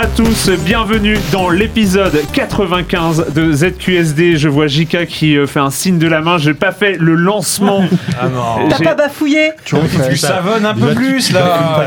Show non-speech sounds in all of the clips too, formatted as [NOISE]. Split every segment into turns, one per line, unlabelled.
à tous, bienvenue dans l'épisode 95 de ZQSD. Je vois Jika qui euh, fait un signe de la main, j'ai pas fait le lancement.
Ah non.
Oh. J'ai-
T'as pas bafouillé
Tu vois,
Tu savonnes un peu plus là.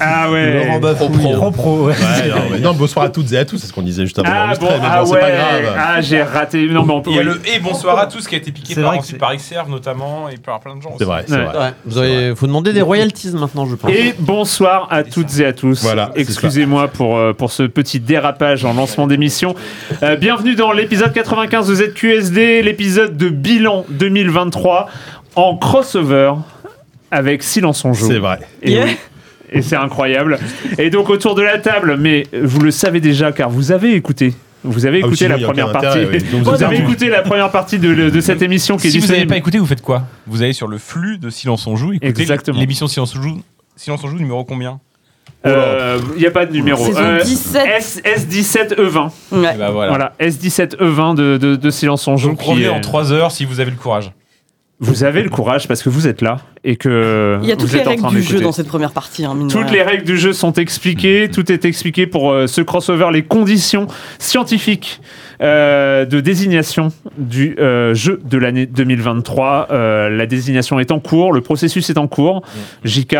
Ah ouais.
Pro pro, ouais.
Ouais,
[LAUGHS]
non, mais non, bonsoir à toutes et à tous, c'est ce qu'on disait juste avant
Ah bon,
l'enregistrement, mais
ah
bon, c'est
ouais.
pas grave.
Ah j'ai raté. Non mais on peut.
Il y a
oui.
le et bonsoir à tous qui a été piqué
C'est
par,
vrai que
ensuite
c'est-
par Xserve notamment et par plein de gens.
C'est vrai, c'est
Ouais.
vrai.
Ouais, vous auriez- faut demander des royalties maintenant, je pense.
Et bonsoir à toutes et à tous.
Voilà, c'est
Excusez-moi pour, euh, pour ce petit dérapage en lancement d'émission. Euh, bienvenue dans l'épisode 95 de ZQSD, l'épisode de bilan 2023 en crossover avec Silence on joue.
C'est vrai.
Et,
Yeah.
oui. Et c'est incroyable. Et donc autour de la table, mais vous le savez déjà car vous avez écouté. Vous avez
Ah,
écouté
sinon,
la
il y a
première
aucun
partie.
intérêt, oui. Donc,
Vous
vous
avez
avez-
écouté la première partie de, le- de cette émission qui est
Si vous n'avez
disponible.
pas écouté, vous faites quoi Vous allez sur le flux de Silence on joue, écoutez
Exactement.
l'émission Silence on joue, Silence on joue numéro combien
Euh, Il n'y a pas de numéro.
Saison
Euh,
17.
S- E S17E20.
Et
Eh
Ouais.
ben
bah voilà.
Voilà, S17E20 de, de, de Silence en Joue.
Donc
qui
revenez
est-
en 3 heures si vous avez le courage.
Vous avez le courage parce que vous êtes là et que
Il y a toutes
Hein, vous
les
êtes en
règles
train
du jeu
d'écouter.
dans cette première partie. Hein, mine de
Toutes les
rien.
règles du jeu sont expliquées, tout est expliqué pour euh, ce crossover, les conditions scientifiques euh, de désignation du euh, jeu de l'année 2023. Euh, la désignation est en cours, le processus est en cours. JK,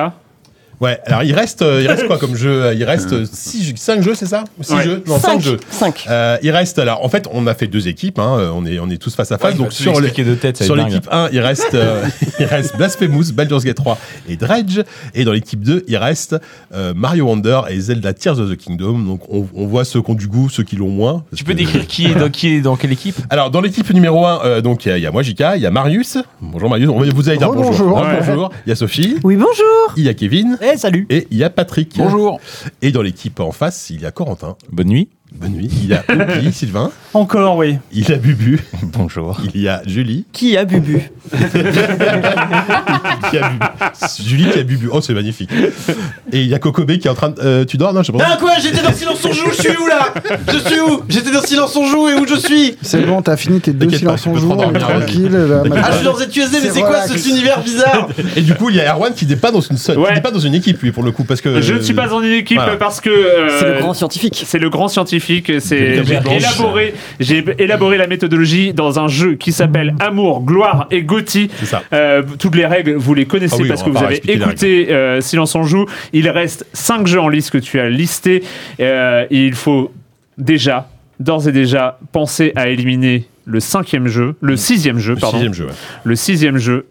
Ouais, alors il reste, euh, il reste quoi comme jeu Il reste 5 jeux, c'est ça 6
Ouais.
jeux Non, 5
Cinq.
jeux.
Cinq.
Euh, il reste, alors en fait, on a fait deux équipes, hein, euh, on, est, on est tous face à face. donc sur, le-
de tête, ça
sur
va être dingue.
l'équipe 1, il reste, euh, [LAUGHS] il reste Blasphemous, Baldur's Gate 3 et Dredge. Et dans l'équipe 2, il reste euh, Mario Wonder et Zelda Tears of the Kingdom. Donc on, on voit ceux qui ont du goût, ceux qui l'ont moins. parce
Tu peux
que-
décrire qui est dans, qui est dans quelle équipe
Alors, dans l'équipe numéro 1, donc, il y a- il y, a moi, Jika, il y a Marius. Bonjour, Marius. On va vous allez dire bonjour.
Rebonjour.
Hein,
Ouais.
bonjour. Il y a Sophie,
Oui, bonjour.
il y a Kevin
Eh, salut.
et il y a Patrick.
Bonjour.
Et dans l'équipe en face, il y a Corentin.
Bonne nuit.
Bonne nuit. Il y a
[LAUGHS]
Oupi, Sylvain.
Encore, oui.
Il y a Bubu.
Bonjour.
Il y a Julie.
Qui a Ah, bubu
[LAUGHS] Qui a Bubu. Julie qui a Bubu. Oh, c'est magnifique. Et il y a Kokobé qui est en train de. euh, tu dors Non, je sais pas.
Ah quoi J'étais dans Silence on joue, je suis où là Je suis où J'étais dans Silence on joue et où je suis
C'est bon, t'as fini tes deux
T'inquiète pas,
silences
tu
en
peux te
jour.
rendormir, vas-y.
Tranquille, la
Ah je
matinée.
suis dans ZQSD mais
C'est
c'est quoi
relax.
cet univers bizarre
[LAUGHS] Et du coup, il y a Erwan qui n'est pas dans une seule.
Ouais.
Qui n'est pas dans une équipe, lui, pour le coup. Parce que.
je ne suis pas en une équipe
voilà.
parce que euh,
C'est le grand scientifique.
c'est le grand scientifique,
Une
c'est
table
j'ai
blanche.
élaboré, j'ai élaboré la méthodologie dans un jeu qui
Mm.
s'appelle Amour, Gloire et Gauthier.
C'est ça.
Euh, toutes les règles, vous les connaissez
Ah oui,
parce
on
que
va pas
vous avez
expliquer les
écouté euh, Silence on joue. Il reste 5 jeux en liste que tu as listés. Euh, et il faut déjà, d'ores et déjà, penser à éliminer le cinquième jeu, le sixième jeu,
Mm. Le
pardon,
sixième jeu. ouais.
le sixième jeu.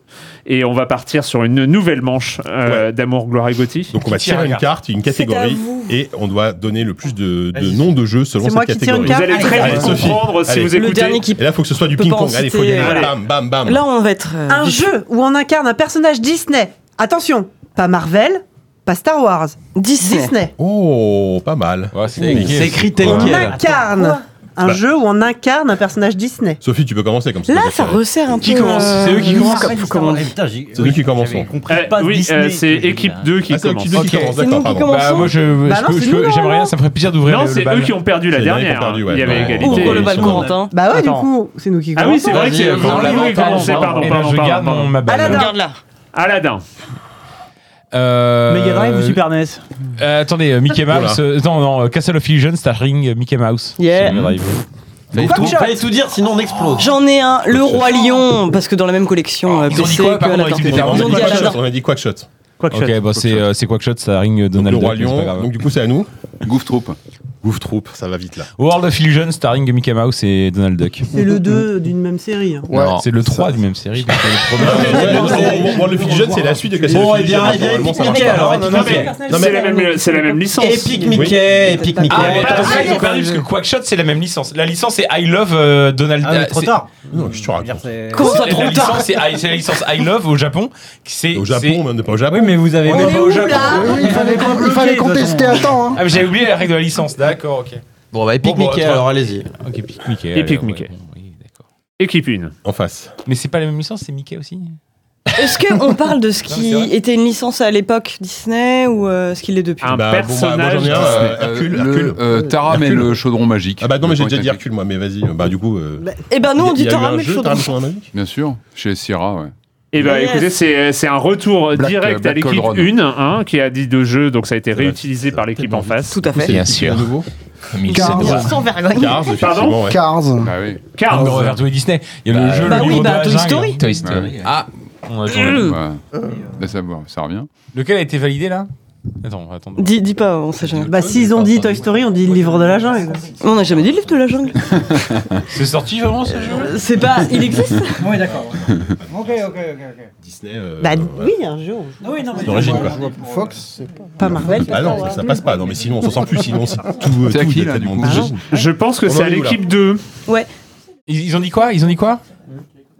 Et on va partir sur une nouvelle manche euh, d'amour, gloire et Gotti.
Donc on va
Qui tire
tirer
la
une
carte
carte, une
C'est
catégorie,
à vous.
et on doit donner le plus de, de noms de jeux selon
C'est
cette
moi qui tire
catégorie.
une
Vous
carte.
allez très
Allez,
vite
Sophie.
comprendre si
Allez.
vous
Le
écoutez.
dernier qui.
Et là, il faut que ce soit du
Je peux pas
ping-pong.
en
Allez, faut
citer,
gagner.
euh,
Bam, bam, bam.
Là, on va être. euh,
Un
vif.
jeu où on incarne un personnage Disney. Attention, pas Marvel, pas Star Wars,
Disney.
Disney.
Oh, pas mal.
Ouais,
Ouh.
C'est écrit tel
Ouais.
On
quel.
incarne un jeu où on incarne un personnage Disney.
Sophie, tu peux commencer comme ça.
Là, ça resserre un peu.
Qui commence
euh,
C'est eux qui commencent
Faut commencer.
C'est nous qui commençons.
Euh, oui, euh, c'est équipe 2 qui
Ah, c'est
commence.
l'équipe 2 qui
Ok.
commence,
C'est nous
d'accord,
qui
pardon.
Bah
commençons.
moi je,
Bah
je
non,
peux-
c'est
je
nous,
peux-
non,
hein.
j'aimerais
non.
rien, ça me ferait plaisir d'ouvrir
Non,
le,
c'est
le bal.
eux qui ont perdu la
C'est les derniers qui ont
dernière. hein.
perdu, ouais.
Il y avait
Ouais.
égalité.
Ouvre le
Ils
bal,
sont-
Corentin.
Bah ouais,
Attends.
du coup, c'est nous qui
Ah oui,
commençons.
c'est vrai que
Vas-y,
c'est.
euh,
Pardon,
on
pardon,
l'avance,
pardon,
on l'avance.
pardon,
Et là,
pardon,
je garde
pardon.
mon- ma balle.
Aladdin.
Regarde là.
Aladdin.
Euh,
Mega Drive ou Super NES
euh, Attendez, euh, Mickey Mouse. euh, non, non, euh, Castle of Illusion starring euh, Mickey Mouse.
Yeah.
C'est Mega Drive.
Fallait
One
tout,
shot.
fallait tout dire sinon on explose.
J'en ai un, le roi lion, parce que dans la même collection,
Ah,
euh,
ils ont dit
PC
quoi, par
que
contre,
Aladdin.
avec les
On
différents
a
Ils
dit
ont dit
Quackshot,
Aladdin.
on a dit Quackshot.
Ok, bah c'est euh, c'est Quackshot starring euh,
Donc
Donald
le Roi
Duck, mais c'est pas
Lion.
grave.
Donc du coup, c'est à nous.
Goof Troop.
Goof Troop, ça va vite là.
World of Illusion starring Mickey Mouse et Donald Duck.
C'est le 2 d'une même série. hein.
Ouais.
Non, c'est le 3 de même série. donc, euh,
[LAUGHS]
le premier.
Bon, le Fidget, c'est la suite de Castle
Bon,
of
eh bien,
Illusion.
eh bien,
Normalement, ça marche
Mickey,
pas.
alors,
Non,
Epic
mais-
Mickey.
Non,
C'est
mais
la même- c'est la même licence.
Epic Mickey, Epic Mickey.
Ah, mais
Attends,
attends,
attends,
ils ont perdu, parce que Quackshot c'est la même licence. La licence c'est I Love euh, Donald
Ah, mais
Duck. Mm.
trop tard.
non, je te raconte.
Comment ça,
La
trop
licence,
tard
c'est I- C'est la licence I Love au Japon. C'est
Au
c'est-
Japon, mais on n'est pas au Japon.
mais vous avez
On est où là
Oui, il fallait, il fallait contester à temps. Hein.
Ah, mais j'avais oublié la règle de la licence. D'accord, ok.
Bon bah Epic
Bon, bon,
Mickey
attends.
alors allez-y.
Ok, Epic Mickey.
Epic ouais, Mickey. Équipe 1.
En face.
Mais c'est pas la même licence, c'est Mickey aussi
Est-ce qu'on parle de ce
Non, mais c'est
qui
vrai.
était une licence à l'époque Disney ou euh, ce qu'il est depuis
Un
Bah, bon, bah,
personnage.
moi, j'en ai un, euh,
Euh,
Hercule, Hercule.
le, euh, Taram et
Hercule.
le chaudron magique.
Ah bah non, mais
Le
j'ai
point
déjà dit
claque.
Hercule, moi, mais vas-y. Bah du coup. euh,
Eh ben nous, on
il
dit
y a eu
Taram
un
et le
jeu,
chaudron.
Taram sur la magie
Bien sûr, chez Sierra, ouais.
Et bah
Yes.
écoutez, c'est c'est un retour
Black-
direct à
Black
l'équipe
Cauldron.
1 hein, qui a dit deux jeux, donc ça a été
vrai,
réutilisé
ça
par
va
l'équipe
tellement
en face.
Tout à fait.
Bien
C'est
sûr.
à nouveau.
Comme il
Car-
sait droit.
Sans vergogne.
Cars, effectivement, ouais.
Cars.
Bah oui.
Cars.
On revers tous les Disney. Il y a le
Bah,
jeu,
bah
le
oui,
livre
bah,
de la
Toy
jungle.
Story.
Toy Story. Ah, on a tourné.
Bah, bah, ça, bon, ça revient.
Lequel a été validé là Attends, attends.
Dis, dis pas, on sait jamais.
Bah, s'ils ont dit Toy Story, on dit le livre de la jungle.
On n'a jamais dit le livre de la jungle.
[LAUGHS] C'est sorti vraiment
Euh,
ce jeu
Euh, C'est pas. Il
[LAUGHS]
existe
[LAUGHS] Oui, d'accord. ok, ok, ok.
Disney. euh,
Bah,
ouais.
oui, un jour.
Oui, non, mais
D'origine, quoi.
Fox, c'est pas.
Pas Marvel.
Ah non, ça, ça passe pas. Non, mais sinon, on s'en sort plus. Sinon, c'est tout.
C'est
tout
à qui,
est
là, du
tellement
coup
déjà-
Je pense que
On
c'est
en
à
est où, là
l'équipe 2.
Ouais.
ils, ils ont dit quoi Ils ont dit quoi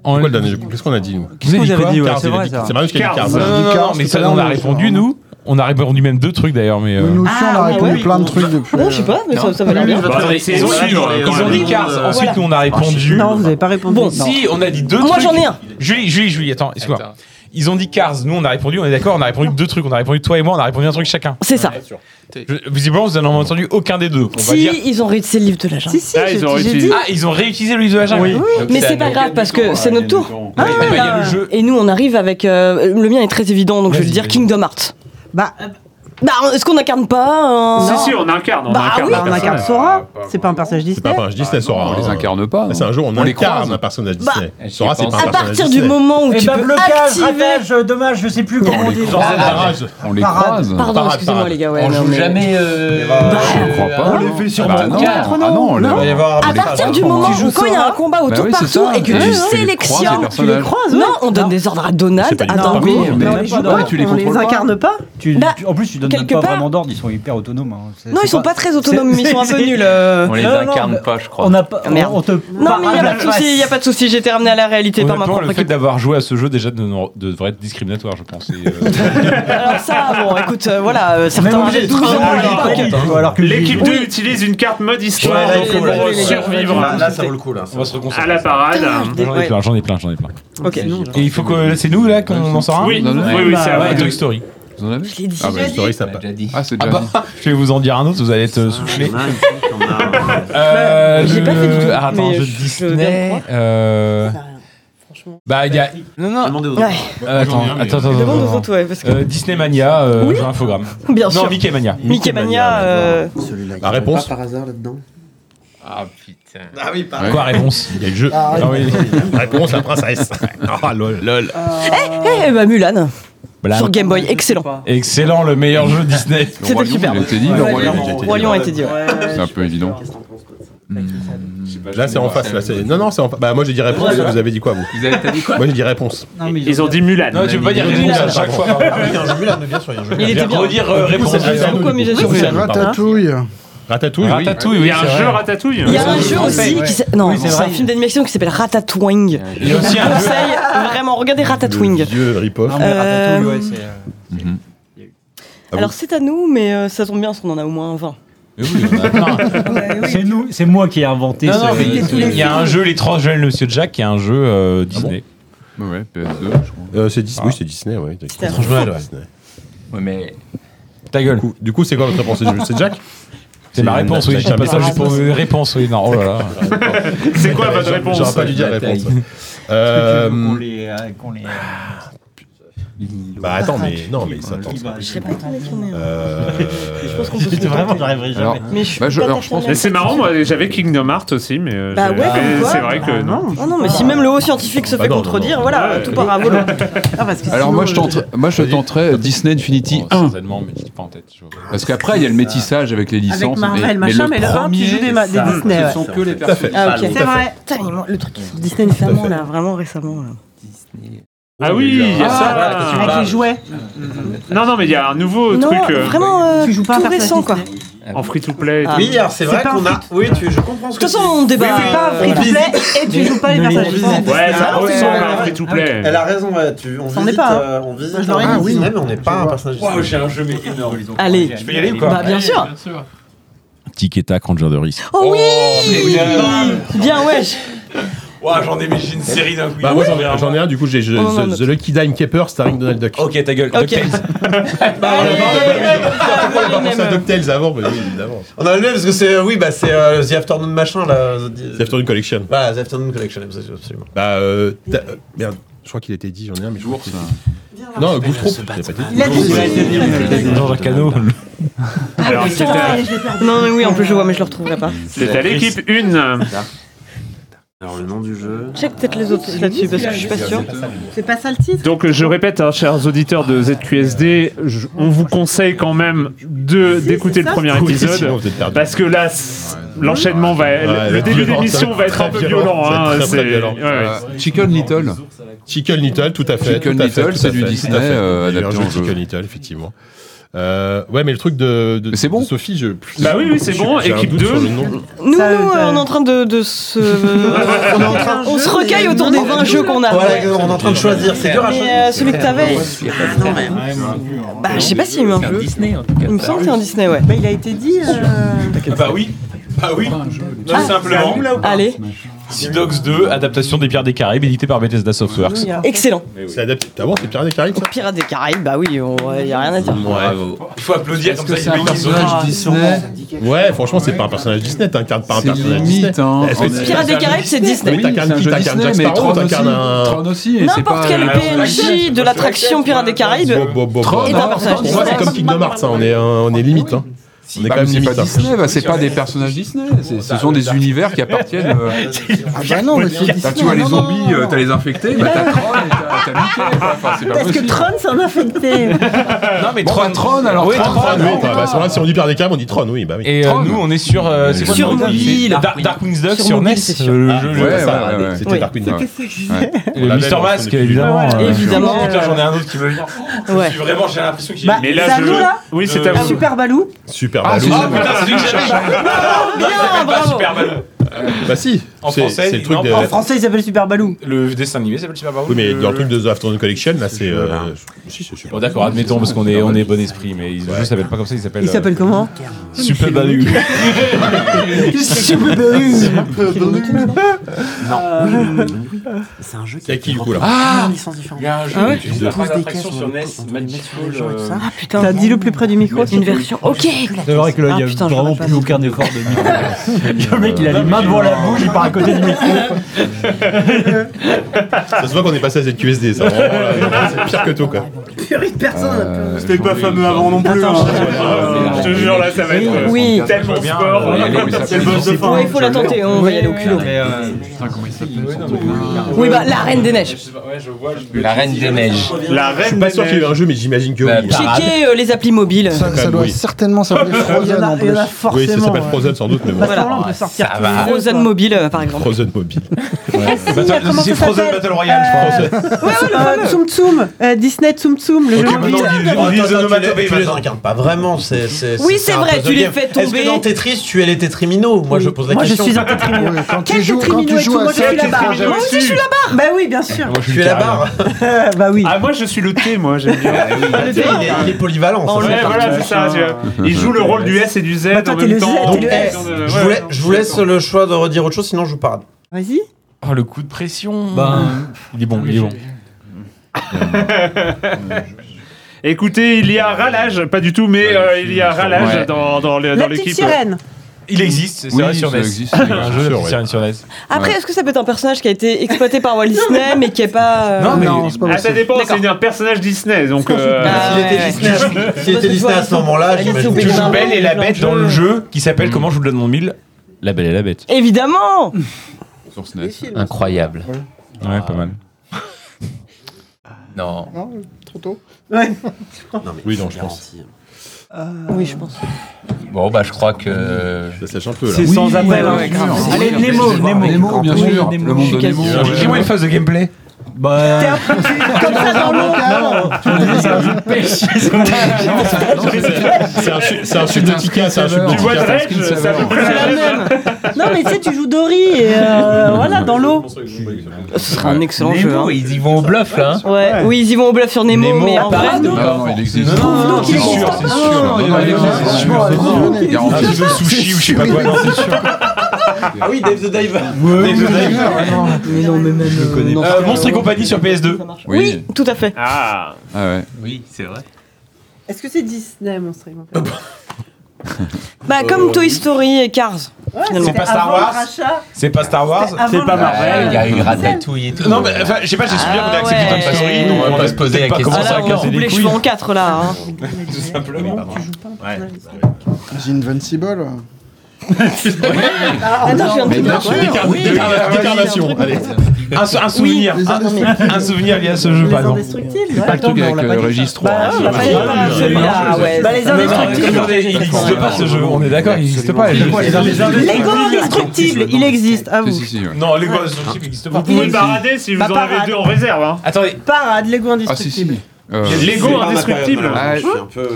On-
C'est quoi le dernier jeu Qu'est-ce qu'on a dit, nous
Vous avez dit quoi
Cars,
c'est
il a
vrai,
dit-
ça.
C'est Marius qui a dit
Cars.
Cars.
Non, non, non,
Cars,
mais
tout à
ça,
l'heure,
on a
on a
répondu,
fait un-
nous. On a répondu même deux trucs d'ailleurs, mais. euh,
Nous aussi, on a
Ah,
répondu
ouais.
plein de trucs depuis.
Non, je sais pas, mais ça, ça va l'air bien.
Bah, c'est
Ils ont,
sûr,
ils ont
euh, quand même.
dit Cars.
Ah,
Ensuite,
Voilà.
nous, on a répondu.
Non, vous avez pas répondu.
Bon, Ah,
Non. Oh,
Si, on a dit deux
Moi,
trucs.
j'en ai un.
Julie, Julie, Julie, attends, excuse-moi. Ils ont dit Cars, nous on a répondu, on est d'accord, on a répondu deux trucs, on a répondu toi et moi, on a répondu un truc chacun.
C'est ça.
Je- visiblement, vous n'en avez entendu aucun des deux. On va
Si
dire.
ils ont réussi le livre de la jungle.
Si, si,
Ah,
j'ai
ils ont
j'ai
réutilisé.
dit.
Ah, ils ont réutilisé le livre de la jungle.
Mais c'est pas grave parce que c'est notre tour.
Oui, mais il y a le
là.
jeu.
Et nous, on arrive avec. euh, le mien est très évident, donc je vais
Vas-y,
dire
vas-y.
Kingdom Hearts.
Bah,
Bah, est-ce qu'on incarne pas hein un-
Si, si, on incarne. On
Bah
incarne
oui,
la
on
personne.
incarne Sora. C'est pas un personnage
C'est pas un
Disney.
personnage Disney, Sora.
On les
hein.
incarne pas.
Bah,
C'est un jour, on
on les
incarne un
croise.
personnage Disney. Sora, c'est pas
À
un personnage
partir du
Disney.
moment où
Et
tu
bah,
peux
blocage,
activer.
ratage, dommage, je sais plus comment on dit.
Genre, c'est un barrage.
On les
Parade.
croise.
Pardon,
Parade,
excusez-moi
parade.
les gars. ouais,
On
non,
joue
mais- Bah,
jamais. euh,
Je
euh,
crois pas.
à-
les fait sur
Bah
mon
quatre,
Ah non, là.
Il va y avoir.
À partir du moment où quand il y a un combat au
Bah
tour
oui,
par
c'est
tour
ça.
et que
Et
tu
tu les croises, les
sélectionnes,
personnages. Tu les
croises. Non, on donne des ordres à Donald,
C'est pas
à
du tout
Dingo.
Oui, mais-
Mais on les joue
Ouais,
pas,
tu les
on les
contrôles pas.
incarne pas.
Tu-
Bah,
tu- en plus, tu donnes
quelque
pas
part-
vraiment d'ordre, ils sont hyper autonomes. hein. C'est-
Non,
c'est
ils sont pas très autonomes,
c'est-
ils sont un peu
c'est-
nuls.
[LAUGHS]
euh.
On les
Non, non,
incarne
mais-
pas, je crois.
On n'a pas.
Ah, merde.
on te-
Non, mais il n'y a pas de souci, y a pas de souci, j'ai été ramené à la réalité par ma
Honnêtement,
propre
le fait
équipe.
d'avoir joué à ce jeu déjà de- de- devrait être discriminatoire, je pense. et, euh,
Alors ça, bon, écoute, euh, voilà, euh,
Même
certains
obligé de
d'être
douze ans,
vraiment
alors,
à l'époque.
alors que- alors que-
L'équipe
hein.
2 utilise une carte mode histoire
Ouais, là,
donc,
il est bon,
pour
là, il est bon.
survivre
Là, ça vaut le coup, là.
on va se reconcentrer.
à la parade.
J'en ai plein, j'en ai plein, j'en ai plein.
Ok.
Et il faut que c'est nous là qu'on en sort un
Oui, oui,
Non, non,
oui, c'est à
Ouais,
vous deux.
Toy Story.
Vous en avez
Je l'ai dit.
Ah bah,
Story, ça passe.
Ah, c'est
Ah
déjà.
bah, [LAUGHS] je vais vous en dire un autre, vous allez être euh, soufflé. Euh,
J'ai pas fait du tout,
ah, attends,
mais
jeu
je- je viens de
Disney.
croire.
euh,
Franchement.
Bah, il y a. Non, non,
Ouais,
euh, attends,
J'en ai un, mais-
attends, attends,
demande aux
attends.
autres, ouais, parce que.
Euh, Disney Mania, euh,
Oui.
jeu infogramme.
Bien
Non,
sûr.
Mickey Mania.
Mickey Mania. euh,
Celui-là.
La réponse
par hasard là-dedans. Ah putain.
Ah oui, pas.
Ouais.
Quoi, réponse
Il y a le jeu.
Ah oui.
Réponse, la princesse. Ah, lol.
Lol.
Eh bah Mulan,
Voilà.
sur Game Boy, excellent.
Excellent, le meilleur jeu Disney.
Le
C'était
Roi Lion,
superbe.
Il était dit, le
Ouais,
Roi
ouais,
Lion.
ouais.
Roi Lion a été dit. ouais.
C'est un peu évident.
Là, c'est en face. Là, c'est- non, non, c'est en face. Bah, moi, j'ai dit réponse. et Vous avez dit quoi, vous
Vous avez t'as dit quoi
Moi, j'ai dit réponse.
Ils ont dit Mulan.
Non, tu peux pas dire réponse à chaque fois.
Il était bien.
Redire euh, réponse.
c'est vrai,
à chaque
nous,
fois.
Beaucoup
du coup,
amusé
c'est
sur
vrai,
ça.
pardon.
Ratatouille.
Ratatouille, oui.
Ratatouille,
Il
oui.
y a un
c'est
jeu
vrai.
Ratatouille.
Il y a un
Oui,
jeu
c'est
aussi
vrai.
qui s'appelle- Non,
Oui, c'est
c'est un
vrai.
film d'animation qui s'appelle Ratatouille.
Il y a aussi un jeu.
Conseil, vraiment, regardez Ratatouille. Euh,
Vieux rip-off.
Non, mais Ratatouille, ouais, c'est.
Ah
Alors c'est à nous, mais euh, ça tombe bien, parce qu'on en a au moins 20.
Mais oui, il y en a plein.
Mhm.
[LAUGHS] C'est nous, c'est moi qui ai inventé
Non,
ce-
non, mais il y a un jeu, l'étrange Joël Monsieur Jack, qui est un jeu euh, Disney.
Bah Ouais, PS2, je crois.
Euh, c'est Dis- Oui, c'est Disney, ouais.
un
Étrange Noël, ouais. Disney.
Ouais, mais.
Ta gueule.
Du coup- Du coup, c'est quoi votre réponse C'est- C'est Jack
C'est ma
C'est
réponse, oui.
une-
Je dis pas ça juste pour une réponse, oui. Non, oh là là.
[LAUGHS]
C'est quoi votre réponse
J'aurais pas dû dire
la taille.
réponse. Euh,
Qu'on les- euh, qu'on
Ah,
les-
Bah, attends, mais. Non, mais ça attends.
Je sais pas.
Je pense
Euh.
qu'on peut se
Vraiment,
contenter.
j'arriverai
Alors,
jamais.
Mais je
Bah,
suis
je-
pas
alors, je pense-
t'affirmer.
Mais c'est marrant, moi j'avais Kingdom Hearts aussi, mais euh,
Bah
j'ai-
ouais,
mais
comme quoi.
c'est vrai que non.
Ah non, mais si même le haut scientifique se
Bah
fait
non, non,
contredire,
non.
voilà,
Ouais.
tout part à volo.
Ah, parce que
Alors
sinon,
moi je,
euh,
tenterais, moi, je
Vas-y.
tenterais euh, Disney Infinity 1.
Certainement, mais je dis pas en tête. je vois.
Parce qu'après, il y a le métissage avec les licences.
Avec Marvel,
mais,
machin, mais le 1, tu
premier,
joues des ma- des
ça,
Disney. ouais.
ce sont que les personnages.
Ah ok.
C'est vrai.
Putain, mais moi, le truc qui sort Disney récemment, là, vraiment récemment. Là.
Ah oui, il y a
Ah,
ça. Mm-hmm.
Avec les jouets.
Non, non, mais il y a un nouveau
Non,
truc euh,
vraiment, euh,
Tu joues pas à un
tout récent, quoi.
personnage
De
en free to play. et
Ah.
tout.
Oui, alors c'est vrai qu'on a. Oui, tu... je comprends ce que
toute façon,
tu dis.
on débat.
Oui, oui,
Pas
euh,
un
voilà.
free-to-play et tu joues pas les
Ne les
personnages.
visitez
forts.
Ouais,
Ah,
ça
oui,
ressemble
oui,
à un
oui.
free to play.
Elle a raison, ouais, tu, on,
Ça en est
visite,
pas, hein.
euh, on visite
Moi, je l'aurais
un
dit.
Disney, mais on n'est pas un personnage Disney.
j'ai un jeu mais énorme.
Allez.
Je peux y aller ou quoi
Bah bien sûr.
Tic et tac, Ranger de risque.
Oh oui
mais grave.
Bien wesh
Ouah, j'en ai, mais j'ai une série d'un coup.
Bah, moi, j'en ai un, j'en ai un, du coup, j'ai j'ai-
On en a un
The The Lucky Dime Keeper starring Donald Duck.
Ok, ta gueule.
Ok.
DuckTales.
Pourquoi pas pensé à
Allez,
DuckTales avant Mais oui, évidemment.
On a le même parce que c'est. Oui, bah c'est euh, The Afternoon machin là. The,
C'est Afternoon Collection.
Voilà, The Afternoon Collection, absolument.
Bah, euh, t'as- euh, merde. Je crois qu'il était dit, j'en ai un, mais je crois
Ours,
qu'il
hein.
Non, Goustron, il a pas dit.
Il a dit.
Goustron.
Jean-Jacques Cano.
Ah,
Alors, c'est à-
Non, mais oui, en plus je vois, mais je le retrouverai pas.
c'est à l'équipe 1.
Alors, le nom du jeu.
Check peut-être les autres là-dessus parce que je suis pas sûr.
C'est pas ça le titre
Donc je répète, hein, chers auditeurs de ZQSD, je- on vous conseille quand même de d'écouter le
ça.
premier
Oui, sinon
épisode.
vous êtes perdus.
Parce que là, c- l'enchaînement va.
Ouais,
le
la
début
violence, ça
d'émission
être
va être un
très
peu
violent,
violent.
ça va
hein,
être très, très
c'est-
violent.
ouais, ouais.
Euh, Chicken Little.
Chicken Little, tout à fait.
Chicken
tout à
Little,
fait, tout à
c'est
fait,
du
tout à
Disney,
fait.
euh,
Il y a eu un
adapté en jeu.
Chicken Little, effectivement. Euh, ouais, mais le truc de, de-
Mais c'est bon.
de Sophie, je.
Bah oui, oui, c'est bon,
J'ai un
équipe
doute
2.
sur le nom.
Nous,
Ça,
nous,
ça-
on est en train de, de
[LAUGHS]
se. on, est en train- on se recaille autour des 20 jeux qu'on a.
Voilà, on est en train de choisir. C'est dur à choisir.
Mais euh, celui que t'avais.
Ah,
Bah, je sais pas s'il me.
Disney en tout cas.
Il me semble que t'es en Disney, ouais.
Bah, il a été dit. euh, Ah,
Bah oui. Bah oui. Tout
Ah,
simplement.
Allez,
Sea Dogs 2, adaptation des Pierres des Caraïbes, édité par Bethesda Softworks.
excellent.
C'est adapté. Ah bon, c'est Pirates des Caraïbes, ça
Pirates des Caraïbes, bah oui, on- ouais, y a rien à dire.
Bravo.
Il faut applaudir
Est-ce
comme
que
ça,
c'est
il
un
met personnage.
personnage Disney
Ouais, franchement, c'est pas un personnage Disney, t'incarnes pas un
C'est
personnage Disney.
limite, hein.
Est-ce que
On
c'est-
est-
Pirates des Caraïbes, c'est Disney.
Oui, t'incarnes
c'est un
qui
jeu
T'incarnes
Disney,
Jack
mais
Sparrow, euh,
Tron
t'incarnes
aussi.
un.
Tron aussi. et c'est
N'importe
pas-
quel
euh,
PNJ de l'attraction Pirates des Caraïbes.
Bon, bon, bon,
Tron,
bon.
Et
hein,
un personnage
Pour moi, c'est
Disney.
comme Kingdom Hearts, hein, on est, un- on est limite. Hein. On est
Bah,
quand même
c'est pas
limite. hein.
Disney, bah, c'est pas des personnages Disney, c'est- ce sont des univers qui appartiennent. euh,
Ah bah non, mais c'est
t'as-
Disney.
tu vois les
non, non,
zombies, euh, t'as les infectés, bah, t'as Tron et t'as t'as Mickey. quoi. Enfin, c'est pas
Parce que
possible.
Tron, c'est un infecté.
[LAUGHS] Non mais
Bon, bah, Tron, alors
Oui,
Tron.
Tron, oui, bah, bah, c'est vrai, si on dit Pierre des Caraïbes, on dit Tron, oui, bah oui.
Et euh,
Tron.
nous, on est sur. euh, c'est quoi
Sur
le nom
mobile.
C'est Dark- Darkwing's Duck
Sur
sur
mobile,
NES.
c'est sûr.
euh, Le
ouais,
jeu.
ouais,
ça,
ouais.
C'était
Oui.
Darkwing Duck.
Et
la
Mister
même,
Mask,
on est-
évidemment. euh,
Évidemment.
Putain, j'en ai un autre qui me vient.
Ouais.
Je suis Vraiment, j'ai l'impression qu'il.
Bah,
Mais
c'est
là,
à nous,
je.
là
Oui, c'est à
Euh,
vous.
Super Balou.
Super bah,
Ah,
Baloo.
c'est-
Ah putain, c'est lui que j'avais.
Bien,
Pas
bravo.
Super Baloo.
Bah si,
En
c'est
français,
c'est le
il-
truc
non,
de.
en
En français, il s'appelle Super Balou.
Le dessin animé s'appelle Super Baloo.
Oui, mais
le-
dans le truc de The Afternoon Collection, là, c'est. euh, Si, c'est super.
Bon d'accord, admettons parce qu'on est on est bon esprit, mais il ne s'appelle pas comme ça, il s'appelle.
Il s'appelle comment
euh, Super Baloo.
[LAUGHS] Super Balou.
C'est un jeu qui
C'est à qui, du coup, là
Ah licence différente.
Ah ouais.
Ils
posent des caisses
sur
sur
NES,
le-
Magic
Pour les gens et tout ça.
Ah putain.
T'as dit le plus près du micro.
Une version. Ok.
C'est vrai que là,
Ah,
il n'y a
putain, je
vraiment
l'aurais pas
plus
dit.
aucun effort
[LAUGHS]
de micro. Il y a le mec, il a les mains devant la bouche, il part à côté du micro.
Ça se voit qu'on est passé à ZQSD, ça. vraiment, là, C'est pire que tout, quoi.
Euh,
C'était pas
j'en ai
fameux
une.
avant non plus. hein.
Je te jure, là, ça va être. euh,
Oui.
Tellement
Bien,
sport.
euh, il y a les-
C'est le boss de fin.
Ouais, euh, il faut la tenter, on va y aller au culot.
Putain, comment il s'appelle son truc hein.
Oui, bah, la Reine des Neiges.
La Reine des Neiges.
La
Je suis
reine
pas
des
sûr qu'il y ait eu
neiges.
un jeu, mais j'imagine que
Bah,
oui.
parade.
Checker euh, les applis mobiles.
Ça, ça
même,
doit
oui.
certainement s'appeler
Il y
Frozen
en
en
a, il y
plus.
en a
Oui, ça
forcément.
s'appelle Frozen, sans doute, mais bon.
Voilà, on peut sortir.
Ça va.
Frozen mobile, euh, par exemple.
Frozen Mobile.
C'est Frozen Battle Royale, je pense.
Euh, Tsum Tsum, euh, Disney Tsum Tsum, le jeu
maintenant,
mobile.
on dit-
Attends,
on dit
attends,
The Nomad
tu les-
Abbey,
tu les
maintenant.
incarnes pas vraiment. c'est- c'est-
Oui,
c'est
c'est
un
vrai,
puzzle
tu les
game.
fais
Est-ce
tomber.
que dans Tetris, tu es les tétriminos Moi, je pose la
Moi, je
question.
suis un tétrimino.
Ouais, Quand tu
Quel
joues, quand tu
tétrimino
joues
es-tu
à
Moi, je
ça,
suis la barre. Moi aussi, je suis la barre. Bah oui, bien sûr.
Tu es la barre.
Euh, [LAUGHS] Bah oui. Ah,
Ah, moi, je suis le T, moi, j'aime bien.
Il est- il est polyvalent. ça,
Ouais,
c'est parti.
voilà, c'est ça. tu vois. Il joue le rôle du S et du Z
Bah, toi,
en
t'es
même
le Z,
temps. euh,
t'es le
Ouais,
S.
ouais,
eh, Je vous
ouais.
laisse- Je vous laisse le choix de redire autre chose, sinon je vous parle.
Vas-y.
Oh le coup de pression.
euh,
il est bon,
il est bon.
Écoutez, il y a ralage, pas du tout, mais euh, il y a ralage
Ouais.
dans, dans, le-
La
dans
petite
l'équipe.
sirène.
Il existe, c'est
Oui,
vrai sur
ça
NES.
existe.
[LAUGHS] Un jeu de sirène sur NES.
Après, est-ce que ça peut être un personnage qui a été exploité par Walt Disney, mais qui est pas. euh,
Non, mais-
Non, c'est pas
Ah, ça
possible.
dépend, c'est un personnage Disney, donc. euh,
Ah,
S'il
[LAUGHS]
était
ouais,
Disney, à- s'il était Disney à ce moment-là,
Alice au
j'imagine.
Pays
Tu
des
joues
Merveilles,
Belle et la
plein de
Bête dans
jeux.
le jeu qui s'appelle comment je vous le donne mon mille La Belle et la Bête.
Évidemment
Sur SNES.
Incroyable.
Ouais, pas mal.
Non.
Non, trop tôt.
Oui, non, je pense.
Euh,
Oui, je pense.
Bon, bah, je crois que.
Ça sèche un peu, là.
C'est sans appel.
ouais,
hein.
ouais, grave.
Non,
Allez,
c'est-
Nemo,
c'est-
Nemo.
Nemo,
bien
oui,
sûr.
Nemo.
Le monde de
Je suis
Nemo.
quasi-
ouais.
Dis-moi une phase de gameplay.
T'es
Bah.
un peu
[LAUGHS]
comme ça dans l'eau.
Non, mais c'est- C'est un chute- c'est un chute de Tika, c'est un chute de
Tu vois,
Tika. ça.
Dredge, ça peut plus
C'est la même. Non, mais tu sais, tu joues Dory et euh, voilà, dans l'eau.
Ce sera un excellent jeu. hein.
ils y vont au bluff, là.
Ouais, oui, ils y vont au bluff sur Nemo,
Nemo,
mais en
pas
vrai,
de-
non.
Non, non, il existe.
non, non,
c'est
qu'il
sûr,
existe.
Ah,
c'est sûr.
non, il existe, c'est sûr.
Franchement, non,
Non, non, garanti.
Un jeu sushi ou je sais pas quoi. Non, c'est sûr.
Ah oui, Dave the Diver.
Mais non, mais même. Je connais
Euh, Monstre et compagnie sur PS2.
Oui.
Tout à fait.
Ah,
Ah ouais.
Oui, c'est vrai.
Est-ce que c'est Disney, mon stream
Bah, comme Toy Story et Cars.
C'est pas Star Wars C'est pas Star Wars
C'était avant
C'est
le
pas
rachat.
Marvel.
Il y a eu Ratatouille et tout.
Non, mais enfin, je sais pas, j'ai souvenir qu'on a
Ah
accepté
ouais.
Toy Story, donc
Ouais,
on
on
va
va
se
se poser
poser
la
pas
question.
comment
Ah
ça
là,
a
on
cassé
coupe
les
les
couilles.
cheveux en quatre, là. hein.
Tout simplement.
The Invincible.
Attends, je viens de te dire.
Déclar- déclar- Déclaration. Allez.
Un, sou- un souvenir,
les
un, un souvenir lié à ce jeu,
Les
par exemple.
indestructibles,
C'est
ouais.
pas le truc avec euh, Régis 3.
Bah,
hein,
on l'a
c'est-
pas dit, bah, celui-là, ouais. Bah, les indestructibles.
Il n'existe pas ce jeu, on est d'accord, il n'existe pas.
Lego indestructible, il existe, à
Si,
vous.
si, si. ouais.
Non, les gars, ce jeu n'existe pas.
Vous pouvez le barader si vous
Bah,
en
parade.
avez deux en réserve. Hein.
Attendez,
Parade, Lego
Ah, si, si.
indestructible.
Euh,
Lego indestructible.
Ah,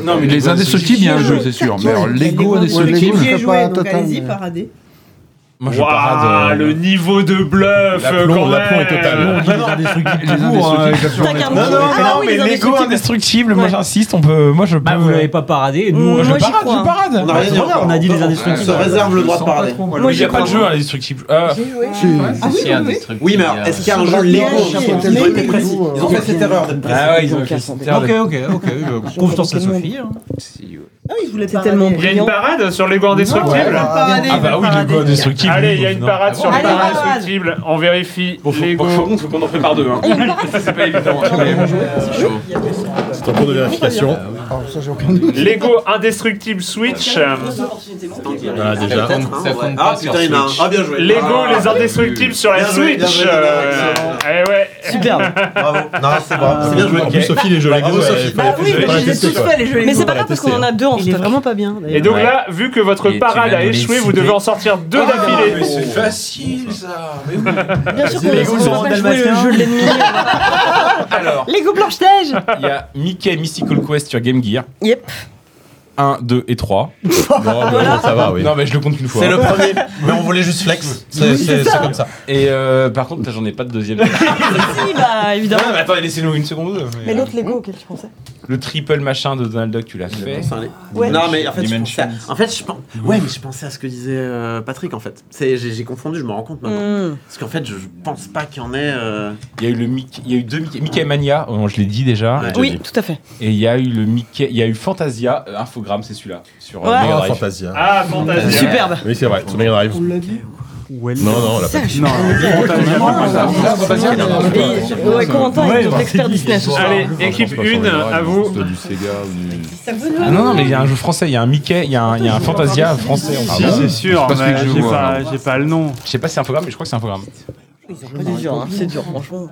Non, mais
les indestructibles, il y a un jeu, c'est sûr. Mais alors, Lego indestructible.
J'y ai joué, donc allez-y,
paradez.
moi je
Waouh,
parade.
le niveau de bluff
L'aplomb-
quand
l'aplomb est
même.
total.
Nous, on dit les indestructibles.
[LAUGHS]
Les
hein,
indestructibles.
Non,
euh, Non, non, non, mais Lego indestructible, moi j'insiste, on peut. Moi je euh,
Bah, vous l'avez pas paradé, nous,
Moi,
on-
Je
j'y
parade,
crois.
je parade.
On a rien dit encore.
on a dit les
On se
indestructibles.
réserve le droit de parler.
Moi, il n'y a pas de jeu,
crois.
hein, indestructible. Euh,
C'est indestructible.
Oui, mais alors, est-ce qu'il y a un jeu Lego Ils ont été précis. Ils ont fait cette erreur d'être précis.
Ah ouais, ils ont
Donc,
fait
euh,
cette erreur
Ok,
de-
ok, ok. euh, Confiance à Sophie. hein.
Ah C'est tellement
Il y a une
brillant.
parade sur Lego indestructible
Ah bah oui, Lego indestructible. Ah
Allez, il y a une parade sur
Allez,
Lego
parade.
indestructible. On vérifie Lego.
faut qu'on en prépare deux. hein.
C'est pas évident.
C'est en cours de
Ah,
vérification.
Lego indestructible Switch.
Ah, déjà.
Ça compte ça compte
Ah
pas sur
putain, il y en a un.
Switch.
Ah, bien joué.
Lego
Ah,
les indestructibles sur la
Bien joué, bien
Switch.
joué,
Euh, Eh ouais.
Superbe.
Bravo. Non, c'est bon. C'est bien joué.
En plus, Sophie,
Bah,
les jeux Lego.
Bravo,
elle-
Sophie. Bah
fallait-
Bah oui,
fallait
mais
pas
je les ai
tester,
tous
quoi.
faits, les jeux
Mais
Lego.
c'est pas grave, parce qu'on en a
deux en C'était vraiment pas bien.
hein. Et donc
Ouais.
là, vu que votre
Et tu
parade
vas
a
nous les
échoué, vous
citer.
devez en sortir deux d'affilée.
Ah, c'est facile ça. Mais oui.
bien sûr qu'on
Lego, ils ont
va pas jouer le
Dalmatien.
jeu de l'ennemi.
[LAUGHS] Alors,
Lego Blanche-Neige
il y a Mickey Mystical Quest sur Game Gear.
Yep.
1, 2
[LAUGHS]
et 3.
Non, mais bon, ça va, oui.
Non, mais je le compte qu'une fois.
C'est le premier. Mais on voulait juste flex. C'est- C'est c'est comme ça.
Et euh, par contre, j'en ai pas
[LAUGHS]
de deuxième.
Si, bah
Non,
évidemment.
mais attendez, laissez-nous une seconde. ou deux,
Mais
euh,
l'autre Lego auquel tu pensais
Le triple machin de Donald Duck, tu l'as fait.
Ouais.
Non mais en fait, je pensais
Dimensions.
à... en fait je pense ouais mais je pensais à ce que disait euh, Patrick en fait. C'est j'ai j'ai confondu, je me rends compte maintenant. Parce qu'en fait, je, je pense pas qu'il y en ait euh,
Il y a eu le Mickey, il y a eu deux Mickey, Mickey Mania, oh, je l'ai dit déjà.
Ouais.
Oui, tout à fait.
Et il y a eu le Mickey, il y a eu Fantasia, euh, Infogrames, c'est celui-là sur euh,
Ouais.
Mega
Ah,
Drive.
Fantasia.
Ah, fantastique.
Superbe.
Oui, c'est vrai, sur Mega Drive. Non, non, on l'a pas dit.
Ouais, Corentin est donc l'expert Disney. ce soir.
Allez, équipe 1, à vous.
C'est du Sega ou du.
Ah non non, mais il y a un jeu français, il y a un Mickey, il y a un, il y a un Fantasia français. en
Ah
fait.
bon
c'est sûr,
C'est pas celui que
mais
je
j'ai
vois,
pas, j'ai pas le nom.
Je sais pas si c'est Infogrames, mais je crois que c'est Infogrames.
C'est dur, hein, c'est dur, franchement.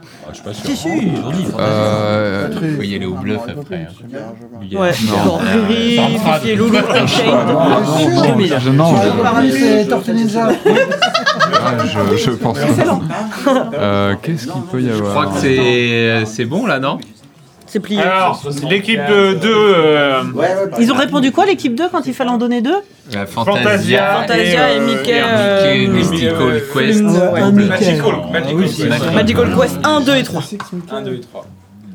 Euh,
Vous voyez, aller au bluff après. hein.
Ouais, genre Riri, Fifi et Loulou, Shane.
Non, je- non, je-
C'est Tortue Ninja.
ah, je, je pense. Euh, Qu'est-ce qu'il peut y
Je
avoir
crois que c'est c'est bon là, non
C'est plié.
Alors, l'équipe 2, euh,
Ils ont répondu quoi l'équipe 2 quand il fallait en donner deux
La
Fantasia,
Fantasia.
Fantasia et,
et, euh,
Mickey.
Mickey,
euh,
Mystical
euh,
Quest.
euh,
Ouais.
un Mickey.
Magical, Magical.
Magical Ah Quest 1, 2 et 3.
1 2 et 3.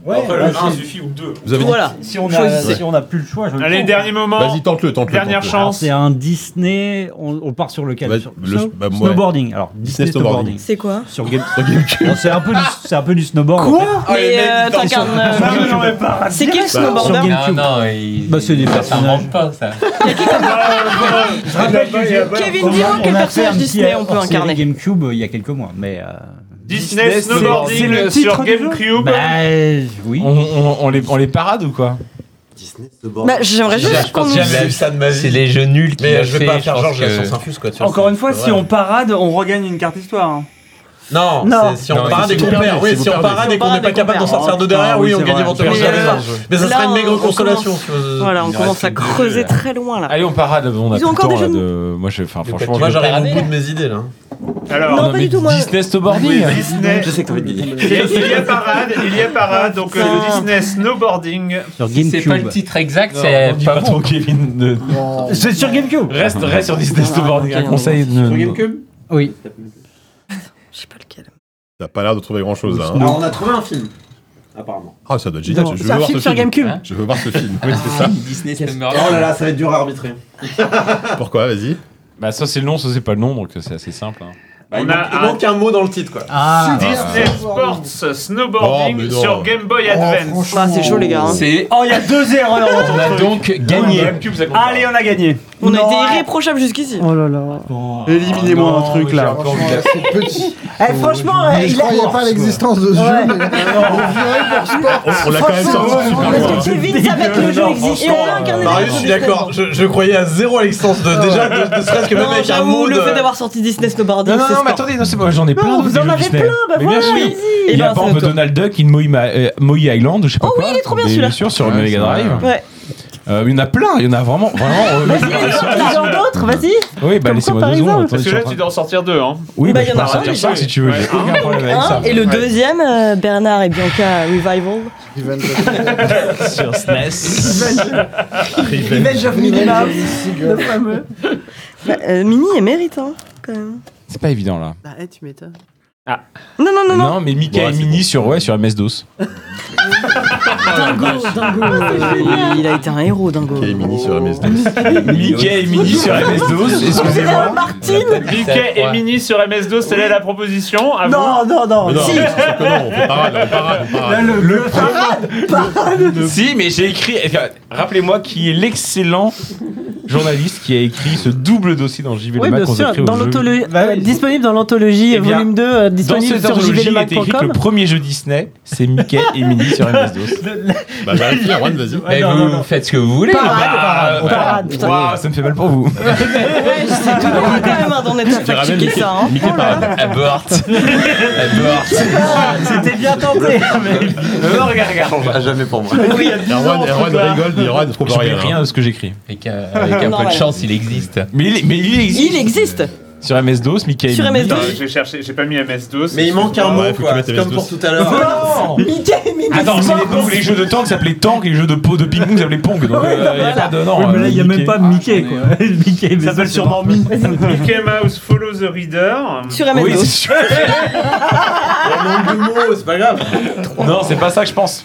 Ouais,
Après
bah,
le 1
si-
suffit ou 2.
Vous avez dit.
Voilà.
si on a
Choisissez.
si on a plus le choix, je le
Allez,
prends.
dernier moment.
Vas-y, tente-le, tente-le.
Dernière
tente-le.
Alors,
chance.
C'est un Disney. On, on part sur lequel
Bah,
Sur-
le-
snow-
bah, ouais.
Snowboarding. Alors Disney
snowboarding.
snowboarding.
C'est quoi
[LAUGHS] Sur Ah, Game- Non, c'est un peu du c'est un peu du snowboard. en fait.
Mais euh, t'incarnes. euh, C'est quel
sur
snowboarder
Non,
GameCube.
non, il-
Bah, c'est des
ça
personnages.
s'invente pas ça.
[LAUGHS] bah, Je rappelle que j'ai-
Kevin,
on a-
dis-moi
on a
quel
fait un
personnage
petit
Disney on peut
hors-série
incarner.
GameCube euh, il y a quelques mois, mais. euh,
Disney
Disney, c'est- c'est
Snowboarding
le
sur
titre du jeu
GameCube.
Bah oui.
On, on, on les on les parade ou quoi
Disney de bord.
Bah, J'aimerais juste qu'on nous.
jamais vu ça de ma vie. C'est les jeux nuls qui
mais je vais pas
fait,
faire
je
genre
pense
j'ai la
que-
science infuse
[LAUGHS]
quoi. tu vois,
Encore
c'est-
une fois,
c'est
si
vrai.
on parade, on regagne une carte histoire. hein.
Non,
Non.
c'est- si on
Non,
parade
c'est
et qu'on perd, oui,
vous
si on
perdez.
parade et qu'on
Parade
n'est pas
et qu'on
capable d'en
perd.
sortir deux
Ah,
derrière,
oui,
oui, on
c'est
gagne
vrai.
éventuellement.
Mais, euh,
Mais ça
là,
serait une
on-
méga
on
consolation.
commence.
si vous-
Voilà, on
Il en
commence
reste
à
deux,
creuser
là.
très loin là.
Allez, on parade. On a
Ils
plus
ont
le
encore des
temps, là,
jeux
de. Moi, je. Enfin, franchement,
Moi
je-
j'arrive au bout de mes idées là.
Alors,
Non, pas
mais
du tout, moi.
Disney Snowboarding.
Disney.
Je sais que t'avais dit.
Il y a- il y a parade, il y a parade, donc euh,
Putain.
Disney Snowboarding.
Sur
C'est pas le
GameCube.
titre exact, c'est
dis
pas bon.
trop, Kevin. ne-
C'est sur GameCube.
Reste, reste sur Disney Snowboarding. Un conseil. ne-
Oui.
Je sais pas lequel.
T'as pas l'air de trouver grand chose là. hein.
Alors on a trouvé un film. Apparemment.
Ah, ça doit être génial.
Non,
Je
C'est
veux
un
voir ce
film sur
film.
Gamecube.
Hein,
Je veux voir ce film. Oui, [LAUGHS] c'est ça.
Disney
Oh
Snowboarding.
là là, ça va être dur à arbitrer.
Pourquoi Vas-y.
Bah, soit c'est le nom, soit c'est pas le nom, donc c'est assez simple. hein.
Bah, il,
On
manque,
a
il
un-
manque un mot dans le titre quoi.
Ah.
Disney Sports
Oh, mais
Snowboarding
non.
sur Game Boy Advance.
Oh,
Ah, c'est chaud les gars. hein.
C'est.
Oh, il y a deux erreurs.
On a donc gagné.
Allez, on a gagné.
On a
Non,
été
ouais.
irréprochable jusqu'ici.
Oh là là.
Éliminez-moi un truc là.
[LAUGHS] C'est petit.
Eh, franchement,
Mais
eh,
je
il a-
croyais pas à l'existence de ce
Ouais.
jeu. mais- On virait pour
Ah,
sport.
On, on l'a quand même sorti
Franchement,
super
parce
loin.
Parce que Kevin savait que le jeu existait.
franchement, euh,
Marius, je suis d'accord. Je, je croyais à zéro à l'existence
Euh,
de déjà,
Oh.
de, de serait-ce que même
Non,
avec un
j'avoue,
monde.
le fait d'avoir sorti Disney Snowboarding,
Non, non,
c'est
non, mais
sport.
attendez, non, c'est pas- j'en ai plein.
Non,
d'autres,
vous
des
en
jeux
avez
Disney.
plein, bah
Mais
voilà,
bien sûr.
allez-y.
Eh
Il y a
ben,
par
c'est
exemple
notre
Donald Duck in Mohi Ma- euh, Mohi Island, je sais pas
Oh oui,
quoi.
il est trop bien,
Mais
celui-là.
sûr, sur le
Ouais,
Mega
c'est vrai.
Drive.
Ouais.
Euh, Il y en a plein, il y en a vraiment. vraiment euh,
Vas-y, genre d'autres, vas-y.
oui, bah
Comme
laissez-moi
quoi,
deux
par
secondes.
exemple
attendez,
Parce
je
que
suis en
là,
train-
tu dois en sortir deux. Hein.
Oui,
Bah,
bah,
il y
je
en a
peux en
plein,
sortir
déjà.
ça si tu veux. J'ai
Ouais.
aucun problème avec ça.
Hein, et le deuxième, euh, Bernard et Bianca Revival.
Sur SNES.
Revenge of Minima, le fameux.
Bah, euh, Mini, elle mérite, hein, quand même.
C'est pas évident là.
Bah, eh, tu [LAUGHS] m'étonnes.
Ah. Non, non, non, non.
Non, mais Mika et Mini sur ouais sur MS-DOS. Ah,
Dingo, Dingo.
Oh,
il, il a été un héros, Dingo.
Et Mini sur MS2.
Mika et Mini sur MS-DOS, excusez-moi.
Martine
Mickey et Mini sur MS2, c'est la proposition. À
Non, non, non.
Mais non,
Si.
c'est sûr que non, on fait parade, on fait parade, on fait parade.
Le Ah, Si, mais j'ai écrit. enfin, Rappelez-moi qui est l'excellent journaliste qui a écrit ce double dossier dans JV
Oui,
Le Mac
bien
qu'on
sûr,
écrit au
dans
jeu.
l'anthologie,
Bah oui.
euh, disponible dans l'anthologie
Eh bien,
volume 2, euh,
Dans
disponible
cette
sur
anthologie, il était écrit que le
jvlemac.com.
premier jeu Disney, c'est Mickey et Mini sur MS-DOS.
Bah, vérifie, Erwan,
Eh,
vas-y.
Mais vous, vous faites ce que vous voulez.
Parade,
parade, putain.
hein. ça me fait mal pour vous.
Ouais, c'est tout le monde quand même hein, d'en être
Tu ramènes
fatigué
Mickey,
ça. Hein.
Mickey parade.
Abort. Abort.
[LAUGHS]
C'était bien tenté, mais
Non, Euh, regarde, regarde.
Ah, jamais pour moi.
il y a 10
Erwan,
ans.
Erwan rigole, mais Erwan ne trouve
Je
rien. hein.
ne rien de ce que j'écris.
hein. Avec un, avec un
Non,
peu de
ouais.
chance, il existe.
Mais il, est- mais il existe.
Il existe
Sur MS-DOS, Mickey et
sur
Mini.
MS2.
[LAUGHS] Attends, j'ai cherché, j'ai pas mis MS2.
Mais il manque un
Ah ouais,
mot,
faut que tu
quoi.
mettes
C'est
MS2.
comme pour tout à l'heure.
Non
Mickey et Minnie.
Attends, c'est les, donc les jeux de tank s'appelaient tank, les jeux de, po- de ping-pong s'appelaient pong. Donc, euh, y a pas de. Non,
Oui, mais là, il n'y a
euh,
même
Mickey.
pas Mickey, quoi. Mickey, mais
Ça s'appelle
c'est
sûrement
bon.
Mickey Mouse Follow the Reader.
Sur
Oui, c'est
MS2.
sûr.
Un nombre de mots, c'est pas grave.
Non, c'est pas ça que je pense.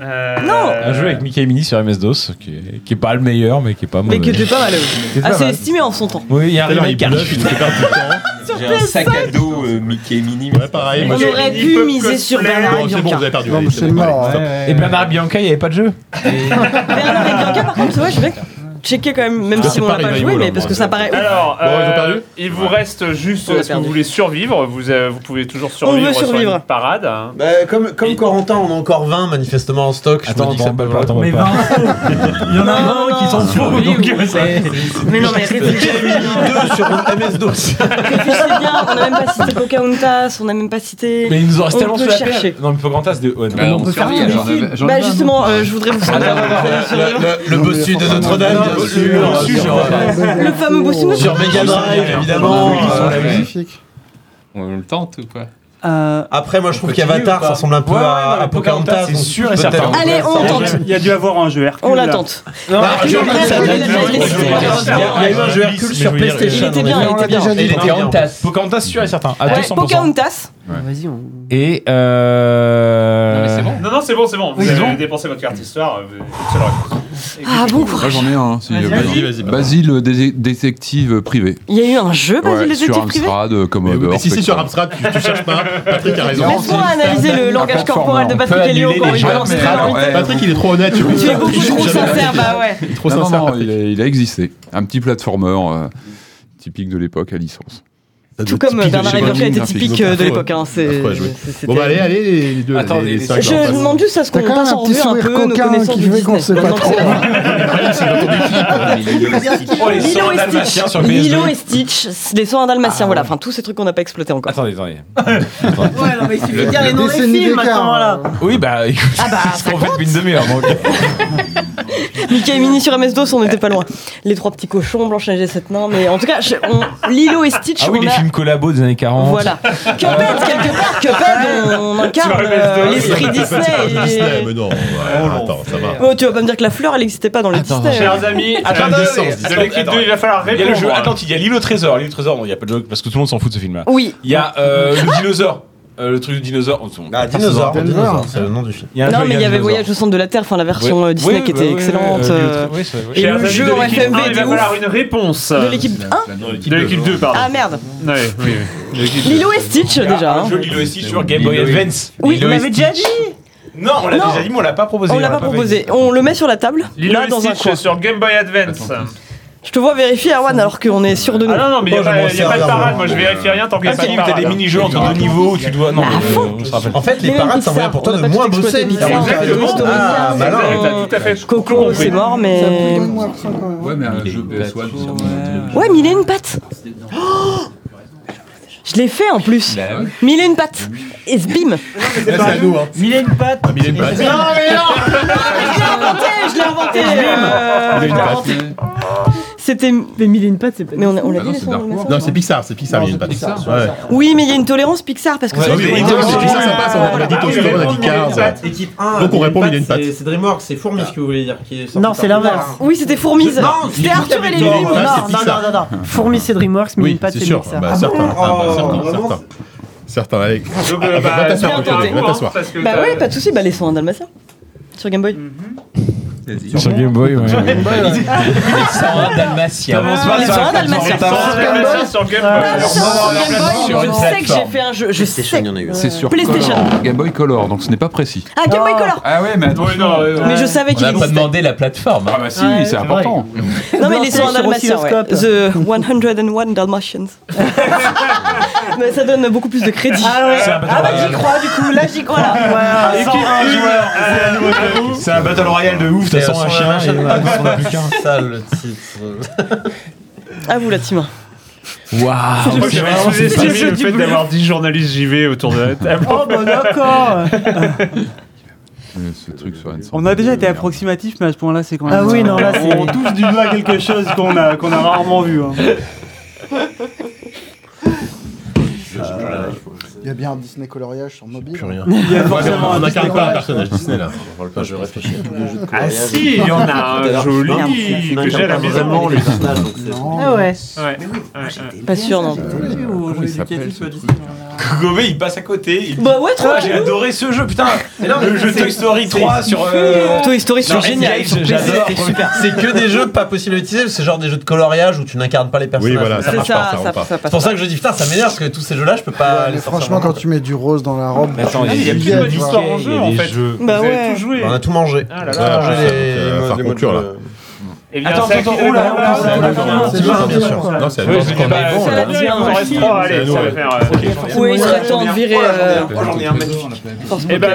Euh,
Non.
Un jeu avec Mickey et Minnie sur MS-DOS, qui, est- qui est pas le meilleur, mais qui est pas mauvais.
Mais qui était pas mal. oui. Ah,
Qui était pas
Assez
mal.
estimé en son temps.
Oui, il y a un
D'ailleurs,
remake
il
qui
bluff,
arrive.
il nous fait perdre du
[LAUGHS]
temps.
J'ai un sac à dos euh, Mickey et Minnie.
Ouais, pareil, moi
On
j'ai.
j'ai-
aurait
j'ai
pu
dit
miser
Pop
sur
Cosplay.
Bernard et
Bon, c'est bon, vous
Bianca.
avez perdu.
Non,
allez,
mais c'est
bon,
mort.
allez, stop.
ouais.
Et Bernard Bianca, il n'y avait pas de jeu.
Bernard et Bianca, par contre, c'est vrai, je vais checker quand même, même
Ah,
si
c'est
on l'a
pareil,
pas
rigolo,
joué, mais
moi.
parce que ça paraît.
Alors,
Bon, ils ont
euh,
perdu
il vous reste juste,
On a
est-ce que vous
perdu.
voulez survivre vous, euh, vous pouvez toujours
On veut
survivre, sur
survivre.
une parade. hein.
Bah, comme, comme Corentin, on a encore 20 manifestement en stock. Je me dis que ça peut jouer.
attends,
Mais 20, il y en a un qui sont faux, donc euh, c'est.
Mais non, mais réfléchissez
Deux sur MS-DOS.
réfléchissez bien, on a même pas cité Pocahontas, on a même pas cité.
Mais il nous en reste
On
tellement
peut
sur la
chercher.
paire. Non, mais faut grand tas de. ouais, non.
Bah, on peut faire
tous les
Bah
Ah.
justement, euh, je voudrais vous sortir le,
Le, le bossu de
Non,
Notre-Dame,
le
bien
bossu, le
sûr.
bossu,
Sur-
genre,
le fameux bossu de
Sur Mega Drive, évidemment.
Ils sont
Euh,
là.
Magnifique.
On le tente ou quoi
Euh,
Après, moi, je trouve
Continue ou
qu'Avatar,
pas
ça ressemble un peu
Ouais, ouais,
à,
ouais,
à Pocahontas.
c'est
donc
sûr et
peut-être
certain.
on peut
Allez, on
faire ça.
tente.
Il y a dû avoir un jeu Hercule.
On
là.
l'attente.
Non,
Ah,
je-
je- ça-
je-
Il y
je-
a eu un jeu Hercule sur PlayStation.
Il était
on est
bien, il était bien.
Et il était bien.
Pocahontas.
Pocahontas, sûr et certain. À
Ouais,
200%.
Pocahontas.
Vas-y, on.
Et euh.
Non, mais c'est bon.
Non, non, c'est bon, c'est bon. Vous
Oui,
avez
bon.
dépensé votre carte histoire. euh, c'est la réponse.
Ah bon
Moi
courage.
j'en ai un. si-
Vas-y, vas-y.
Basile, euh, dé- détective privé.
Il y a eu un jeu, Basile, les
sur
études privées
Amstrad, euh,
Mais oui,
Commodore.
mais si, si,
Spectrum.
sur Amstrad, tu, tu cherches pas. Patrick a raison.
Laisse-moi analyser le langage
plateforme,
corporel de
on
Patrick Helio
annuler
encore
les
une
jeux
fois.
Amstrad,
parce que j'ai envie de-
ouais.
Patrick, il est trop
[LAUGHS]
honnête.
Tu es beaucoup trop sincère, bah ouais.
Il est trop
Non, non,
sincère.
non, il, a, il a existé. Un petit platformer euh, typique de l'époque à licence.
Tout comme
Typique de
Bernard
chez
et Bianca
Bonnie,
était
un
typique
film
euh, de
parfait,
l'époque. hein, c'est-
Parfois
Euh,
joué.
c'est- c'était-
Bon, bah, allez, allez, les les deux.
Attendez,
les- les
les-
cinq,
Je
là, on passe.
demande juste à ce qu'on
bah, T'as quand
passe
même
en
un petit
revue un
sourire
peu nos
coquin
connaissances
qui
du
fait qu'on
Disney.
sait pas
Maintenant,
trop.
c'est bon.
Oh, les
Lilo
soins
et
dalmatiens
Stitch,
sur
Lilo
PS2.
et Stitch, les soins dalmatiens, voilà, enfin tous ces trucs qu'on n'a pas exploité encore.
Attendez, attendez.
Ouais, non, mais il suffit de dire les noms des
Décennie
films
d'écart,
maintenant, là.
Oui, bah Ah écoute,
Ah bah,
c'est ce qu'on fait depuis une demi-heure. donc.
Mickey et Minnie sur MS-DOS, on n'était pas loin. Les trois petits cochons, Blanche-Neige et sept nains, mais en tout cas, je- on- Lilo et Stitch,
Ah oui,
on
les
a...
films collabos des années 40.
Voilà. Cuphead, quelque part, Cuphead, on
Sur
incarne
MS-DOS.
euh, l'esprit
Disney,
Disney.
mais
et-
non. ouais, Attends, ça va.
Oh, tu vas pas me dire que la fleur, elle n'existait pas dans les
Attends,
Disney.
Chers amis, à la
Attends,
fin
attends,
de
attends,
l'équipe
attends.
2, il va falloir
Il y a le jeu
répondre.
Attends, il y a l'île au trésor. L'île au trésor, non, il n'y a pas de jeu parce que tout le monde s'en fout de ce film-là.
Oui.
Il y a euh, le dinosaure. Euh, le truc du dinosaure. Oh, on-
Ah, dinosaure.
Denver.
Dinosaure, C'est le nom du film.
Il y a un
Non,
jeu,
mais il y
a
avait
le
Voyage au centre de la Terre, enfin la version
dinosaure.
euh, Disney
Ouais,
qui
ouais,
était
ouais,
excellente.
euh,
euh,
l'île au trésor, ouais, c'est vrai, ouais.
Et
Chers
le
amis
jeu
de
en
l'équipe
FMV
1, il
de
va
ouf.
falloir Ah, une réponse.
de l'équipe 1
De l'équipe 2, pardon.
Ah merde
Ouais, oui, oui.
[LAUGHS] Lilo et Stitch
Il y a
déjà.
Ah, Un
hein.
jeu Lilo et Stitch sur Game Boy
Lilo et-
Advance.
Oui,
Lilo
on
et
l'avait déjà dit.
Stitch.
Non, on l'a
Non.
déjà dit, mais on l'a pas proposé.
On l'a pas
fait.
proposé. On le met sur la table,
Lilo
là
et
dans un
Stitch
coin.
sur Game Boy Advance.
Attends,
Je te vois vérifier, Erwan, alors qu'on est sûr de nous.
Ah non, non, mais il
Oh, je m'en
n'y a,
sers
pas de
rien,
parade.
moi.
Moi, je vérifie rien tant qu'il n'y a
Ah,
pas de
si, t'as
parade.
des mini-jeux entre deux niveaux où tu dois. Ah,
Ah,
Non, mais, euh, on se rappelle.
En fait, les
Mais
parades,
Pixar,
ça moyen pour toi
on
de
n'a pas
moins
exploité
bosser.
Pixar,
putain.
on a fait
Exactement.
juste
Ah,
Pixar,
bah
malin.
c'est,
Exact,
euh,
T'as tout à fait.
Coco, c'est
Ah, bah
mort,
Ça a plus
mais.
de moi, putain, quand même.
Ouais, mais un jeu PS1 sur.
Ouais, mais il a une patte Je l'ai fait en plus
Bah ouais.
Mais il a une patte Et bim
C'est à nous, hein.
Mille et une pattes.
Mille et une pattes.
Je l'ai inventé euh,
Il a une patte.
C'était.
Mais mille et une pattes, c'est pas.
Mais on a- on l'a
Ah
dit
non,
les
c'est
sons, on
Dark
les
Horse.
sons.
Non, c'est Pixar, c'est Pixar,
Non,
il y a
c'est
pas de
Pixar,
Pixar.
c'est
Ouais.
Pixar.
Oui, mais il y a une tolérance Pixar parce que
Ouais,
c'est
Non,
oui,
mais
oui,
évidemment,
oui,
c'est
oui,
Pixar,
oui,
ça passe, on a dit Toy Story, on a dit Cars.
Équipe 1.
Donc, on
euh,
répond, il a une
patte,
patte.
c'est- C'est DreamWorks, c'est Fourmise que vous voulez dire. qui est sorti
Non, c'est
par-
l'inverse.
Oui, c'était Fourmise
Non,
C'était
il-
Arthur et les
il-
Non,
il-
Minimoys.
il-
non,
c'est Pixar.
non, non, non. Fourmis, c'est DreamWorks, mais
Oui,
une patte,
c'est
Ah. c'est
sûr.
Pixar.
Bah, certains, ah, bah,
Oh,
certains,
euh,
vraiment
certains. Certains, allez.
Donc,
Ah,
euh,
bah,
bah,
va
bien
t'asseoir,
tenté,
va
hein,
t'asseoir.
parce que
Bah
t'as-
ouais, pas de soucis, bah laissons un Dalmatien. Sur Game Boy.
Sur Game Boy, ouais.
Ah, Ils sont un Dalmatien.
Sans Game Boy, sans Game
Ah, ça,
Boy.
Oh,
sur Game Boy,
Sur une
je sais que j'ai
plateforme.
fait un jeu. Je sais.
PlayStation, il y en a eu.
C'est sur
PlayStation.
Color, Game Boy Color, donc ce n'est pas précis.
Ah, Game Boy
Oh.
Color
Ah ouais, mais attends.
Ouais, non, ouais, ouais.
Mais je savais
On
qu'il
n'a pas
existait.
demandé la plateforme.
hein.
Ah bah si,
Ouais,
c'est
[LAUGHS]
c'est
important.
Non, mais
Non,
les
c'est
sons en
sur
dalmatien. ouais. The
oscilloscope.
101 [LAUGHS] Dalmatians. mais ça donne beaucoup plus de crédit. Ah, ouais. ah bah j'y crois du coup, là j'y crois là. Ah,
Équipe une, à la nouveauté.
C'est un battle royale de ouf, t'as
C'est
sans un
un
chien
chien,
et
et
Ah,
on a plus qu'un.
Ça, le titre.
À vous la team.
Je crois que j'avais sous-estimé
c'est le
le
jeu
fait
du
d'avoir 10 journalistes JV autour de la table.
Oh, bah
[LAUGHS]
d'accord.
Euh, Ce truc sur une sorte
On a déjà
de-
été approximatif, mais à ce point-là, c'est quand même.
Ah oui, non, là, c'est.
On touche du doigt quelque chose qu'on a, qu'on a rarement vu. hein.
Il y a bien un Disney coloriage sur mobile.
Plus rien.
Il y a forcément
On
un
n'incarne
Disney
pas un
World.
personnage Disney là.
Je réfléchis.
Ah si, il y en
Ah,
a un joli que j'ai à la maison.
vraiment les personnages. donc c'est-
Ah ouais.
Ouais.
Pas sûr non.
Comment il s'appelle ce truc
Gobé, il passe à côté. il-
Bah ouais, trop
Ah, J'ai adoré ce jeu, putain. Le jeu Toy Story 3 sur. euh,
Toy Story,
Non,
c'est génial.
Engage, J'adore.
C'est que [LAUGHS] des jeux pas possible à utiliser, c'est genre des jeux de coloriage où tu n'incarnes pas les personnages.
Oui, voilà, ça
C'est
marche
ça,
pas, ça marche
ça,
pas.
ça
C'est
passe.
pour ça que je dis putain, ça m'énerve parce que tous ces jeux-là, je peux pas
Mais
les sortir.
franchement, quand tu mets du rose dans la robe,
Mais attends,
tu
il y a
fais
plus
gay,
de
tu vois.
histoire en jeu en fait.
Vous
Bah
avez
ouais.
tout joué.
Bah, on a tout mangé.
Ah là
Ouais,
là.
On a mangé
ouais,
les-
ouais,
les
faire
modes-
conclure, là.
Eh bien,
Attends,
c'est à
attends,
qui-
oh là,
euh,
oh là, oh là,
c'est à
oh là,
qui-
oh là.
C'est
bien,
bien,
bien
bien
sûr.
sûr.
Non, c'est à nous.
Ouais, je
c'est
vais
qu'on
pas-
est bon, là.
c'est la
Il en reste
C'est à
trois, allez,
nous,
ça va
ouais.
faire. euh,
Oui, il serait temps de virer. euh,
Oh, j'en ai un magnifique.
Eh ben,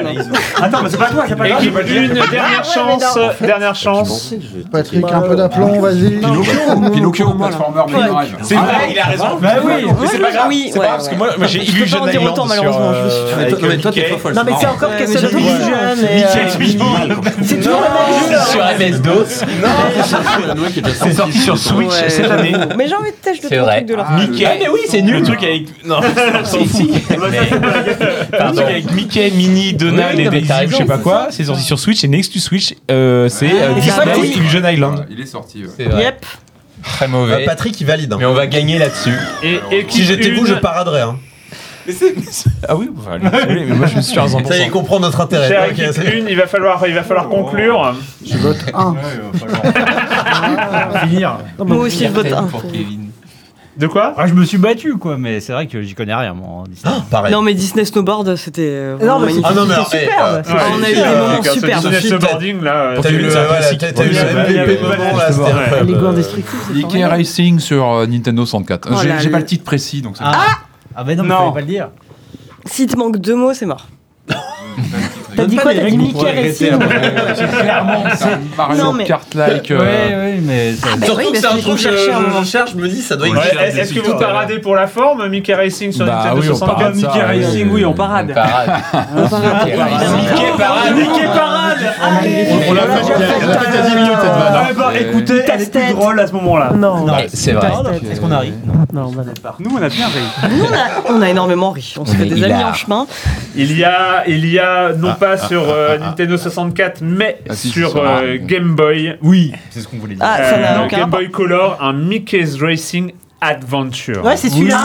Attends, mais c'est pas toi, c'est pas toi.
équipe une,
Ah
dernière chance, dernière chance.
Patrick, un peu d'aplomb, vas-y.
Pinocchio, Pinocchio, platformer mémorable.
C'est vrai, Ah, il a raison.
Bah oui.
Mais c'est pas grave.
Oui,
C'est
ouais,
pas grave, parce que
ouais.
moi, moi, j'ai euh,
Je peux
illusion
pas en dire autant, malheureusement, je me suis-
Non, mais toi, t'es pas folle.
Non, mais c'est encore
Ouais, mais
Castle of
j'adore.
[LAUGHS] Illusion et, euh, C'est toujours le même jeu, là.
Sur MS-DOS.
C'est sorti sur Switch
Ouais.
cette année.
Mais j'ai envie de tâcher de
C'est
ton
vrai.
truc de leur.
Mickey. Ah, mais oui, c'est nul. Le truc avec. [LAUGHS] Non, si, si. [LAUGHS] Le truc avec Mickey, Minnie, Donald
Oui,
et
non, mais t'as
Daisy, je sais
raison,
pas
c'est
quoi. C'est sorti sur Switch et Next to Switch, euh, c'est euh,
c'est pas
Disney
petit.
Illusion
Voilà,
Island.
Il est sorti. ouais.
Yep.
Très mauvais.
Patrick, il valide. hein.
Mais on va gagner là-dessus.
Et équipe
Si j'étais vous, je
une,
paraderais. hein.
Mais c'est- mais c'est- Ah oui, enfin, désolé, mais moi je me suis fait à 100%.
Ça y est, comprend notre
Chère
intérêt. Ok,
équipe
c'est-
une, il va falloir, il va falloir conclure.
Je vote 1.
Finir.
Moi aussi, je vote un.
De quoi
Ah, je me suis battu, quoi, mais c'est vrai que j'y connais rien, moi. en Disney.
Pareil.
Non, mais Disney Snowboard, c'était euh, vraiment
Non, mais
magnifique.
Ah non, mais
c'est
alors,
superbe.
eh,
Ouais,
on a eu
c'est,
des
euh,
moments
quand
superbes.
tu dis
Ensuite,
snowboarding là.
T'as eu le
C'est un
voilà,
classique.
t'as- t'as eu le
Ouais,
euh,
MVP
ouais,
moment
ouais,
là, c'était
ouais.
incroyable.
Les goûts indestructibles, c'est
Mickey
formidable.
Racing sur euh, Nintendo 64. Euh,
Oh
j'ai-
là
J'ai
là.
pas le titre précis, donc c'est
Ah Ah, mais non, mais
Non.
fallait pas le dire.
Si te manque deux mots, c'est mort.
T'as dit quoi T'as dit Mickey Racing Clairement.
Mario
Non, mais-
Kart-like.
Ouais,
euh,
ouais, mais. ça-
Bah oui,
Surtout que
parce
c'est un
qu'il faut
truc que
chercher un moment.
je cherche, je me dis, ça doit
Ouais,
exister.
est-ce que vous paradez pour la forme, Mickey Racing sur
Bah
Nintendo
oui, on parle
64
de ça.
Mickey Racing, oui, on parade.
[LAUGHS]
Mickey parade.
Mickey parade
On l'a fait il y a- on l'a fait il y a 10 minutes cette vanne. hein.
Ah, bah, écoutez, elle est plus drôle à ce moment-là.
Non, non,
C'est vrai.
Est-ce qu'on arrive
non, bah non.
Nous, on a bien ri.
Nous, on a, on a énormément ri. On se fait
Oui,
des
il
amis
a-
en chemin.
Il y a, il y a non
Ah,
pas
ah,
sur
ah,
euh,
ah, ah.
Nintendo 64, mais
Ah, si,
sur
sur la-
euh, Game Boy.
Oui, c'est ce qu'on voulait dire.
Ah, ça
Euh,
n'a aucun
Game
rapport.
Boy Color, un Mickey's Racing Adventure.
Ouais, c'est celui-là.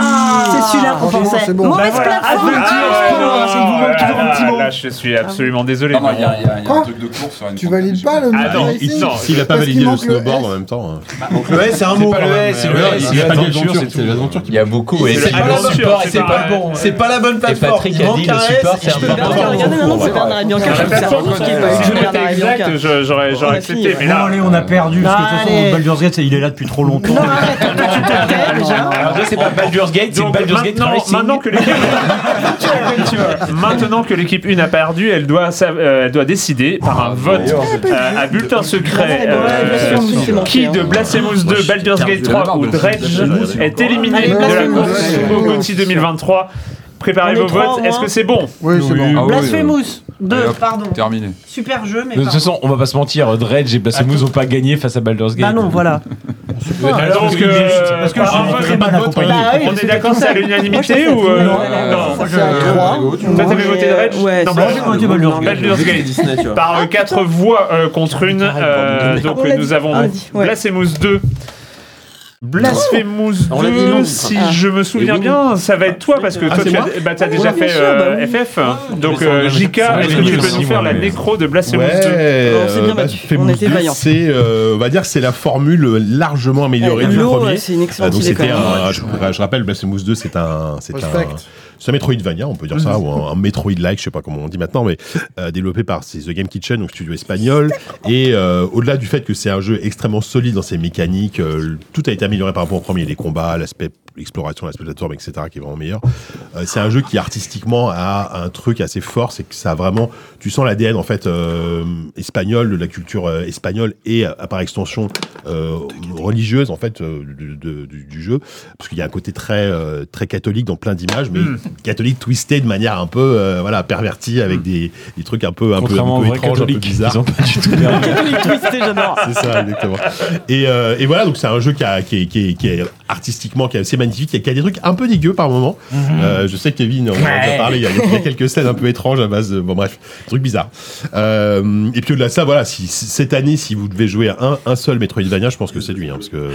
C'est celui-là qu'on
Franchement,
pensait.
c'est bon.
Mauvaise
voilà,
plateforme
Adventure,
Ah,
Sport. qu'il vous manque toujours un petit mot. Ah. Là, je suis absolument désolé.
Non, non, il y a- il y a- il y a un
Quoi
truc de course. sur une
Tu valides pas le
Ah non,
racing
il- non,
S'il a pas
parce qu'il
validé le
manque le
snowboard
S.
en même temps. hein.
Donc le S, c'est un mot, quand même. Ouais, ouais,
Il
c'est
a pas dit
l'aventure,
aventure,
c'est
c'est l'aventure qui
Il y a beaucoup. Et
C'est
c'est
pas la
pas le
bonne
support,
plateforme,
c'est pas le bon.
C'est pas la bonne
Et
plateforme.
Patrick a dit le support, c'est un bon
Regardez, regardez, maintenant, c'est
Ouais.
Bernard et Bianca.
Ah,
je
bah,
sais
attends,
pas ce qui est
attends,
pas
si
eu.
j'aurais
Bernard et
été
Bianca.
exact, je- j'aurais j'aurais accepté. Mais
Non,
là,
allez, on a perdu. Parce que de toute façon,
Allez.
Baldur's Gate, il est là depuis trop longtemps.
Alors, déjà, c'est pas Baldur's Gate, c'est
Donc,
Baldur's Gate
maintenant,
Racing.
maintenant que
[LAUGHS]
l'équipe maintenant que l'équipe 1 a perdu, elle doit, sa- euh, elle doit décider par un vote euh, à bulletin secret euh, qui de Blasphemous 2, Baldur's Gate 3 ou Dredge est éliminé
Allez,
de la
Blasphemous.
course au GOTY 2023. Préparez
On est
vos
trois, hein.
votes. Est-ce
moi.
que c'est bon
Oui, c'est bon.
Ah oui,
Blasphemous
Allez,
2,
hop.
pardon.
Terminé.
Super jeu, mais.
De toute
pardon.
façon, on va pas se mentir, Dredge et Blasphemous ont pas gagné face à Baldur's Gate.
Bah non, voilà.
Ah,
Donc, euh,
Parce que
par
je
un
suis
vote,
très mal accompagné.
Bah oui,
on est d'accord, c'est à l'unanimité
Moi, je
ou euh,
pense que
Ça
c'est-
non
fait à trois.
Toi, t'avais voté
euh,
Dredge
Ouais,
Non,
c'est-
bah,
Baldur's
Moi, j'ai voté Baldur's Gate.
Baldur's Gate.
Disney,
[LAUGHS]
tu vois.
Par
Ah,
4 voix euh, contre une. euh, donc
On l'a
nous
dit.
avons
On l'a dit, ouais.
Blasphemous 2. Blasphemous
On l'a dit
2,
longtemps.
si
Ah.
je me souviens bien, ça va être toi parce que
Ah,
toi
c'est
tu as,
moi
bah, t'as
Ouais,
déjà
bien
fait
sûr,
euh,
bah
FF. Donc euh, JK,
Ouais,
est-ce que
j'ai
tu
mis
peux
aussi,
nous faire
moi,
la
mais-
nécro de Blasphemous
Ouais,
2
On s'est bien battus.
euh, Blasphemous
On était
2,
vaillants.
C'est, euh, on va dire, que c'est la formule largement améliorée du
Eh, L'eau,
premier.
ouais, c'est une
Ah,
excellente
donc
idée quand
c'était
même.
un, je, je rappelle, Blasphemous 2, c'est un, c'est un,
Respect.
c'est un Metroidvania, on peut dire ça, ou un, un Metroid-like, je sais pas comment on dit maintenant, mais euh, développé par c'est The Game Kitchen, donc studio espagnol. Et euh, au-delà du fait que c'est un jeu extrêmement solide dans ses mécaniques, euh, tout a été amélioré par rapport au premier, les combats, l'aspect exploration, l'aspect plateforme, etc., qui est vraiment meilleur. Euh, c'est un jeu qui artistiquement a un truc assez fort, c'est que ça a vraiment, tu sens l'ADN en fait euh, espagnol, de la culture euh, espagnole et euh, par extension euh, religieuse en fait euh, de- de- du, du jeu, parce qu'il y a un côté très euh, très catholique dans plein d'images, mais catholique twisté de manière un peu euh, voilà pervertie avec des, des trucs un peu un peu,
Mm. Contrairement
un
aux
peu
vrais
étranges, un peu
catholiques,
bizarres.
ils ont pas du tout perdu.
C'est ça, exactement. Et, euh, et voilà, donc c'est un jeu qui, a- qui est, qui est- qui est artistiquement qui est assez magnifique, qui a, qui a des trucs un peu dégueux par moment. Euh, je sais que Kevin, on en a déjà parlé, il y a, il y a quelques scènes un peu étranges à base de. Bon, bref, des trucs bizarres. Euh, et puis au-delà de ça, voilà, si, si- cette année, si vous devez jouer à un, un seul Metroidvania, je pense que c'est lui, hein, parce que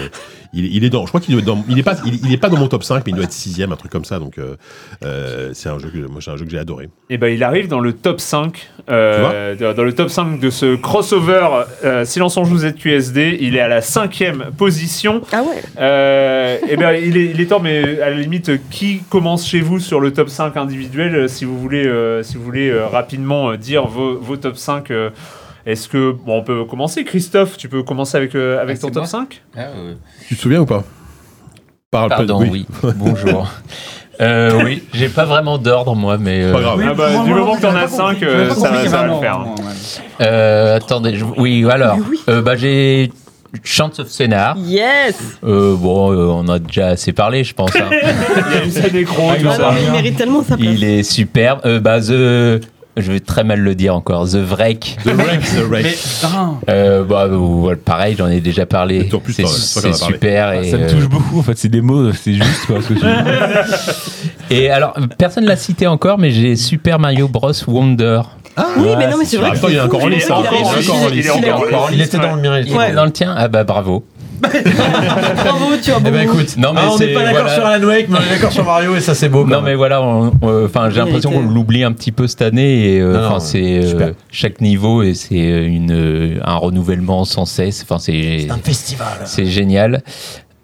il, il est dans. Je crois qu'il doit être dans. Il est, pas, il, il est pas dans mon top 5, mais il doit être 6 un truc comme ça. Donc euh, euh, c'est un jeu que, moi, c'est un jeu que j'ai adoré.
Et ben il arrive dans le top 5 euh, dans dans le top 5 de ce crossover euh, Silence on joue ZQSD, il est à la cinquième position.
Ah ouais
Euh, eh ben, il, est, il est temps, mais à la limite, qui commence chez vous sur le top 5 individuel euh, Si vous voulez, euh, si vous voulez euh, rapidement euh, dire vos, vos top 5, euh, est-ce que. Bon, on peut commencer. Christophe, tu peux commencer avec, euh, avec
Ah,
ton
c'est
top
moi
5
Tu te souviens ou pas Parle pas de
Pardon, oui. Bonjour. [LAUGHS] Euh, oui, j'ai pas vraiment d'ordre moi, mais. euh,
Pas grave.
Ah bah,
moi,
Du
moi,
moment
moi,
que t'en
j'avais
as
pas
5,
compris. J'avais pas
ça, va-
compris
ça va
qu'il y
le
avait un
faire.
ordre,
hein.
moi, ouais.
euh, attendez, je- oui, alors. euh, bah, j'ai Chance of Scénar.
Yes
Euh, bon, euh, on a déjà assez parlé,
[LAUGHS]
je pense. hein.
Il y a une scène écran,
Ah,
tout
non,
ça.
Ah, mais Il mérite tellement sa place.
Il est superbe. Euh, bah, The. Je vais très mal le dire encore. The Vrek.
The
[LAUGHS]
Wreck, The Wreck.
Putain.
Euh, bah, ou- pareil, j'en ai déjà parlé.
Et en plus,
C'est
t'en- c'est toi
c'est
qui en as parlé.
super. et,
Ah, Ça me
euh,
touche beaucoup, en fait, c'est des mots, c'est juste [LAUGHS] quoi. ce que tu-
[LAUGHS] Et alors, personne l'a cité encore, mais j'ai Super Mario Bros Wonder.
Ah
Oui, mais non, mais c'est vrai que
Attends, il est
c'est
encore
fou,
en ligne,
j'ai
ça,
vu qu'il
encore en
arrive.
ligne. encore en
Il est
liste.
encore en liste.
Il était dans
ouais.
le mien. Il
Ouais.
était dans le tien Ah bah bravo.
Bravo, tu as
Eh bah
beaucoup.
écoute, non mais
Ah, on
c'est
n'est pas d'accord
voilà.
sur Alan Wake, mais on est d'accord sur Mario et ça c'est beau. quand
Non
même.
mais voilà, on- on- enfin j'ai l'impression qu'on
Vérité.
l'oublie un petit peu cette année et euh,
Non,
enfin
non,
c'est euh,
super.
chaque niveau et c'est euh, une euh, un renouvellement sans cesse. Enfin c'est
festival.
c'est génial.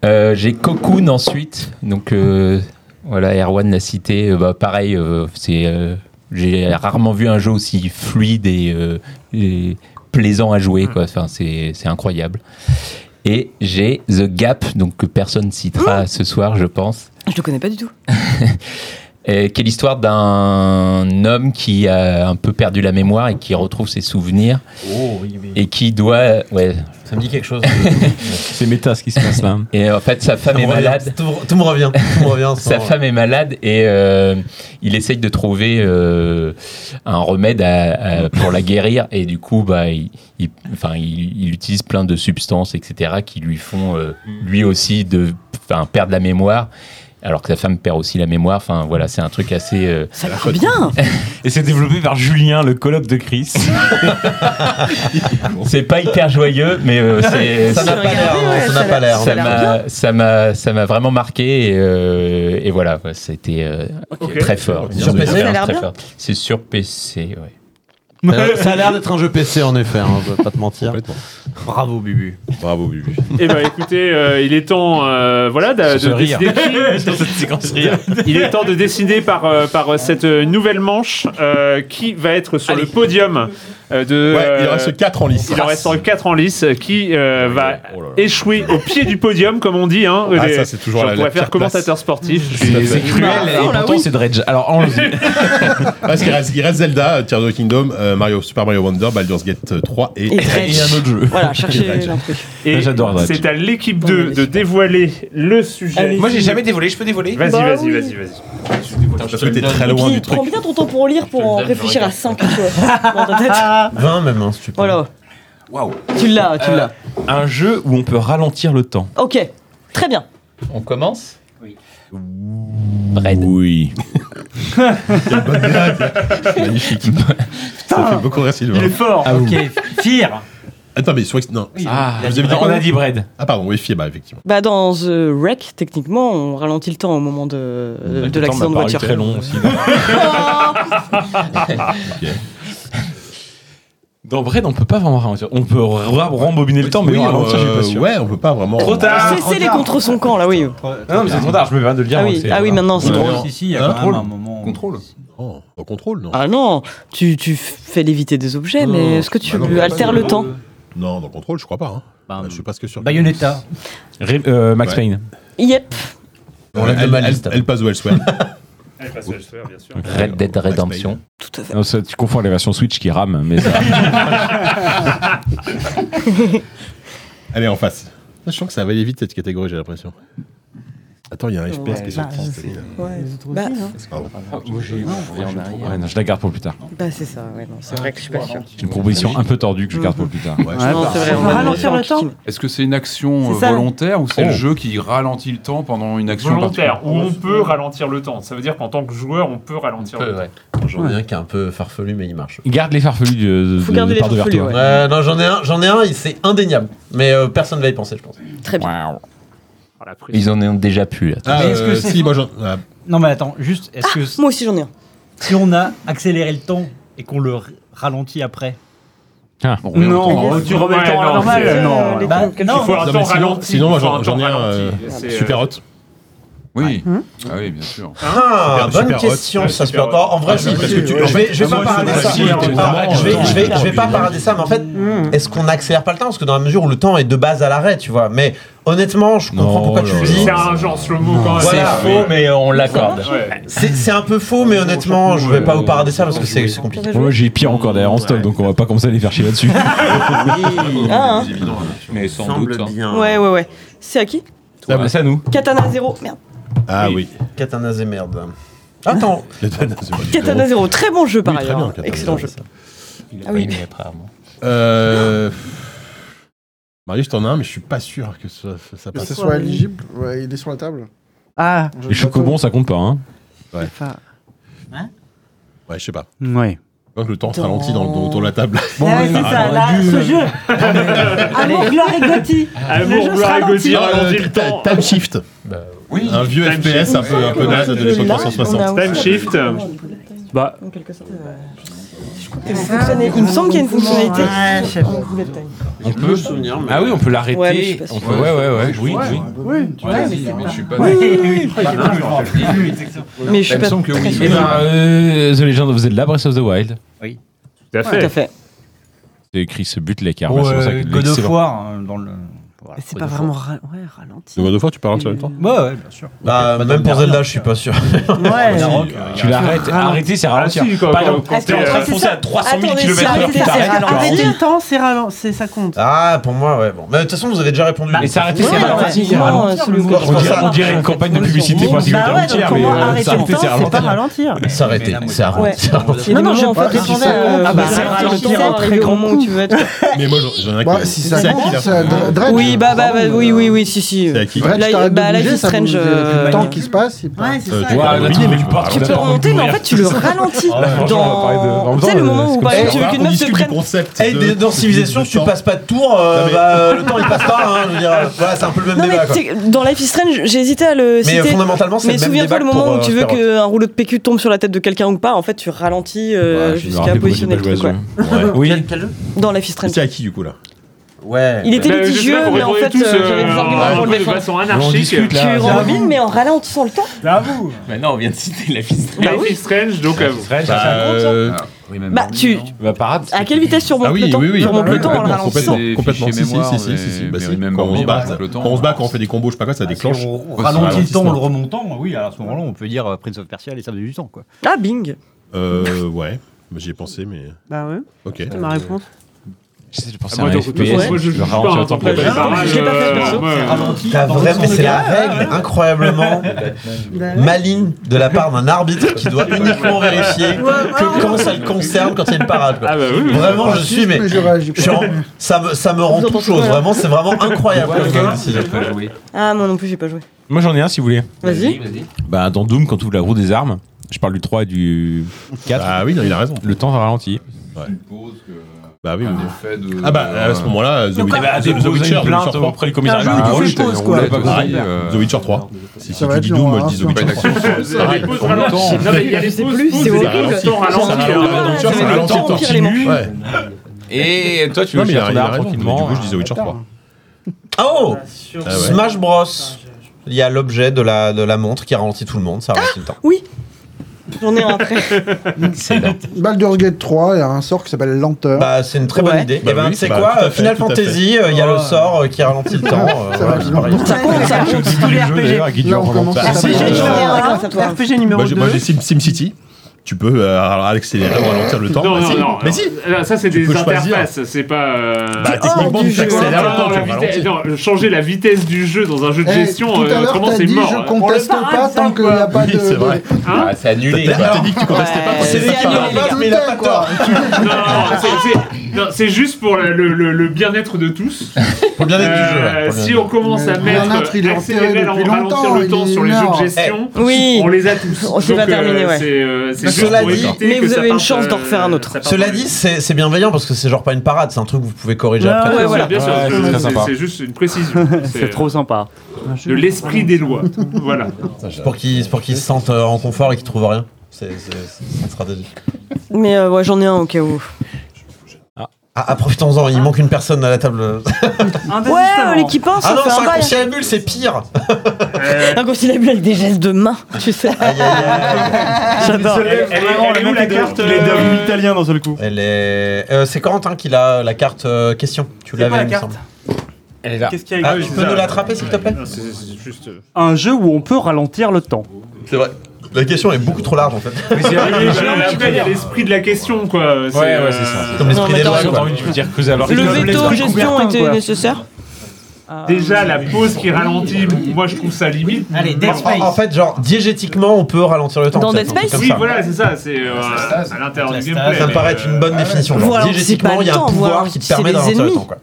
Euh, j'ai Cocoon ensuite, donc euh, voilà Erwan l'a cité. Euh, bah, pareil, euh, c'est euh, j'ai rarement vu un jeu aussi fluide et, euh, et plaisant à jouer quoi. Enfin c'est c'est incroyable. Et j'ai The Gap, donc que personne citera ce soir, je pense.
Je le connais pas du tout.
Et qui est l'histoire d'un homme qui a un peu perdu la mémoire et qui retrouve ses souvenirs
Oh, oui, oui.
et qui doit ouais
Ça me dit quelque chose.
[LAUGHS] C'est méta ce qui se passe là.
et euh, en fait
Ça
sa femme
me
est
revient.
malade
Tout, tout me revient. Tout me revient.
sa femme est malade et euh, il essaye de trouver euh, un remède à- à- pour la guérir et du coup bah il, il- enfin il, il utilise plein de substances etc qui lui font euh, lui aussi de enfin perdre la mémoire alors que sa femme perd aussi la mémoire. Enfin, voilà, c'est un truc assez. euh,
Ça coûte
[LAUGHS]
bien
Et c'est développé par Julien, le colloque
[LAUGHS]
de Chris.
c'est pas hyper joyeux, mais euh, c'est.
Ah, Ça n'a pas l'air,
c'est-
ouais, ça n'a pas l'air.
Ça
Ça a l'air
m'a- ça m'a, ça m'a vraiment marqué et, euh, et voilà, ouais, c'était euh,
Ok.
très fort.
Sur
Une
PC, ça a l'air
expérience très
bien.
forte. C'est sur PC, ouais.
Euh, ça a l'air d'être un jeu PC en effet, hein, je vais pas te mentir. Bravo Bubu.
Bravo Bubu.
Eh ben écoutez, euh, il est temps, euh, voilà, de,
Ce
de
rire.
décider qui-
Sur cette séquence rire.
Il est temps de décider par, euh, par euh, cette euh, nouvelle manche euh, qui va être sur le podium euh, de.
Ouais, il en
euh,
reste quatre en lice.
Il en reste 4 en lice euh, qui euh, va échouer au pied du podium, comme on dit. Hein,
Ah,
Les-
ça, c'est toujours
Je
la- la
pourrais faire
pire
commentateur
place.
sportif.
C'est-
Je suis-
c'est cruel,
Ah,
Bah,
et
oh là,
pourtant,
oui.
C'est Dredge. Alors, enlevez. [LAUGHS]
Parce qu'il reste, il reste Zelda, euh, Tears of the Kingdom, euh, Mario, Super Mario Wonder, Baldur's Gate euh, 3 et,
Et Dredge. Et un autre jeu. Voilà, cherchez
Et Dredge.
l'intrigue.
Et
J'adore Dredge.
c'est à l'équipe 2 de dévoiler le sujet.
Moi, j'ai jamais dévoilé, je peux dévoiler
Vas-y,
Bah
vas-y,
oui.
vas-y, vas-y.
Parce que t'es très loin du truc.
Prends bien ton temps pour lire, pour en réfléchir à 5 dans
[LAUGHS]
ta tête.
20 même, hein, si tu peux.
Voilà.
Waouh.
Tu l'as, tu l'as.
Euh, Un jeu où on peut ralentir le temps.
Ok, très bien.
On commence
Oui.
[LAUGHS] Magnifique. Ça fait beaucoup rire, Sylvain.
Il est fort. Ah,
oui.
ok. Tire.
Attends, mais soit. Non.
Ah,
vous avez dit
on
quoi
a dit Bread.
Ah, pardon, oui, Fier, bah, effectivement.
[LAUGHS] Bah dans The Wreck, techniquement, on ralentit le temps au moment de, de
Le temps
l'accident de
m'a paru
voiture.
très
[LAUGHS]
long aussi.
Dans Bread, on peut pas vraiment ralentir. On peut ra- rembobiner le temps, mais
Oui,
on ralentir, je suis
euh,
pas sûr.
Ouais, on peut pas vraiment.
Trop tard.
Ah, Cessez les contre son camp là, oui.
Ah non, mais c'est trop tard, je me permets de le dire.
Ah
hein,
oui,
c'est-
ah oui, maintenant, c'est
Ouais,
trop
non.
long. Si, si, il y a
Hein
quand même un
Contrôle. Oh, au contrôle, non
Ah non, tu, tu fais léviter des objets,
Non,
mais est-ce que tu
bah non,
altères
pas
le
de-
temps
Non, dans contrôle, je crois pas. Hein. Bah, je suis presque sûr.
Bayonetta.
Ré- euh, Max
Ouais.
Payne.
Yep.
On l'a
Elle-
mal.
Euh, elle-
Elle, elle passe
[LAUGHS]
Elsewhere. elle
passe Elsewhere, bien sûr.
Red Dead Redemption.
Tout à
fait. tu confonds les versions Switch qui rament, mais ça.
[LAUGHS] Allez, en face. Je sens que ça va aller vite cette catégorie, j'ai l'impression. Attends, il y a un FPS qui est
bah,
sorti.
c'est- hein. Ah,
c'est-
ouais.
Bah,
Pardon.
Ouais, non, je la garde pour plus tard.
bah c'est ça, ouais, non, c'est vrai que je suis pas sûr.
J'ai une proposition un peu tordue que je garde pour plus tard.
Ouais, Non, c'est vrai, on a ralentir le temps.
Est-ce que c'est une action euh,
C'est ça.
volontaire ou c'est
Oh.
le jeu qui ralentit le temps pendant une action
Volontaire, où
particulière
on peut ralentir le temps. Ça veut dire qu'en tant que joueur, on peut ralentir le temps.
J'en ai un qui est un peu farfelu, mais il marche.
[LAUGHS] Garde les farfelus de, de,
Faut garder
de
les
part de
farfelus,
Vertois.
ouais.
Euh, non, j'en ai un, j'en ai un, il- c'est indéniable. Mais euh, personne va y penser, je pense.
Très
bien. Ils en ont déjà plus. là.
Ah, Mais est-ce que euh, c'est- si, moi, j'en-
Ah.
Non, mais attends, juste, est-ce que
Ah, Moi aussi j'en ai un.
si on a accéléré le temps et qu'on le r- ralentit après
Non, tu remets le temps à la normale, non.
Bah,
Les trucs
non.
Il faut
Non,
un temps
mais sinon-
ralenti,
Sinon, moi,
il faut
j'en
un
j'en ai
temps
un. euh,
ralenti, c'est, euh,
Super hot.
Oui. Ah oui, bien sûr.
Super-
Ah, bonne
super hot.
question,
Ouais,
ça
super
super hot. En vrai,
Ah,
si,
oui, parce que tu-
je vais, je
Ah,
vais pas
moi,
parader
c'est
ça.
facile,
Je vais
t'es
pas-
vraiment,
je vais-
euh,
je vais- je vais pas
tu-
parader ça, mais en fait, est-ce qu'on accélère pas le temps Parce que dans la mesure où le temps est de base à l'arrêt, tu vois. Mais honnêtement, je comprends pourquoi tu le dis.
C'est un genre slow-mo quand même.
C'est Voilà. faux,
mais on l'accorde.
C'est c'est un peu faux, mais honnêtement, je vais pas vous parader ça parce que c'est c'est compliqué.
Moi j'ai pire encore derrière en stock, donc on va pas commencer à les faire chier là-dessus.
Ah, hein.
Mais sans doute. hein.
Ouais, ouais, ouais. C'est à qui
Ah, bah, C'est à nous.
Katana 0, merde.
Ah oui.
Katana et merde. Attends.
Katana 0, très bon jeu par
Oui, très
ailleurs.
bien, Katana
Excellent jeu.
Zero,
Ah oui.
Euh. Marius, t'en as un, mais je suis pas sûr que ça, ça
Que
passe.
ce soit éligible, ouais, il est sur la table.
Ah,
Je
Les
sais pas
chocobons ça compte pas, hein.
Ouais.
Enfin,
Ouais, je sais pas.
Ouais.
Donc le temps se ralentit dans, dans- autour de la table.
Ah
Ah,
Bon, Ouais, ouais, c'est ça, là, ce
euh, [LAUGHS]
jeu.
[LAUGHS] Amour, gloire et Gotti. Le jeu
Amour,
se
gloire et
ralentit.
Gauthier,
Ah,
ralentit
euh,
le temps.
Time Shift.
bah,
oui.
Un vieux
Time
FPS un
Shift.
peu, un peu naze de l'époque 360.
Time Shift. Bah,
Il fonctionnait- Il me semble qu'il y a une fonctionnalité.
On peut.
souvenir, mais-
Ah oui, on peut l'arrêter.
Ouais, mais je suis pas
on
sûr.
peut- ouais, ouais, ouais. Oui, oui.
Oui, tu
Ouais,
vois,
mais
c'est-
je suis pas.
Oui, oui,
oui.
Mais je suis
Il me
pas
semble que
très
oui.
Eh ben, euh, The Legend of Zelda Breath of the Wild.
Oui.
Tout à
fait. Tout à fait.
C'est écrit ce but les cartes.
Bon,
c'est pour ça
euh,
que
God of
l'excellent-
War,
hein,
euh, dans le. voilà,
C'est
God
pas
of War.
vraiment ra- ouais, ralenti.
Le God of War, tu parles sur le temps
Ouais, ouais, bien sûr.
Bah, même pour Zelda, je suis pas sûr.
Ouais.
Tu l'arrêtes, arrêter c'est ralentir.
Ah, si, quand-
Par
quand- quand
exemple, t'es en
euh,
t'es-
euh,
train de
c'est
foncer
ça.
à 300 000
Attendez,
km/h.
c'est arrêté,
t'arrêtes,
c'est
tu ralentis.
Arrêter le temps, c'est ralenti, ça compte.
Ah, pour moi, ouais, bon. Mais de toute façon, vous avez déjà répondu.
Mais s'arrêter,
Ouais,
c'est
ouais,
ralentir.
ouais.
ralentir.
celui où-
On dirait- On dirait une campagne de publicité pour un
Bah ouais, donc
ralentir,
pour
mais
moi,
euh,
arrêter le
s'arrêter,
temps,
c'est
c'est pas
ralentir.
ralentir.
S'arrêter, c'est
Ouais.
arrêter.
Il y a des moments, en fait, répondait à-
Ah bah,
Euh,
c'est
ralentir
ralentir
un
un
très
très
grand
grand moment où tu veux être.
Mais moi, j'en j'en ai un
Bah,
qui-
si ça
c'est à qui,
compte,
là
ça- Dredge,
Oui, oui, bah, bah, bah, oui, oui, oui, si, si.
C'est à qui
Bref,
Là,
tu
il-
t'arrêtes de
bah, là,
bouger,
il
ça
strange,
bouge,
euh,
avec le temps
maniaque.
qui se passe. il-
Ouais, c'est
Euh,
ça.
tu vois,
Ouais,
la
attends,
tour-
mais tu
tu peux
remonter, mais en fait, tu le ralentis. Dans- Tu sais, le moment où, par exemple, tu veux qu'une meuf te prenne.
Eh, d- dans Civilisation, si tu passes pas de tour, euh, bah, le temps il passe pas. hein, je veux dire, euh, voilà, c'est un peu le même
[LAUGHS] Non, mais
débat. quoi.
t'sais, dans Life is Strange, j'ai hésité à le
Mais,
citer.
euh, fondamentalement, c'est
Mais
le même
souviens-toi le
débat
moment
pour,
où tu
euh,
veux
Star Wars.
qu'un rouleau de PQ tombe sur la tête de quelqu'un ou pas, en fait, tu ralentis euh,
Ouais, je me
jusqu'à
rappelle,
positionner le
moi, j'ai
truc.
pas
Quoi.
joué
[LAUGHS]
à ce jeu. Ouais. Oui.
Quel- quel jeu
Dans Life is Strange.
C'est à qui du coup là
Ouais.
Il
Bah,
était litigieux, mais en fait, euh, j'avais des arguments pour le défendre. Tu rembobines, mais en ralentissant le temps.
Ah,
J'avoue Bah non, on vient de citer la fiste.
Life is Strange, donc à vous.
Bah, euh,
euh,
Oui, mais
Bah, tu. À quelle vitesse
Ah
tu remontes le temps Tu remontes le temps en le
complètement,
ralentissant.
complètement, complètement. Si, si,
mémoire,
si, si, si, si,
mais-
bah,
mais
si.
même
Quand on se
mémoire,
bat,
le temps,
quand on se bat, quand on fait des combos, je sais pas
Ah,
quoi, ça déclenche.
On ralentit le temps en le remontant, oui, à ce moment-là, on peut dire euh, Prince of Persia, les sables du temps, quoi.
Ah, bing
Euh, ouais, Bah, j'y ai pensé, mais.
Bah ouais.
Ok.
C'était ma réponse.
J'essaie de
penser à un FPS,
moi, je
je
joue
le
pas
ralentis
en
un
temps
peu.
plein.
Ah,
pareil,
je l'ai pas fait,
euh,
perso.
ouais,
C'est
ouais.
ralenti.
T'as
Dans
vraiment,
le
c'est la
regard. [LAUGHS]
règle
[LAUGHS]
incroyablement
Bah
maligne de la part d'un arbitre qui doit uniquement vérifier que quand ça le concerne, quand il y a une parade. quoi. Vraiment, je suis, mais,
Je réagis pas.
je suis en- ça, me, ça me rend toute chose. Vraiment,
[LAUGHS]
c'est vraiment incroyable. comme jeu.
Ah, moi non plus, j'ai pas joué.
Moi j'en ai un si vous voulez.
Vas-y.
Bah, dans Doom, quand tu ouvres la roue des armes, je parle du 3 et du 4.
Ah oui, non, il a raison.
Le temps va ralentir.
Bah oui,
effet de-
Ah bah à ce moment-là, The,
Donc,
Witcher-
ah bah,
The-
vous avez
The
une
Witcher, The
plainte
Witcher 3.
auprès du commissaire. Ah,
Ah,
oui,
oui,
je pose,
on
quoi.
l'a pas
Pareil,
compris.
euh,
The Witcher 3. Si, si
va
tu
être
dis
long,
Doom,
hein,
moi je dis The
ça.
Witcher 3.
Non, mais pause ralentie. Non, mais il y a des pauses, pauses,
Ah, c'est
pauses,
horrible.
ralentis,
Ça ralentit,
ralentis, ralentis,
ça
ralentis,
ralentit,
ralentis,
ça ralentit.
ralentis.
Ouais.
Et toi, tu
Non,
veux
mais il
faire
a-
ton
il a
art
raison,
tranquillement.
mais du coup, je disais Witcher 3.
Ah oh
Ah ouais.
Smash Bros. Il y a l'objet de la, de la montre qui ralentit tout le monde, ça ralentit le temps.
Ah,
Oui J'en ai un après.
[LAUGHS]
Baldur's Gate 3, il y a un sort qui s'appelle lenteur.
Bah, c'est une très bonne idée.
Bah
et ben,
oui,
tu sais
bah,
quoi,
tout à
euh,
fait,
Final
tout à fait.
Fantasy, euh, il y a le sort euh, qui ralentit le temps. euh, voilà, c'est pareil.
tous les RPG.
Là, on commence à taper.
RPG numéro
Euh,
1,
grâce à toi.
RPG numéro
Moi, j'ai- Moi
2.
j'ai Sim- SimCity. Tu peux euh, accélérer ou ralentir le temps.
Non,
Bah,
non,
si.
non.
Mais
non.
si
Là, ça, c'est
Tu
des
peux choisir.
interfaces, c'est pas. euh,
Bah, techniquement,
hors du
tu
jeu.
accélères le
Non,
temps,
non,
tu
la vitesse-
ralentis.
non, Changer la vitesse du jeu dans un jeu de
Eh,
gestion,
tout à
euh,
l'heure,
autrement,
t'as
c'est
dit,
mort.
je
hein.
conteste
On le
pas
parle,
tant qu'il n'y a pas de. de-
Hein
Ah, c'est annulé.
T'as-
quoi.
t'as dit que tu
Bah,
contestais pas,
Ouais,
c'est
c'est
ça.
annulé, les gars.
Mais il a pas tort.
Non, non, non, c'est- c'est- non, c'est juste pour le, le- le- le bien-être de tous. Euh,
Pour le bien-être du jeu, ouais, pour le bien-être
si
du
on commence
jeu.
à
Le
mettre
bien-être, il est enterré
accélérer,
depuis
ralentir
longtemps,
le temps
il est
sur les jeux
mort.
de gestion,
Eh, oui.
on les a tous.
On s'est
Donc,
pas terminé, ouais.
C'est euh, c'est
Mais
juste
cela
pour
dit-
éviter
Mais
que
vous
ça
avez une
parte,
chance d'en
euh,
refaire un autre.
ça parte
Cela
en-
dit, c'est c'est bienveillant parce que c'est genre pas une parade, c'est un truc que vous pouvez corriger après.
Ouais,
quoi.
voilà. Bien sûr,
Ouais,
c'est-
c'est très
c'est-
sympa.
c'est juste
[LAUGHS]
une précision. euh,
C'est trop sympa.
De l'esprit des lois. Voilà.
C'est pour qu'ils c'est pour qu'ils se sentent euh, en confort et qu'ils trouvent rien. C'est c'est- c'est une stratégie.
Mais euh, ouais, j'en ai un au cas où.
Ah, ah, profitons-en, il manque une personne à
[LAUGHS]
la table.
Ouais, l'équipe 1,
ah
ça
non,
fait
c'est
un
un
bail.
concierge à bulle, c'est pire.
Un conciliabule avec des gestes de main, tu sais. J'adore.
est où la carte
Il est devenu italien d'un seul coup.
Elle est. euh, c'est Corentin qui l'a la carte euh, question. Tu l'avais,
quoi la
il me
carte
semble.
Elle est là.
Qu'est-ce qu'il y a Ah, tu peux nous l'attraper, s'il te plaît
C'est juste. euh,
Un jeu où on peut ralentir le temps.
C'est vrai. La question est beaucoup trop large en fait.
[LAUGHS]
C'est arrivé, voilà, la peine, il y a l'esprit de la question, quoi.
Ouais, ouais, c'est ça.
Comme l'esprit des lois,
J'ai
quoi.
envie de vous dire que alors.
Le veto gestion était nécessaire.
Euh,
Déjà, la pause qui ralentit, moi je trouve ça limite. Allez,
En- en, en fait, genre, diégétiquement, on peut ralentir le temps.
Dans
peut-être,
Dead
un truc
Space
comme
Oui,
ça.
voilà, c'est ça, c'est euh, à l'intérieur du gameplay.
Ça me
mais,
paraît
euh,
être une bonne définition.
Vous
Genre,
ralentissez pas
diégétiquement,
le
il y a
temps,
un
vous
pouvoir qui
ralentissez
te permet
les
d'alentir le
ennemis.
temps, quoi.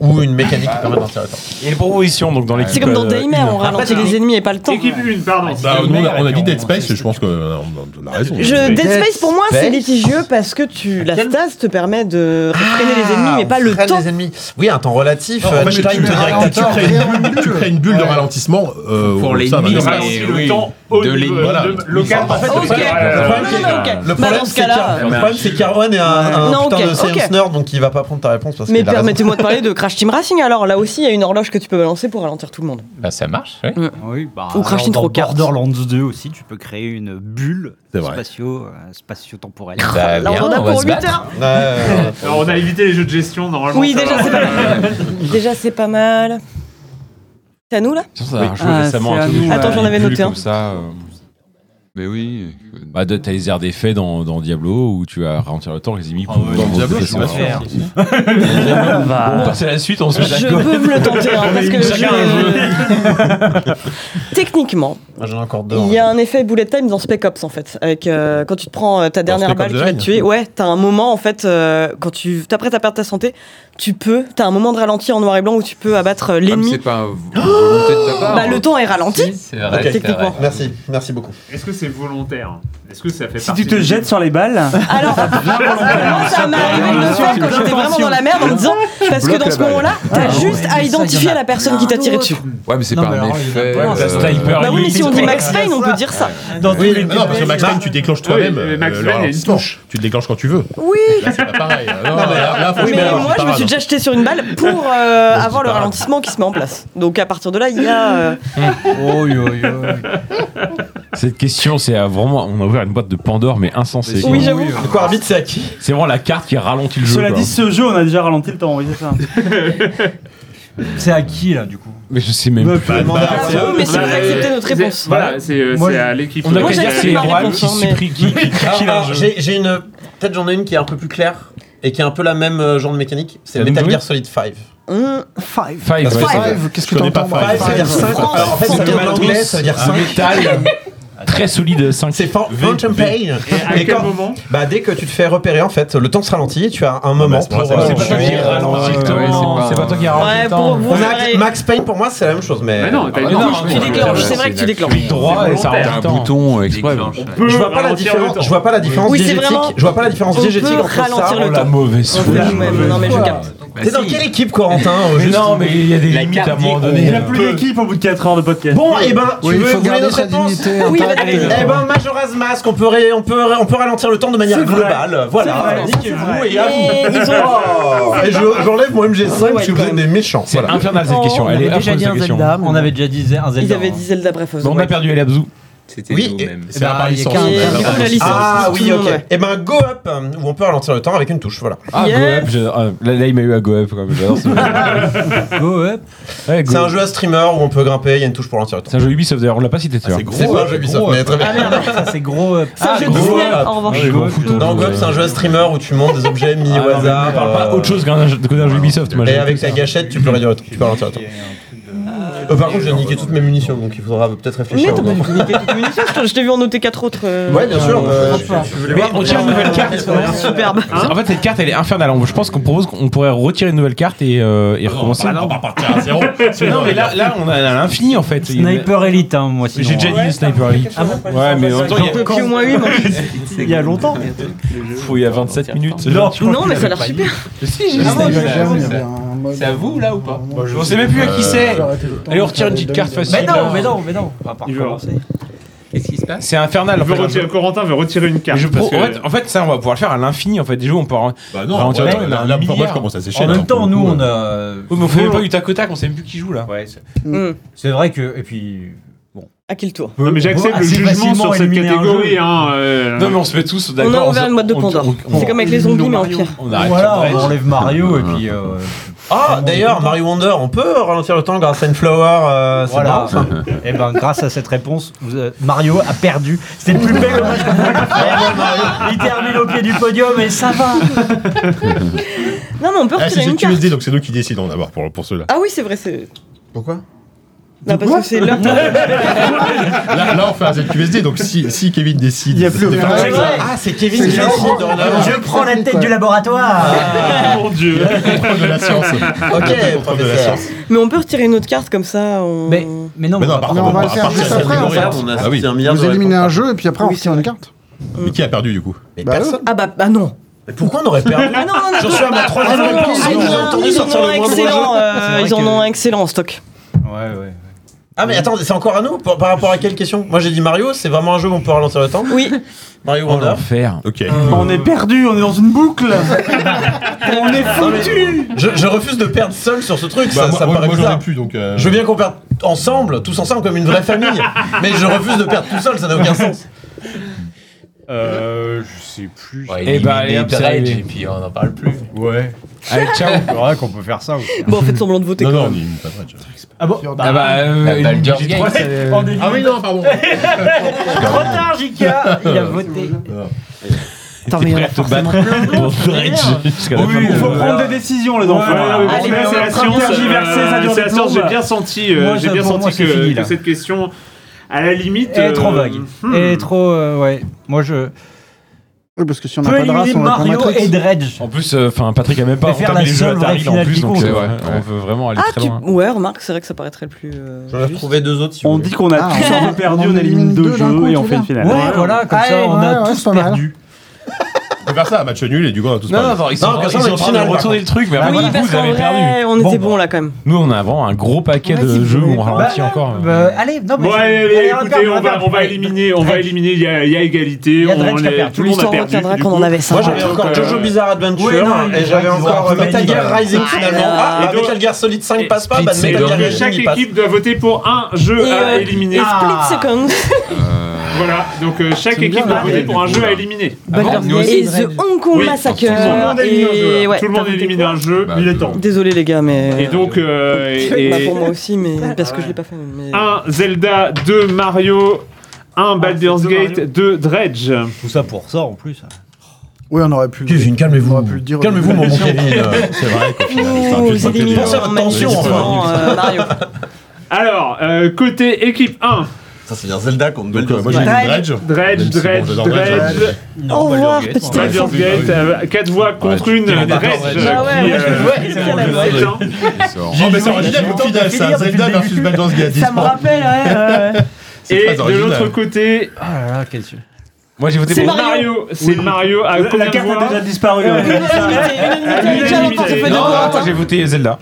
Ou une mécanique qui permet d'alentir le temps.
Il y a une proposition donc dans l'équipe.
C'est comme dans
euh,
Daimer, on ralentit les ennemis et pas le temps.
Équipe 1, pardon.
Bah, nous, on a- on a dit Dead Space, je pense qu'on on a raison.
Je, Dead
Dead
Space pour moi c'est
Space.
litigieux parce que tu la stase te permet de freiner les ennemis mais pas le
freine
temps.
Ah, les ennemis. Oui, un temps relatif.
Non, en
euh,
fait,
tu
tu
time
crées-
to direct
tu crées
action.
une bulle- tu crées une bulle de ralentissement euh,
Oh,
Pour
au
les
sein d'un
mines,
espace.
ralentit
oui.
le temps au
De
niveau
l'ennemi.
Voilà.
de- local.
euh, En fait,
Euh,
le problème,
euh,
Bah,
le
dans
problème,
ce
c'est
cas-là-
qu'Ar- le problème, c'est qu'Arwan est un, un
Non,
putain
ok,
de science
ok.
nerd, donc il va pas prendre ta réponse parce
Mais
qu'il a raison.
permettez-moi de
[LAUGHS]
parler de Crash Team Racing alors là aussi il y a une horloge que tu peux balancer pour ralentir tout le monde.
Bah, ça marche, oui.
Oui, bah,
Mm. Ou Crash
dans-
Intro
dans
Kart.
Borderlands 2 aussi, tu peux créer une bulle
C'est vrai.
spatio, euh, spatio-temporelle.
Bah,
Là, on
bien,
en a
on
pour
va se
8
battre.
heures.
Ouais.
[LAUGHS] Alors, on a évité les jeux de gestion normalement.
Oui,
ça
déjà,
va.
c'est pas Déjà c'est pas mal. C'est à nous là
J'ai l'impression d'avoir
Oui.
joué
Ah,
récemment
c'est
un
à
truc
nous,
de
ouais.
Attends, j'en avais
bulle
noté un.
Comme ça. euh, Mais oui. Bah, de- t'as les airs d'effet dans, dans Diablo où tu vas ralentir le temps, les ennemis. boum,
Ah, dans
boum,
Diablo,
boum,
je suis pas
boum,
sûr.
boum. [LAUGHS] Bon, bah, c'est la suite, hein. on se met
Je
d'accord.
peux me le tenter,
[LAUGHS]
hein, parce que
Chacun
je-
un jeu.
[LAUGHS] Techniquement,
J'en ai encore deux.
il y a un effet bullet time dans Spec Ops en fait. Avec, euh, quand tu te prends euh, ta dernière
Spec
balle
Ops
qui va
The
te
Line.
tuer, ouais, t'as un moment en fait, euh, quand tu t'apprêtes à perdre ta santé, tu peux, t'as un moment de ralenti en noir et blanc où tu peux abattre euh,
Ah, mais
l'ennemi.
C'est pas hein. volonté de ta part.
hein.
Bah, le temps est ralenti.
Ok.
Techniquement.
Merci, merci beaucoup.
Est-ce que c'est volontaire Est-ce que ça fait
Si tu te jettes sur les balles.
Ah,
Alors, moi, ça m'est arrivé de le faire quand j'étais vraiment dans la merde en me disant, parce que
Bloque
dans
la
ce
balle.
moment-là, t'as
Ah,
juste
ouais.
à identifier la personne qui t'a tiré dessus.
Ouais, mais c'est
Non,
pas
mais
un
alors, il y en a
effet.
plein.
euh,
Bah oui, mais si on dit Max
[LAUGHS]
Payne, on peut dire ça.
Dans
tous les
non, parce que Max Payne, tu déclenches toi-même.
Oui, mais Max
euh, le
Payne, il y a une
ralentissement. Tu le déclenches quand tu veux.
Oui.
Ah,
Pareil.
Non, mais là- là, Ah, faut
Ah, mais
que je parle,
moi,
je
je me
parle.
suis déjà jeté sur une balle pour euh, avoir le ralentissement qui se met en place. Donc à partir de là, il y a. euh,
Hum.
Cette question, c'est à vraiment. On a ouvert une boîte de Pandore, mais insensée.
Oui,
quoi.
j'avoue. Oui,
Le coup arbitre, c'est à qui
C'est vraiment la carte qui ralentit le jeu.
Cela
quoi.
dit, ce jeu, on a déjà ralenti le temps, oui, c'est ça.
[LAUGHS]
c'est à qui, là, du coup
Mais je sais même
Bah,
plus.
bah, bah,
c'est eux, mais si vous acceptez notre réponse.
Voilà, c'est euh,
Moi,
c'est
je-
à l'équipe.
On a
Moi,
qu'à dire que
j'accepte
c'est
ma
Erwan
réponse,
qui
hein, mais-
supprime, qui, qui, qui
Alors,
kill un
alors,
jeu.
Ah, J'ai j'ai une. Peut-être j'en ai une qui est un peu plus claire et qui est un peu la même euh, genre de mécanique. C'est
La même
Metal
douille
Gear Solid 5.
Hum,
Five.
Five,
Five,
ouais, c'est-
qu'est-ce
Je
que
connais
t'entends
pas
par
Five, ça veut dire
Five
5. Alors en fait, ça vient d'anglais, ça veut dire
Un
5.
métal très solide 5.
C'est fan- Phantom Pain.
à
Et
quel
quand-
moment
Bah dès que tu te fais repérer en fait, le temps se ralentit et tu as un moment
c'est pour
pour.
ça que
euh,
c'est pas toi
jouer.
qui
ralentis le temps. C'est pas toi qui
Ouais, pour vous,
On a-
verrez.
Max Payne pour moi c'est la même chose mais.
Mais non, t'as
Ah,
une
non,
touche,
non,
tu
non,
déclenches.
non,
C'est vrai que tu déclenches.
droit et ça
C'est
rentre un bouton
euh,
exprès.
Je vois pas la différence. Je vois pas la différence
Oui, c'est
diégétique.
vraiment-
Je vois pas la différence
on peut
diégétique entre ça.
ralentir le
La
temps.
mauvaise
On fait nous-mêmes. Non, mais je capte.
T'es
Bah,
dans quelle équipe Corentin euh,
Mais
juste-
non, mais il y a des
La
limites à un
carte
moment
dit-
donné.
Il n'y a plus d'équipe au bout de 4 heures de podcast.
Bon, et ben, tu
Oui, il
veux
faut
vous voulez
garder
notre
sa
réponse
dignité.
Oui,
intacte.
allez,
Euh,
Eh ben Majora's Mask, on peut, ré- on peut, on peut ralentir le temps de manière
C'est vrai.
globale.
C'est
Voilà,
vrai, c'est
niquez-vous
vrai.
et à vous.
Et ils
Oh. [LAUGHS] Et je- j'enlève mon MG5 parce que vous êtes des méchants.
C'est
Voilà.
infernal cette
Oh,
question.
on
Elle est affreuse cette question. Bon,
On avait déjà dit un Zelda.
Ils avaient dit Zelda hein. Breath of the
hein. On a
Wild.
perdu El Abzou.
C'était oui, et-
C'est la
Ah,
par
il y a
licence.
qu'un-
ouais,
Et
la
du
par
coup, la
licence.
licence.
Ah oui,
Tout le
ok.
monde, ouais.
Et ben Go Up, euh, où on peut ralentir le temps avec une touche. Voilà.
Ah,
Yes.
Go Up. je- ah, Là, là, il m'a eu à Go Up quand même. J'adore ce jeu.
[LAUGHS]
Go up.
[LAUGHS] Ouais, Go
C'est un
Up.
jeu à streamer où on peut grimper, il y a une touche pour ralentir le temps.
C'est un jeu Ubisoft d'ailleurs. On l'a pas cité tout à
C'est
l'heure.
C'est hein. Ah,
gros.
pas un jeu Ubisoft, mais très bien.
Ah,
Ça, c'est gros up.
C'est un jeu
gros,
Disney,
hop.
en revanche.
Ouais, je m'en fous, ton
Dans
jeu.
Go Up, c'est un jeu à streamer où tu montes des objets mis au
Ah, non, mais
hasard.
on parle pas
euh,
autre chose qu'un jeu qu'un jeu Ubisoft. moi,
Et
j'ai
avec
fait
ta
ça.
gâchette, tu peux réduire le temps, tu peux ralentir le temps. Euh, par contre, j'ai niqué toutes mes munitions, donc il faudra peut-être
Mais
réfléchir.
t'as
au
hein.
pas
moment.
dû niquer toutes les munitions, je t'en- je t'ai vu en noter 4 autres. euh,
Ouais, bien sûr. euh,
Mais on tire une nouvelle carte.
Superbe.
En fait, cette carte elle est infernale. On- Je pense qu'on propose qu'on pourrait retirer une nouvelle carte et, euh, et recommencer.
Ah non, on va partir à zéro.
Mais non, mais là, là on a à l'infini en fait. Il y en a-
Sniper Elite, hein, moi sinon.
J'ai déjà dit le Sniper Elite.
Ah bon
Ouais, mais en même temps, il y
J'en peux plus au moins 8, moi.
Il y a longtemps.
a- faut- il y a 27 minutes.
Non.
Non, mais ça a l'air super.
Si, j'ai
Ah, moi,
Sniper
j'aime, il
Elite.
y avait un mode-
C'est à vous, là, ou pas
Moi, je-
On sait même plus à
Euh,
qui c'est.
j'ai arrêté le temps
Allez, on
de
retire une
faire
petite
des
carte
demi-
Mais
facile.
non, mais non, mais non. On va pas
Il veut-
recommencer.
Qu'est-ce qui se passe
C'est infernal.
Il
En
veut
fait, un
retirer-
jeu.
Corentin veut retirer une
Mais
carte.
je
parce
pro- en,
que-
fait, en fait, ça, on va pouvoir le faire à l'infini. En fait, des jeux, on peut. en-
Bah non,
Bah,
en
en
vrai,
fait, on a
là,
un
là, pour moi,
milliard.
je commence à sécher.
En
là,
hein,
même
pour
temps,
le
nous,
coup,
on
euh.
a. Mm.
Oui, mais on fait même pas du tac au tac. On sait même plus qui joue là.
Ouais, c'est-
Hum,
C'est vrai que. Et puis.
À qui le tour
Non, mais j'accepte le
assez
jugement
facilement
sur cette
éliminer un
catégorie.
jeu.
hein, euh,
Non, mais on se met tous d'accord.
On a
se-
ouvert une boîte de
on-
Pandore.
on-
C'est comme avec les zombies, mais en
Mario,
pire.
On arrête.
Voilà,
Bref.
on enlève Mario et
Hein.
puis. euh,
Ah, d'ailleurs, Mario Wonder, on peut ralentir le temps grâce à une flower. euh, c'est
Voilà. [LAUGHS]
marrant, ça.
Et ben, grâce à cette réponse, vous, euh, Mario a perdu. C'était le plus bel hommage qu'on pouvait lui faire. Il termine au pied du podium et ça va.
Non, mais on peut
Ah, c'est
retirer une carte.
QSD, donc c'est nous qui décidons d'abord pour,
[LAUGHS]
pour ceux-là.
Ah oui, c'est vrai, c'est.
Pourquoi
Non, parce que c'est
[LAUGHS]
leur tour.
là. Là, on fait un ZQSD, donc si, si Kevin décide.
Il y a plus
c'est
rien.
pas grave.
C'est vrai.
Ah, c'est Kevin qui
C'est
décide en avant.
Je prends la tête du laboratoire.
[LAUGHS]
Mon dieu.
Contrôle de la science.
Ok,
Contrôle de la
professeur.
science.
Mais on peut retirer une autre carte comme ça. On...
Mais, mais non,
Mais non,
on va
par
Non,
contre,
on va le faire
par
juste
contre,
après,
c'est
en
rigolo.
fait.
on a
Ah oui.
sorti un milliard
Vous
de
éliminez
réponses.
un jeu et puis après on retire une carte.
Mais qui a perdu du coup
Mais
Bah,
personne.
Ah bah, bah non.
Mais pourquoi on aurait perdu
Ah non, non, non.
J'en suis à ma troisième
Ah non,
réponse.
ils
on
en
a
ont-
entendu
ils en
sortir
ont
le
un
mot
excellent,
jeu.
euh,
C'est vrai
ils en
que-
ont un excellent en stock.
Ouais, ouais.
Ah, mais attends, c'est encore à nous Par par rapport à quelle question Moi j'ai dit Mario, c'est vraiment un jeu où on peut ralentir le temps
Oui,
Mario
Oh,
Wonder.
l'enfer.
Ok.
Euh, On est perdu, on est dans une boucle. on est foutu.
Je, je refuse de perdre seul sur ce truc, ça,
Bah, moi-
ça me
moi,
paraît
moi, j'en ai
bizarre.
plus donc. euh,
Je veux bien qu'on perde
[LAUGHS]
ensemble, tous ensemble, comme une vraie famille. mais je refuse de perdre tout seul, ça n'a aucun sens.
Euh, je sais plus.
Ouais,
Eh
élimine les
hop,
dredges
salut.
et puis on n'en parle plus.
Ouais. Allez, ciao. C'est vrai qu'on peut faire ça aussi.
Bon, faites semblant de voter.
Non,
quand
non,
même.
Ah bon
Ah bah, euh,
La Baldur's
j'ai
Gate,
trois-
euh,
en début.
Ah oui, non, pardon.
Trop tard, Jika
Ah,
Il a voté.
T'es prêt à te battre pour Dredge jusqu'à la fin
Il
du
faut
monde.
prendre des décisions, les enfants.
Ouais, ouais, ouais,
Allez,
mais c'est la
on va
science.
tergiverser,
euh,
ça dure
c'est
des
la science,
plombes.
J'ai bien
[LAUGHS]
senti, euh,
Moi,
j'ai
ça,
bien
pour
senti
moi, c'est
que,
fini,
que
là.
cette question, à la limite,
Et trop
euh,
vague.
hmm.
Et trop, euh, ouais. Moi, je.
Oui, parce que si on
Peut
n'a pas de race,
éliminer
on n'a pas
Mario
Matrix.
et Dredge.
En plus, euh, enfin, Patrick a même
On
pas
va faire
entamé les
la
jeux
seule vraie
Atari en
finale
plus,
qui
donc
compte.
euh,
Ouais,
on veut vraiment aller
Ah,
très
tu...
loin.
ouais, remarque, c'est vrai que ça paraîtrait le plus. euh,
J'en ai
juste.
retrouvé deux autres. si vous
On
voulez.
dit qu'on a
Ah,
tous
on
un peu perdu, on élimine deux jeux et on fait une finale.
Ouais, voilà, comme
Allez,
ça, on a
ouais, ouais,
tous
c'est pas mal.
perdu.
On peut faire ça à match nul et du coup on a tous
Non,
parlé.
non, non, ils sont,
Non, comme ça,
ils
on
sont
est
en train
final,
de
par
retourner le truc, mais
Ah oui,
vraiment,
parce
vous avez
qu'en vrai,
perdu.
on
Bon,
était bon
bah,
là quand même.
Nous, on a vraiment un gros paquet de jeux où on ralentit encore.
Bah, allez, non, mais. Bah,
Bon,
c'est-
allez, allez,
on va
écoutez,
perdre,
on va,
perdre.
on va éliminer, on va éliminer, il y, a- il y a égalité,
y a
on
Dredge qui a
est-
perdu.
tout le monde a
L'histoire
perdu.
retiendra
du
qu'on
coup.
en avait ça.
Moi j'avais
Donc,
encore
euh,
Jojo Bizarre Adventure
ouais, non,
et j'avais
ils ont
encore
ramené
Metal
les
Gear
gars.
Rising
Ah,
finalement.
là.
Ah,
Et
bah,
donc-
Metal Gear Solid 5
Et
passe pas,
Split
bah, Metal
Second.
Gear
Donc,
Rising
chaque
il passe.
équipe doit voter pour un jeu
Et,
à
euh,
éliminer.
Et
Ah.
Split Second.
Voilà, donc euh, chaque
C'est
équipe
bien
doit
barré,
voter pour un
du
jeu
coup,
à
là.
éliminer.
Ah bon, nous aussi.
Bah, Et The Hong Kong
Oui,
Massacre.
Tout le monde élimine un jeu.
Et
là.
ouais,
Tout le monde
t'as voté
élimine un jeu.
Bah,
Il est temps.
quoi Désolé les gars, mais.
Et donc, euh, et-
[LAUGHS] Bah,
et-
pour moi aussi, mais parce que je l'ai pas fait. mais-
1 Zelda, 2 Mario, 1 Baldur's
c'est deux
Gate, 2 Dredge.
Tout ça pour ça en plus.
Oui, on aurait pu. le-
Kevin,
on aurait pu le
calmez-vous.
dire au
Calmez-vous,
début.
mon bon Kevin. euh,
[LAUGHS]
C'est vrai qu'au final, c'est un
Ouh,
peu
c'est des
de euh,
Pour ça,
millions.
attention,
hein.
magnifiquement, euh, Mario.
Alors, euh, côté équipe 1,
Ça c'est bien Zelda contre
Donc euh,
Baldur's
moi j'ai
Gate.
une
Dredge.
Dredge.
Dredge,
Même si, bon, j'adore
Dredge, Dredge, Oh, ah,
Dredge. Ah,
Au revoir, petit
Baldur's
téléphone.
Gate, 4 voix contre une
Dredge.
Dredge.
Dredge.
Ah ouais,
qui,
moi, je
euh,
Ouais, c'est
qui
bon,
est
je-
dedans.
Il sort.
Oh, mais c'est original au final ça. Zelda versus Baldur's Gate.
Ça me
dis-moi.
rappelle, ouais, ouais, ouais.
C'est
hein. Et
très
de
original.
l'autre côté,
Ah là là, quel sujet.
Moi, j'ai voté
c'est
pour
Mario. C'est Mario à
La,
combien de
carte a
voix
déjà disparu.
Euh,
hein. ouais.
Unanimité.
Déjà dans le portefeuille de
Non,
Corentin.
Moi, j'ai voté Zelda.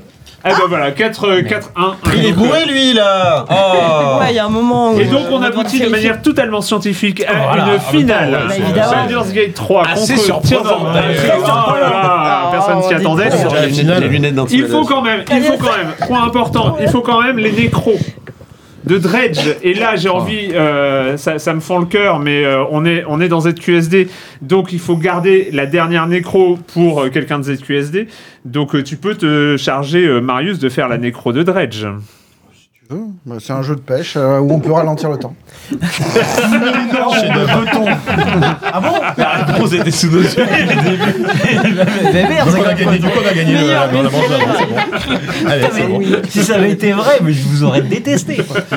Ah bah voilà, 4, 4, 1.
Il est bourré
euh,
lui
[LAUGHS]
là Oh
Ouais, il y a un moment où.
Et donc on
va devoir
aboutit de
se qualifier.
manière totalement scientifique à
Voilà,
ah,
en
une
même temps, ouais,
bah,
finale.
c'est-
évidemment.
Baldur's Gate 3
Assez
contre
surprenant,
Tears of
d'ailleurs.
Time. Oh là là,
Oh,
personne s'y
on dit
attendait.
quoi
déjà la finale.
Les lunettes d'un
Il faut quand même, il faut quand même, point important, il faut quand même les nécros de Dredge. Et là, j'ai envie,
Ah.
euh, ça, ça me fend le cœur, mais euh, on, est, on est dans ZQSD, donc il faut garder la dernière nécro pour euh, quelqu'un de ZQSD. Donc euh, tu peux te charger, euh, Marius, de faire la nécro de Dredge.
Bah, C'est un jeu de pêche euh, où on peut ralentir le temps.
Ah bon
La réponse était sous nos yeux.
[LAUGHS]
Mais merde,
Donc on a gagné, donc on a gagné le-
euh,
Meilleur
dans la manche d'avant, c'est bon. Allez, c'est bon.
Si ça avait été vrai, mais je vous aurais détesté. quoi.
Ce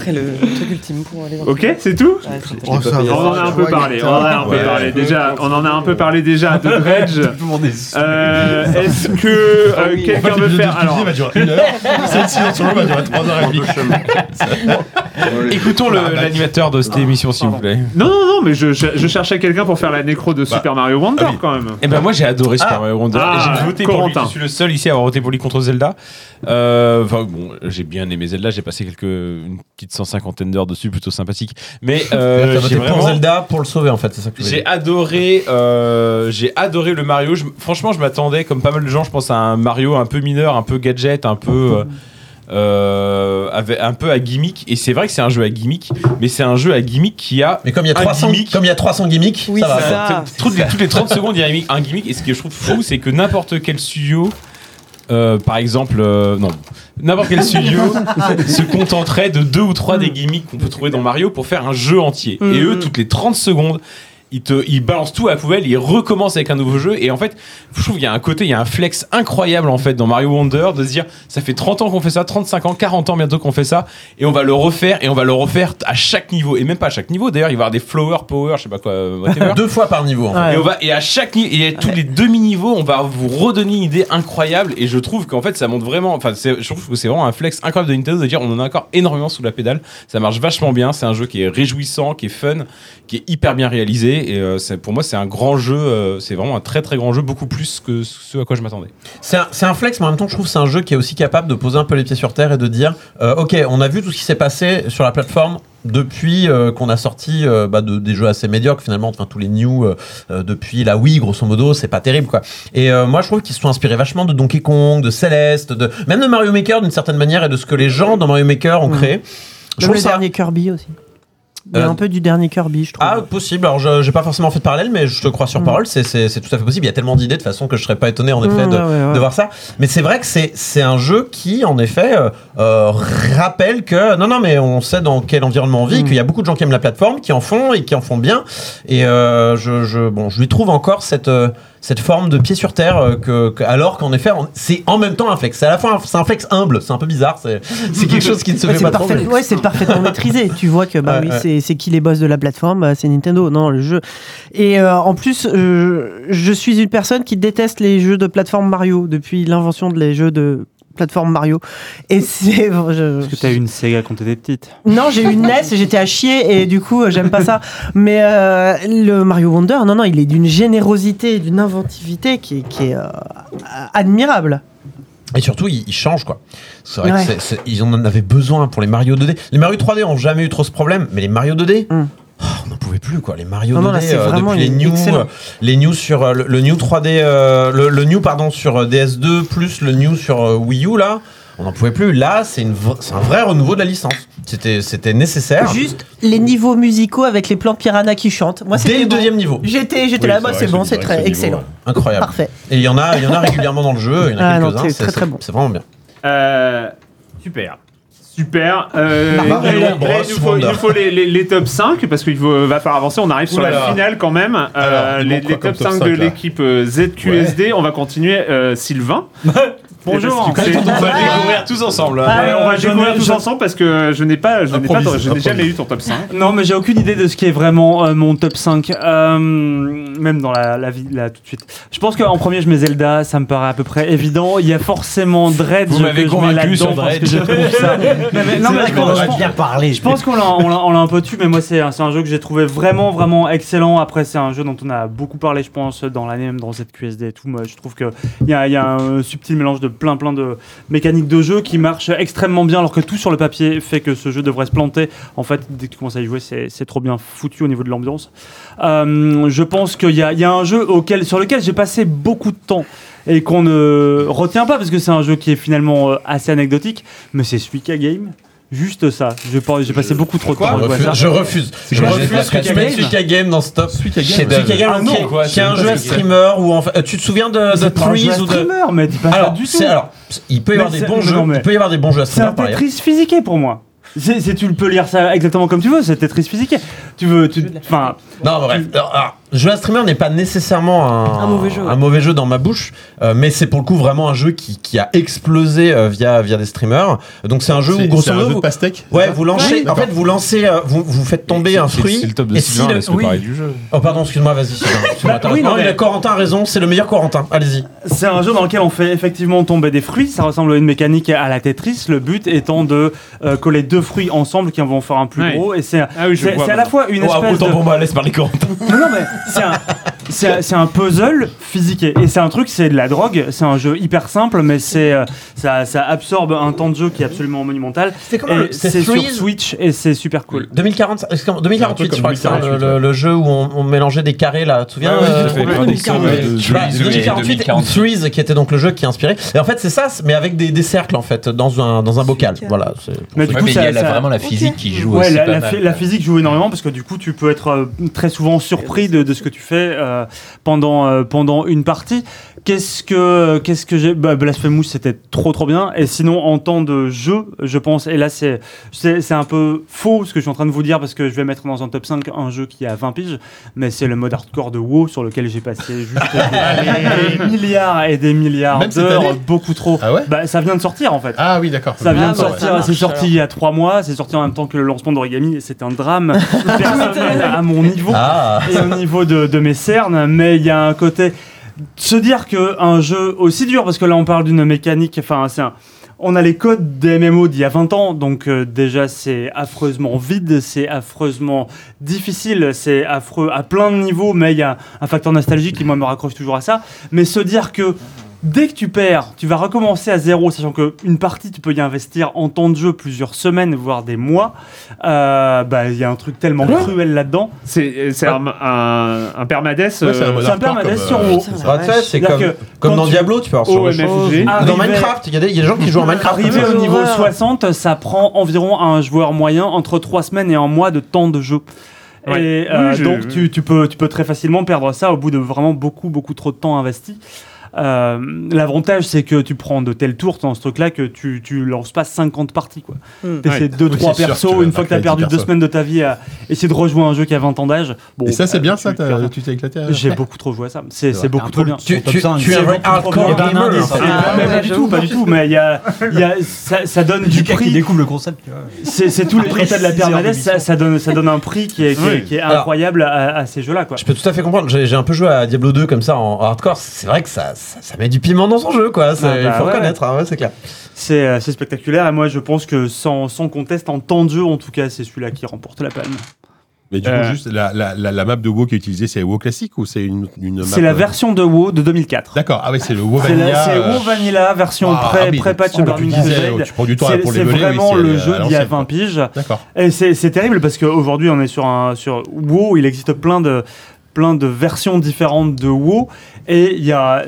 serait le truc ultime pour aller voir.
Ok, c'est tout
Ouais, c'est-
Oh, ça
On
va.
en a un peu
Ouais,
parlé, on en a un peu
Ouais.
parlé déjà, on en a un peu parlé déjà de Dredge.
Tout le monde est sous.
Euh, Est-ce que euh,
En fait,
quelqu'un veut
le
faire
alors...
alors
va durer
[LAUGHS]
une heure. Celle-ci sur l'autre va durer trois heures et demie.
Écoutons le- l'animateur de cette émission, s'il vous plaît.
Non, non, non, mais je, je, je cherchais quelqu'un pour faire la nécro de Super Mario Wonder
ah oui.
quand même.
Eh ben moi j'ai adoré Super Mario Wonder.
Ah,
j'ai voté pour lui.
Corentin.
Je suis le seul ici à avoir voté pour lui contre Zelda. Euh, Enfin bon, j'ai bien aimé Zelda. J'ai passé quelques une petite cent cinquantaine d'heures dessus, plutôt sympathique. Mais
[LAUGHS]
euh,
T'as voté
j'ai
pour
vraiment-
Zelda pour le sauver en fait, c'est ça que tu veux
J'ai
dire.
adoré, euh, j'ai adoré le Mario. Je- franchement, je m'attendais, comme pas mal de gens, je pense à un Mario un peu mineur, un peu gadget, un peu, euh, euh, avec- un peu à gimmick. Et c'est vrai que c'est un jeu à gimmick, mais c'est un jeu à gimmick qui a
Mais comme il y a
un
300
gimmick.
comme il y a 300 gimmicks,
Oui,
ça va.
c'est ça.
toutes, les, toutes les 30 secondes, il y a un gimmick- un gimmick. Et ce que je trouve fou, c'est que n'importe quel studio, euh, par exemple, euh, non, n'importe quel studio se contenterait de deux ou trois des gimmicks qu'on peut trouver dans Mario pour faire un jeu entier.
Mm.
Et eux, toutes les 30 secondes, ils, te, ils balancent tout à la poubelle, ils recommencent avec un nouveau jeu. Et en fait, je trouve qu'il y a un côté, il y a un flex incroyable en fait dans Mario Wonder de se dire ça fait 30 ans qu'on fait ça, 35 ans, 40 ans bientôt qu'on fait ça, et on va le refaire, et on va le refaire à chaque niveau. Et même pas à chaque niveau, d'ailleurs, il va y avoir des flower power, je sais pas quoi, euh, whatever.
[LAUGHS] Deux fois par niveau en fait.
Et, on va, et à chaque ni- et à tous les demi-niveaux, on va vous redonner une idée incroyable. Et je trouve qu'en fait, ça monte vraiment. Enfin, c'est- je trouve que c'est vraiment un flex incroyable de Nintendo de dire on en a encore énormément sous la pédale. Ça marche vachement bien. C'est un jeu qui est réjouissant, qui est fun, qui est hyper bien réalisé. Et euh, c'est- pour moi, c'est un grand jeu. euh, c'est vraiment un très très grand jeu, beaucoup plus que ce à quoi je m'attendais.
C'est [LAUGHS] un, c'est un flex, mais en même temps, je trouve que c'est un jeu qui est aussi capable de poser un peu les pieds sur terre et de dire euh, Ok, on a vu tout ce qui s'est passé sur la plateforme depuis euh, qu'on a sorti euh, bah, de- des jeux assez médiocres, finalement, enfin tous les new euh, euh, depuis la Wii, grosso modo, c'est pas terrible quoi. Et euh, moi, je trouve qu'ils se sont inspirés vachement de Donkey Kong, de Celeste, de, même de
Mmh.
Mario Maker d'une certaine manière et de ce que les gens dans Mario Maker ont créé. Je
Comme
trouve
le
ça
dernier Kirby aussi. Il y a
Euh,
un peu du dernier Kirby, je trouve.
Ah, possible. Alors, je- j'ai pas forcément fait de parallèle, mais je te crois sur parole. c'est- C'est c'est tout à fait possible. Il y a tellement d'idées de toute façon que je serais pas étonné en
Mm,
effet de,
ouais, ouais, ouais.
de voir ça. Mais c'est vrai que c'est c'est un jeu qui, en effet, euh, euh, rappelle que non, non, mais on sait dans quel environnement on vit,
Mm.
qu'il y a beaucoup de gens qui aiment la plateforme, qui en font et qui en font bien. Et euh, je, je, bon, je lui trouve encore cette euh, cette forme de pied sur terre euh, que, que- alors qu'en effet on- c'est en même temps un flex c'est à la fois un- c'est un flex humble c'est un peu bizarre c'est c'est quelque chose qui ne se
[LAUGHS] Ouais,
fait
Bah, c'est
pas trop
parfait-
mais-
Ouais,
[LAUGHS]
c'est parfaitement maîtrisé. Tu vois que
Ouais,
bah oui,
ouais.
c'est- c'est qui les boss de la plateforme Bah, C'est Nintendo. Non, le jeu. Et euh, en plus, euh, je suis une personne qui déteste les jeux de plateforme Mario depuis l'invention des jeux de plateforme Mario. Et [LAUGHS] c'est. je-
Parce que t'as eu une Sega quand t'étais petite.
Non, j'ai eu une NES et j'étais à chier et du coup, euh, j'aime pas ça. Mais euh, le Mario Wonder, non, non, il est d'une générosité, et d'une inventivité qui est, qui est, euh, admirable.
Et surtout, ils, ils changent quoi. C'est vrai
Ouais.
que c'est- c'est- ils en avaient besoin pour les Mario 2D. Les Mario 3D ont jamais eu trop ce problème, mais les Mario 2D, oh, on n'en pouvait plus quoi. Les Mario
Mm. Non, non, là,
2D
c'est
euh,
vraiment
depuis les New,
excellent.
euh, les New sur euh, le, le New 3D, euh, le, le New pardon sur euh, DS2 plus le New sur euh, Wii U là, on n'en pouvait plus. Là, c'est une vra- c'est un vrai renouveau de la licence. C'était c'était nécessaire.
Juste les niveaux musicaux avec les plans piranha qui chantent. Moi,
Dès
c'était
le
bon.
deuxième niveau.
J'étais, j'étais là, moi, c'est bon, c'est très excellent.
Incroyable.
Parfait.
Et il y en a, il y en a régulièrement dans le jeu. Il y en a
Ah non,
quelques-uns.
c'est
c'est-
très, très
c'est-
bon.
C'est vraiment bien.
Euh, super. Super. Euh,
Mario
et- et-
Bros.
et il nous faut, il nous faut les, les- les top 5 parce qu'il faut- va falloir avancer. On arrive sur
Ouh là
la
là.
finale quand même. Euh,
Alors, il
les,
manque
les
quoi
top
comme
5,
top
de
5, là
l'équipe euh, ZQSD. On va continuer. euh, Sylvain.
Bonjour.
Parce que c'est-
On va découvrir tous ensemble.
Ah,
hein.
on va
Euh,
découvrir
je-
tous
je-
ensemble parce que je n'ai pas, je n'ai pas,
Improvise,
je n'ai jamais
improvise.
eu ton top 5.
Ah, [LAUGHS] Non, mais j'ai aucune idée de ce qui est vraiment euh, mon top 5, euh, même dans la, la vie, là, tout de suite. Je pense qu'en premier, je mets Zelda, ça me paraît à peu près évident. Il y a forcément Dredge
Vous m'avez
que je mets
convaincu
là-dedans
sur
parce que
Dredge.
je trouve
[LAUGHS]
[LAUGHS] ça- Non, mais- non,
C'est
mais
vrai
je
qu'on
pense-
en a
je pense-
bien parlé, je
Je pense qu'on l'a- on l'a on l'a un peu tu, mais moi, c'est un, c'est un jeu que j'ai trouvé vraiment, vraiment excellent. Après, c'est un jeu dont on a beaucoup parlé, je pense, dans l'année, même dans cette QSD et tout. Moi, je trouve qu'il y a, il y a un subtil mélange de plein, plein de mécaniques de jeu qui marchent extrêmement bien, alors que tout sur le papier fait que ce jeu devrait se planter. En fait, dès que tu commences à y jouer, c'est c'est trop bien foutu au niveau de l'ambiance. Euh, je pense qu'il y, a- il y a un jeu auquel, sur lequel j'ai passé beaucoup de temps et qu'on ne retient pas parce que c'est un jeu qui est finalement euh, assez anecdotique, mais c'est Suika Game. Juste ça. Je pense- J'ai passé beaucoup trop de
Quoi
temps. à jouer à ça.
je refuse. Je refuse que tu mettes Suika Game dans ce top. Suika
Game,
Game,
ouais. Ah non,
qui, est-
quoi,
qui
c'est
est un
pas
jeu
ce
à
que c'est.
streamer ou en fait- euh, tu te souviens de, de
C'est pas un jeu à
Trees ou de
streamer, mais dis pas ça
alors,
du
c'est-
tout.
alors, il peut y
Mais
avoir des
c'est-
bons
non,
jeux.
mais-
Il peut y avoir des bons jeux à
C'est un
streamer par ailleurs.
Tetris physiqué pour moi. C'est, c'est- tu le peux lire ça exactement comme tu veux, c'est Tetris physiqué. Tu veux, tu, enfin,
Non, bref. Alors, alors, jeu à streamer n'est pas nécessairement un,
Un mauvais jeu, ouais.
un mauvais jeu dans ma bouche, euh, mais c'est pour le coup vraiment un jeu qui, qui a explosé euh, via, via des streamers. Donc c'est un jeu
C'est-
où, grosso
c'est un
modo.
jeu de
vous-
pastèque, c'est
Ouais,
ça
vous lancez.
Oui,
en
d'accord.
fait, vous lancez. euh, Vous, vous faites tomber
C'est-
un
c'est-
fruit.
c'est le top de
et
Sylvain,
si
laisse-le parler du jeu.
Oh, pardon, excuse-moi, vas-y. Sylvain, tu m'intéresses.
oui, non,
Non, il
mais-
a- Corentin a raison, c'est le meilleur Corentin. Allez-y.
c'est un jeu dans lequel on fait effectivement tomber des fruits. Ça ressemble à une mécanique à la Tetris. Le but étant de euh, coller deux fruits ensemble qui vont faire un plus
Ouais.
gros. Et c'est,
Ah oui, je
c'est,
vois
c'est à la
maintenant.
fois une
Oh,
espèce
autant
de-
pour moi, laisse parler Corentin.
Non, non, mais c'est un, c'est un- c'est un puzzle physique. Et et c'est un truc, c'est de la drogue. C'est un jeu hyper simple, mais c'est euh, ça, ça absorbe un temps de jeu qui est absolument monumental.
C'est comment le-
Et
c'est
c'est sur
Threes
Switch et c'est super cool.
2040, est-ce qu'en 2048, je crois que c'est hein, le-
2048,
le, le jeu où on, on mélangeait des carrés là, tu te souviens
Ouais, ouais,
euh,
j'ai trouvé
ouais,
la connexion
2048,
de- de-
je sais pas,
de- de-
2048,
2048.
Threes, qui était donc le jeu qui a inspiré. Et en fait, c'est ça, mais avec des, des cercles en fait, dans un, dans un bocal. Voilà. c'est- pour
Mais
ceux
du
qui-
coup, ça- ça- Ouais, la, la phy- la physique joue énormément parce que du coup, tu peux être euh, très souvent surpris de, de ce que tu fais euh, pendant, euh, pendant une partie. Qu'est-ce que, qu'est-ce que j'ai bah, Blasphemous, c'était trop trop bien. Et sinon, en temps de jeu, je pense, et là, c'est, c'est, c'est un peu faux ce que je suis en train de vous dire parce que je vais mettre dans un top 5 un jeu qui a 20 piges, mais c'est le mode hardcore de WoW sur lequel j'ai passé juste
[LAUGHS]
des, milliards et des milliards
Même cette
d'heures,
année
beaucoup trop. bah, ça vient de sortir en fait.
Ah oui, d'accord.
Ça vient
Ah,
de
bon, ça
sortir,
marche,
c'est sorti
alors.
il y a trois mois, c'est sorti en même temps que le lancement d'Origami, et c'est un drame [LAUGHS] personnel à mon niveau
Ah.
et au niveau de, de mes cernes, mais il y a un côté se dire que un jeu aussi dur, parce que là on parle d'une mécanique, enfin c'est un- on a les codes des MMO d'il y a 20 ans, donc euh, déjà c'est affreusement vide, c'est affreusement difficile, c'est affreux à plein de niveaux, mais il y a un facteur nostalgique qui moi me raccroche toujours à ça. Mais se dire que Dès que tu perds, tu vas recommencer à zéro, sachant qu'une partie, tu peux y investir en temps de jeu plusieurs semaines, voire des mois. Euh, bah, Il y a un truc tellement cruel là-dedans.
C'est c'est un, un, un permadeath.
Ouais, c'est un mode
euh,
hardcore comme, euh,
sur WoW.
putain, la
Bah, tu sais, c'est comme, comme dans Diablo, tu peux avoir sur le chose.
OMFG.
Dans Minecraft, il y, a des- il y a des gens qui jouent en Minecraft.
Arrivé au niveau 60, ça prend environ à un joueur moyen entre 3 semaines et un mois de temps de jeu.
Ouais.
Et euh,
Oui, je-
donc tu, tu peux, tu peux très facilement perdre ça au bout de vraiment beaucoup, beaucoup trop de temps investi. Euh, L'avantage, c'est que tu prends de tels tours dans ce truc-là que tu, tu lances pas 50 parties. quoi.
Hmm.
T'essaies
Ouais.
2-3
Oui, c'est sûr,
persos,
tu vas
une fois que t'as
marquer
perdu
10
2
persos.
semaines de ta vie à essayer de rejoindre un jeu qui a 20 ans d'âge. Bon,
Et ça, c'est
euh,
bien,
tu
ça, t'as-
perds.
tu t'es éclaté à-
J'ai
Ouais.
beaucoup trop joué à ça. C'est
C'est
c'est
vrai.
beaucoup
Un
trop
peu-
bien.
tu- Ton top tu- cinq, tu es c'est un vrai beaucoup hardcore trop bien. gamer,
Eh ben,
en
non,
fait.
mais
Ah
c'est-
ouais,
Pas du
j'avoue.
tout, pas du tout. Mais il y a, il y a- ça, ça donne du prix. qui découvre le concept. C'est c'est tous les
Après
résultats de la
six heures
permanence.
d'émission.
Ça, ça donne, ça donne un prix qui est, qui est-
Oui.
qui est
Alors,
incroyable à, à ces jeux-là. quoi.
Je peux tout à fait comprendre. J'ai j'ai un peu joué à Diablo 2 comme ça en hardcore. C'est vrai que ça, ça, ça met du piment dans son jeu, quoi. C'est-
Ah bah
il faut
ouais.
reconnaître, hein, ouais, c'est clair.
C'est euh, c'est spectaculaire. Et moi, je pense que sans, sans conteste, en temps de jeu, en tout cas, c'est celui-là qui remporte la palme.
Mais du coup,
Euh.
juste la, la, la, la map de WoW qui est utilisée, c'est WoW classique ou c'est une, une map euh,
C'est la version de WoW de 2004.
D'accord, ah oui, c'est le WoW
C'est la-
Vanilla.
c'est
euh,
WoW Vanilla version
Ah,
pré,
ah oui,
pré-patch
donc,
Burning
tu disais,
Crusade.
tu prends du temps à-
C'est-
pour
C'est
leveler, oui,
vraiment
c'est,
le
euh,
jeu
à
d'il y a
l'ancienne,
20 piges.
D'accord.
Et c'est c'est terrible parce qu'aujourd'hui, on est sur un. Sur WoW, il existe plein de, plein de versions différentes de WoW. Et il y a.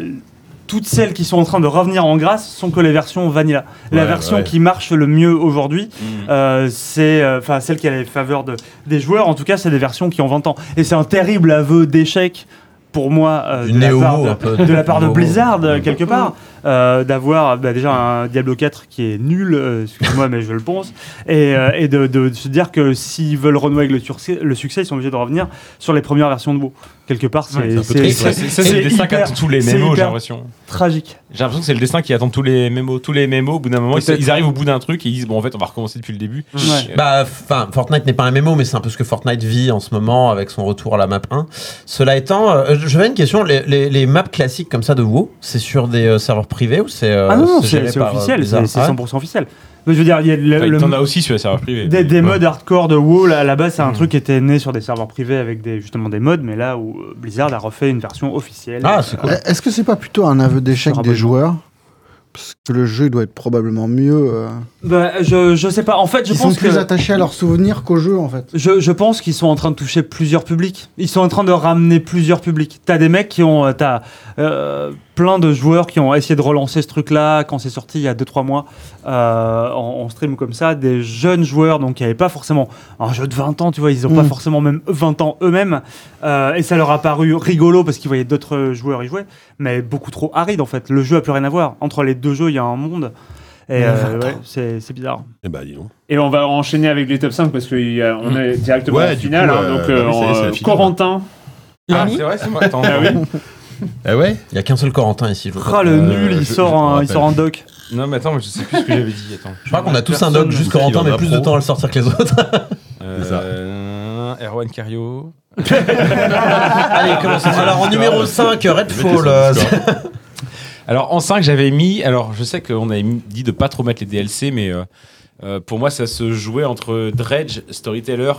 Toutes celles qui sont en train de revenir en grâce sont que les versions vanilla. La
Ouais,
version
ouais.
qui marche le mieux aujourd'hui,
Mm.
euh, c'est enfin celle qui a les faveurs de, des joueurs. En tout cas, c'est des versions qui ont 20 ans. Et c'est un terrible aveu d'échec pour moi euh,
Du
de, la
néo-wo,
part
un
de,
peu.
de la part de
Néo-wo.
Blizzard euh, quelque part euh, d'avoir bah, déjà un Diablo 4 qui est nul euh, excuse-moi [LAUGHS] mais je le pense et, euh, et de, de se dire que s'ils veulent renouer avec le, succès, le succès ils sont obligés de revenir sur les premières versions de WoW quelque part c'est
Ouais, c'est un peu triste, ouais. Ça, c'est le destin qu'attendent tous les
c'est
MMO, j'ai
hyper
l'impression.
tragique
J'ai l'impression que c'est le destin qui attend tous les mémos. Tous les mémos, au bout d'un moment, ils,
Peut-être.
ils arrivent au bout d'un truc et ils disent Bon, en fait, on va recommencer depuis le début. Euh,
Bah, enfin, Fortnite n'est pas un MMO, mais c'est un peu ce que Fortnite vit en ce moment avec son retour à la map 1. Cela étant, euh, je- j'avais une question. Les, les- les maps classiques comme ça de WoW, c'est sur des euh, serveurs privés ou c'est euh,
ah non, non,
géré
c'est c'est
par, euh,
officiel,
Blizzard
c'est c'est
Ah ouais
100% officiel. Mais je veux dire, il y a le,
Enfin,
le-
t'en as aussi Mm. sur les serveurs privés.
Des, des
Ouais.
modes hardcore de WoW, là, à la base, c'est un truc qui était né sur des serveurs privés avec des, justement des modes, mais là où euh, Blizzard a refait une version officielle.
Ah,
Ah,
Euh, Est-ce que c'est pas plutôt un aveu d'échec des joueurs Parce que le jeu il doit être probablement mieux. euh.
Bah, je, je sais pas. En fait, je
Ils sont
pense
plus
que-
attachés à leurs souvenirs qu'au jeu en fait.
Je, je pense qu'ils sont en train de toucher plusieurs publics. Ils sont en train de ramener plusieurs publics. T'as des mecs qui ont. euh, T'as euh, plein de joueurs qui ont essayé de relancer ce truc-là quand c'est sorti il y a 2-3 mois euh, en, en stream comme ça. Des jeunes joueurs, donc qui n'avaient pas forcément un jeu de 20 ans, tu vois. Ils n'ont pas
Mm.
forcément même 20 ans eux-mêmes. Euh, et ça leur a paru rigolo parce qu'ils voyaient d'autres joueurs y jouer, mais beaucoup trop aride en fait. Le jeu a plus rien à voir. Entre les deux jeux, il y a un monde. Et
Mais
euh,
20 ans.
ouais, c'est c'est bizarre.
Eh ben, dis donc.
Et on va enchaîner avec les top 5 parce qu'on est directement
Ouais,
en
du
finale.
coup,
hein,
euh,
donc,
bah
euh,
oui, ça y est, c'est la
euh,
finale.
Corentin.
Ah, c'est vrai, c'est moi. Attends.
Ah oui.
Ah ouais
Il y a qu'un seul Corentin ici. Je
Ah, le
Euh,
nul, il sort un- il sort un doc.
Non, mais attends, mais je sais plus ce que j'avais dit. Attends.
Je crois qu'on a tous un doc, juste Corentin met plus de temps à le sortir que les autres.
[LAUGHS]
Euh, Erwan Cario.
Allez, commençons. Alors, en numéro 5, Redfall. euh,
[LAUGHS] Alors en 5 j'avais mis, alors je sais qu'on avait mis- dit de pas trop mettre les DLC mais euh, euh, pour moi ça se jouait entre Dredge, Storyteller,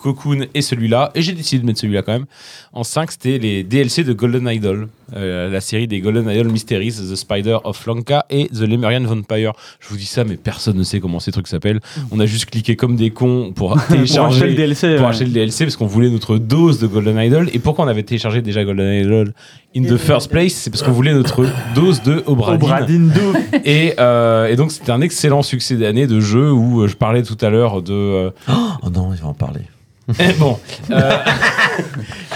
Cocoon et celui-là et j'ai décidé de mettre celui-là quand même. En 5 c'était les DLC de Golden Idol, euh, la série des Golden Idol Mysteries, The Spider of Lanka et The Lemurian Vampire. Je vous dis ça mais personne ne sait comment ces trucs s'appellent. On a juste cliqué comme des cons pour télécharger
acheter le DLC,
pour
ouais.
acheter le DLC parce qu'on voulait notre dose de Golden Idol et pourquoi on avait téléchargé déjà Golden Idol in the first place c'est parce qu'on voulait notre dose de Obradine,
Obradine
et, euh, et donc c'était un excellent succès d'année de jeu où euh, je parlais tout à l'heure de euh,
Oh non, il va en parler.
eh, bon euh,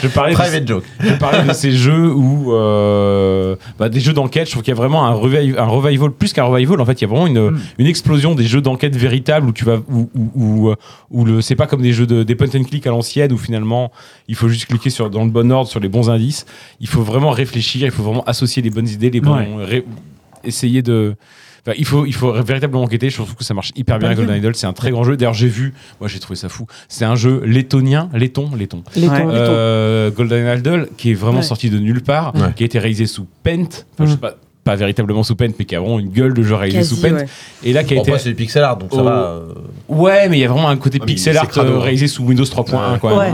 je parlais
Private
de,
joke.
je parlais de ces jeux où euh, bah, des jeux d'enquête je trouve qu'il y a vraiment un revival, un revival plus qu'un revival en fait il y a vraiment une, une explosion des jeux d'enquête véritables où tu vas où, où, où, euh, où le c'est pas comme des jeux de, des point and click à l'ancienne où finalement il faut juste cliquer sur dans le bon ordre sur les bons indices il faut vraiment réfléchir il faut vraiment associer les bonnes idées les bons
Ouais.
ré- essayer de enfin, il faut, il faut véritablement enquêter. Je trouve que ça marche hyper bien. Golden Idol, c'est un très grand jeu. D'ailleurs, j'ai vu, moi j'ai trouvé ça fou. C'est un jeu lettonien, letton, letton.
Letton, Ouais.
Euh, Golden Idol, qui est vraiment
Ouais.
sorti de nulle part,
Ouais.
qui a été réalisé sous Paint. Enfin, je sais pas, pas véritablement sous peine, mais qui a vraiment une gueule de jeu réalisé
Mm. Quasi,
sous peine.
ouais.
Et là, qui a
Bon,
été. Oh.
après, c'est du pixel art, donc ça va, euh.
Ouais, mais il y a vraiment un côté
Ah, mais
pixel
c'est
art
crado,
euh,
hein.
réalisé sous Windows 3.1, quoi.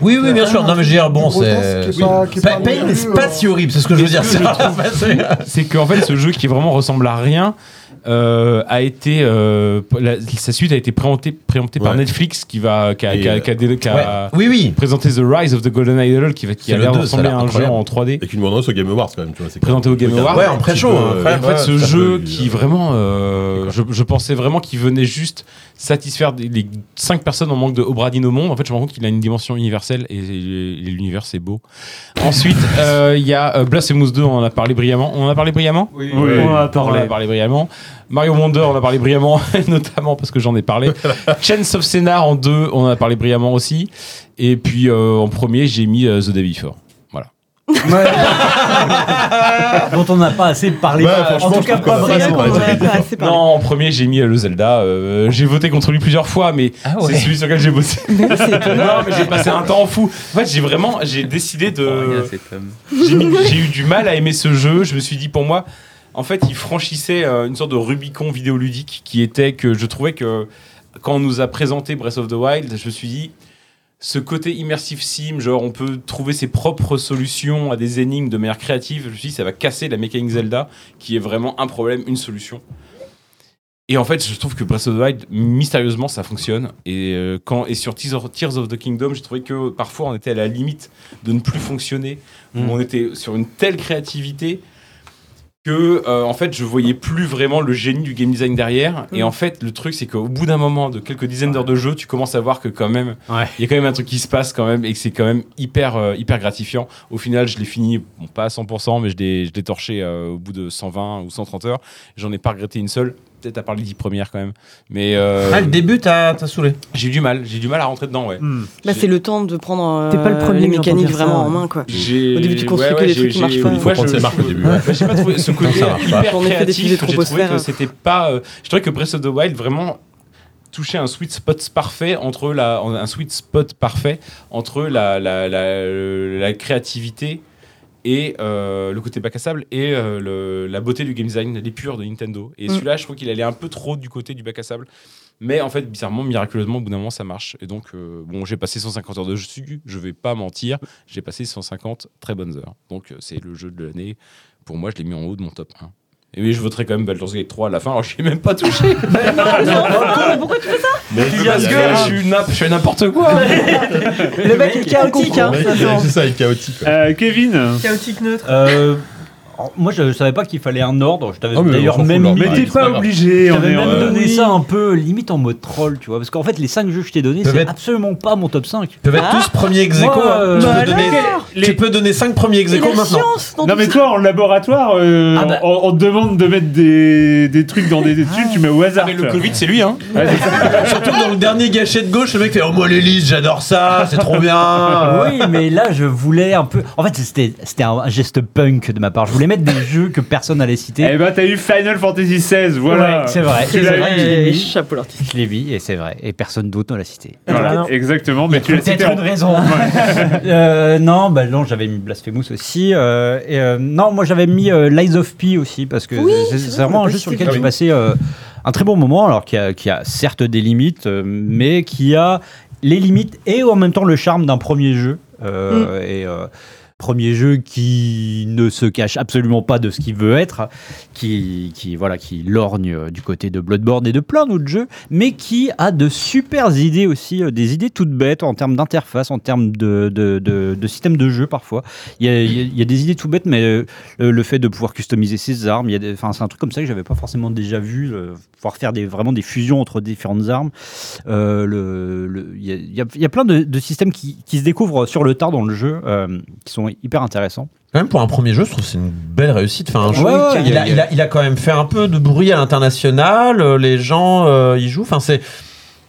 Oui, oui, bien sûr. Non, mais je veux dire, bon, c'est.
qui est pas- qui est
Pa-
pas
Paye
non
mais c'est pas si horrible, c'est ce que je veux dire. [LAUGHS]
ce que je trouve fou, c'est qu'en fait, ce jeu qui vraiment ressemble à rien euh, a été. euh, la- sa suite a été préemptée, préemptée par
Ouais.
Netflix qui va. Qui a,
Et,
qui a-
euh,
qui a dé- qui a
ouais. Oui, oui.
présenté The Rise of the Golden Idol qui, va- qui
C'est
a
le
l'air de
deux, ça a
ressembler
l'air
à un jeu
incroyable.
en 3D.
Et qui nous annonce au Game Awards quand même, tu vois. c'est
présenté au
quand même
Game
un
Awards.
truc un petit peu, euh,
Et en hein. fait, ce
ça
jeu
peut-
qui vraiment, euh, je, je pensais vraiment qu'il venait juste satisfaire des- les 5 personnes en manque de Obradin au monde. En fait, je me rends compte qu'il a une dimension universelle et, et l'univers c'est beau. Ensuite, euh, il y a euh, Blasphemous 2, on en a parlé brillamment. On en a parlé brillamment
Oui. Oui. On en a parlé.
On en a parlé brillamment. Mario Wonder, on en a parlé brillamment, [LAUGHS] notamment parce que j'en ai parlé. Chains of Scénar en 2, on en a parlé brillamment aussi. Et puis euh, en premier, j'ai mis euh, The Day Before. Voilà.
dont on n'a pas assez parlé.
Bah,
Bah, en tout cas, pas vraiment.
Non, en premier, j'ai mis euh, le Zelda. euh, j'ai voté contre lui plusieurs fois, mais
ouais.
c'est celui sur lequel j'ai bossé. non,
étonnant.
mais j'ai passé un temps fou. En fait, j'ai vraiment, j'ai décidé de. J'ai mis- j'ai eu du mal à aimer ce jeu. Je me suis dit, pour moi, en fait, il franchissait euh, une sorte de Rubicon vidéoludique qui était que je trouvais que quand on nous a présenté Breath of the Wild, je me suis dit, ce côté immersif sim, genre on peut trouver ses propres solutions à des énigmes de manière créative, je me suis dit, ça va casser la mécanique Zelda qui est vraiment un problème, une solution. Et en fait, je trouve que Breath of the Wild, mystérieusement, ça fonctionne. Et, euh, quand, et sur Tears of, Tears of the Kingdom, j'ai trouvé que parfois on était à la limite de ne plus fonctionner. où
Mm.
On était sur une telle créativité que, euh, en fait, je voyais plus vraiment le génie du game design derrière. Et
Mm.
en fait, le truc, c'est qu'au bout d'un moment, de quelques dizaines d'heures de jeu, tu commences à voir que quand même, il y a quand même un truc qui se passe quand même et que c'est quand même hyper, euh, hyper gratifiant. Au final, je l'ai fini, bon, pas à 100%, mais je l'ai, je l'ai torché euh, au bout de 120 ou 130 heures. J'en ai pas regretté une seule. Peut-être à part les 10 premières quand même. Mais euh,
Ah, le début, t'as t'as saoulé. Mm.
j'ai eu du mal, j'ai eu du mal à rentrer dedans, ouais.
Bah, c'est le temps de prendre euh,
T'es pas le premier
les
à entendre
mécaniques
dire ça,
vraiment en
ouais.
main. Quoi.
J'ai-
Au début, tu construis
ouais,
que
ouais,
les
j'ai-
trucs qui
j'ai-
marchent pas.
ouais,
Faut prendre
je-
ses
je-
marques au début,
ouais.
ouais.
Bah, J'ai pas trouvé ce côté
ça marche
hyper
pas.
J'en ai fait des
créatif.
filets
J'ai
de
trouvé que
troposphère.
c'était pas. euh, je trouvais que Breath of the Wild vraiment touchait un sweet spot parfait entre la un sweet spot parfait entre la la, la, euh, la créativité et euh, le côté bac à sable et euh, le- la beauté du game design, l'épure de Nintendo. Et
Mm.
celui-là, je trouve qu'il allait un peu trop du côté du bac à sable. Mais en fait, bizarrement, miraculeusement, au bout d'un moment, ça marche. Et donc, euh, bon, j'ai passé 150 heures dessus, je vais pas mentir, j'ai passé 150 très bonnes heures. Donc, euh, c'est le jeu de l'année. Pour moi, je l'ai mis en haut de mon top 1. Et oui, je voterai quand même Baldur's Gate 3 à la fin, alors je l'ai même pas
[LAUGHS]
touché.
pourquoi tu fais ça
Mais parce que je suis n'imp- je fais n'importe quoi.
[LAUGHS] Le mec est chaotique, hein.
Ouais,
ça
C'est ça, il est chaotique. ouais.
Kevin
Chaotique neutre.
Euh, moi, je savais pas qu'il fallait un ordre. Je t'avais
Oh, mais
d'ailleurs
on s'en fout de
même.
l'ordre, Mais pareil, t'es c'est pas pas grave. obligé,
Je
on
t'avais
est-
même
euh,
donné
oui.
ça un peu limite en mode troll, tu vois. Parce qu'en fait, les 5 jeux que je t'ai donné,
Peuvent
c'est
être-
absolument pas mon top 5.
Peuvent être tous premiers ex aequo,
Moi,
hein.
euh,
tu,
bah
peux donner,
alors
tu peux donner 5 premiers ex aequo maintenant.
Non mais toi en laboratoire, euh,
Ah bah.
on, on te demande de mettre des, des trucs dans des études, tu mets au hasard.
Ah, le
toi.
Covid, c'est lui, hein.
Ouais, c'est
[LAUGHS]
ça.
Surtout que dans le dernier gâchette gauche, le mec fait Oh, moi, l'hélice, j'adore
Ah,
ça, c'est trop bien.
[LAUGHS] Oui, mais là, je voulais un peu. En fait, c'était c'était un geste punk de ma part. Je voulais mettre
[LAUGHS]
des jeux que personne n'allait
[LAUGHS]
citer.
Eh ben t'as eu Final Fantasy XVI, voilà.
Ouais, c'est vrai.
Tu
C'est
l'as
vrai,
eu.
je l'ai mis.
Chapeau l'artiste.
Je l'ai mis et c'est vrai. Et personne d'autre ne l'a cité.
Voilà, exactement, mais tu l'as cité.
Peut-être
en-
une raison. [LAUGHS] Euh, non, bah non, j'avais mis Blasphemous aussi. euh, et, euh, non, moi j'avais mis euh, Lies of P aussi parce que
Oui,
c'est
c'est
c'est
vrai, on
vraiment
a
un
pas
jeu sur
cité.
lequel
Ah
j'ai
oui.
passé euh, un très bon moment, alors qui a, qui a certes des limites, euh, mais qui a les limites et en même temps le charme d'un premier jeu. Euh, Et euh, premier jeu qui ne se cache absolument pas de ce qu'il veut être, qui, qui, voilà, qui lorgne euh, du côté de Bloodborne et de plein d'autres jeux, mais qui a de super idées aussi, euh, des idées toutes bêtes en termes d'interface, en termes de, de, de- de système de jeu parfois. Il y a, il y a- il y a des idées tout bêtes, mais euh, le, le fait de pouvoir customiser ses armes, il y a des- enfin, c'est un truc comme ça que j'avais pas forcément déjà vu, euh, pouvoir faire des, vraiment des fusions entre différentes armes. Euh, le- le- Il y, a- il y a- il y a plein de, de systèmes qui, qui se découvrent sur le tard dans le jeu, euh, qui sont hyper intéressants.
Quand même, pour un premier jeu, je trouve que c'est une belle réussite. Enfin, un jeu,
Ouais, ouais,
il, a,
ouais.
il a- il a quand même fait un peu de bruit à l'international. euh, Les gens euh, y jouent. Enfin, c'est.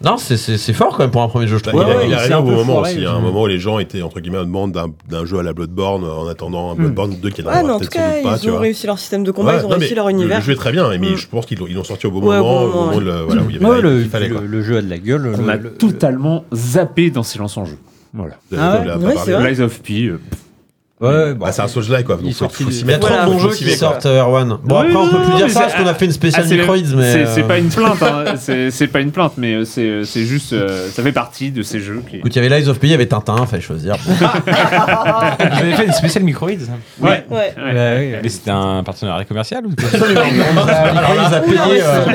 Non, c'est- c'est c'est fort quand même pour un premier jeu, je
Bah,
trouve.
il, a- il arrive
un
au
peu
moment
foiré,
aussi, il y a
je-
un moment où les gens étaient entre guillemets en demande d'un- d'un jeu à la Bloodborne euh, en attendant un Bloodborne 2 qui
Ouais, mais
n'arrivera
en tout
peut-être sans
cas,
doute pas, tu
ils ont
vois.
réussi leur système de combat,
Ouais,
ils ont
non,
réussi
mais
leur
le-
univers.
Le jeu est très bien, mais je pense qu'ils l'ont- ils l'ont sorti au bon
Ouais, au bon
moment, au
moment,
moment
ouais.
de le- voilà, où il y
Ouais,
avait la hype
le-
qu'il fallait.
Le,
quoi.
le jeu a de la gueule.
On
le-
a
le-
totalement zappé dans Silence en jeu. Voilà.
Vous avez- vous l'avez pas parlé.
Lies of P. euh,
Ouais, bah,
c'est un Souls-like, quoi. Donc, faut, faut s'y
Il y a
mettre.
30 bons
Faut
jeux
s'y
qui
mettre, quoi.
sortent, Erwan. Bon,
Oui,
après, on
non,
peut plus
non,
dire
mais
ça parce
c'est-
qu'on a fait une spéciale
ah, c'est-
Microids, mais.
C'est c'est
euh,
pas une
[LAUGHS]
plainte, hein. c'est c'est pas une plainte, mais euh, c'est euh, c'est juste. euh, ça fait partie de ces jeux qui.
Écoute, il y avait Lies of P, il y avait Tintin, fallait choisir.
Vous avez fait une spéciale Microids
Ouais.
Ah. Ouais.
Mais c'était un partenariat commercial ou
Ah,
Microids a payé. euh,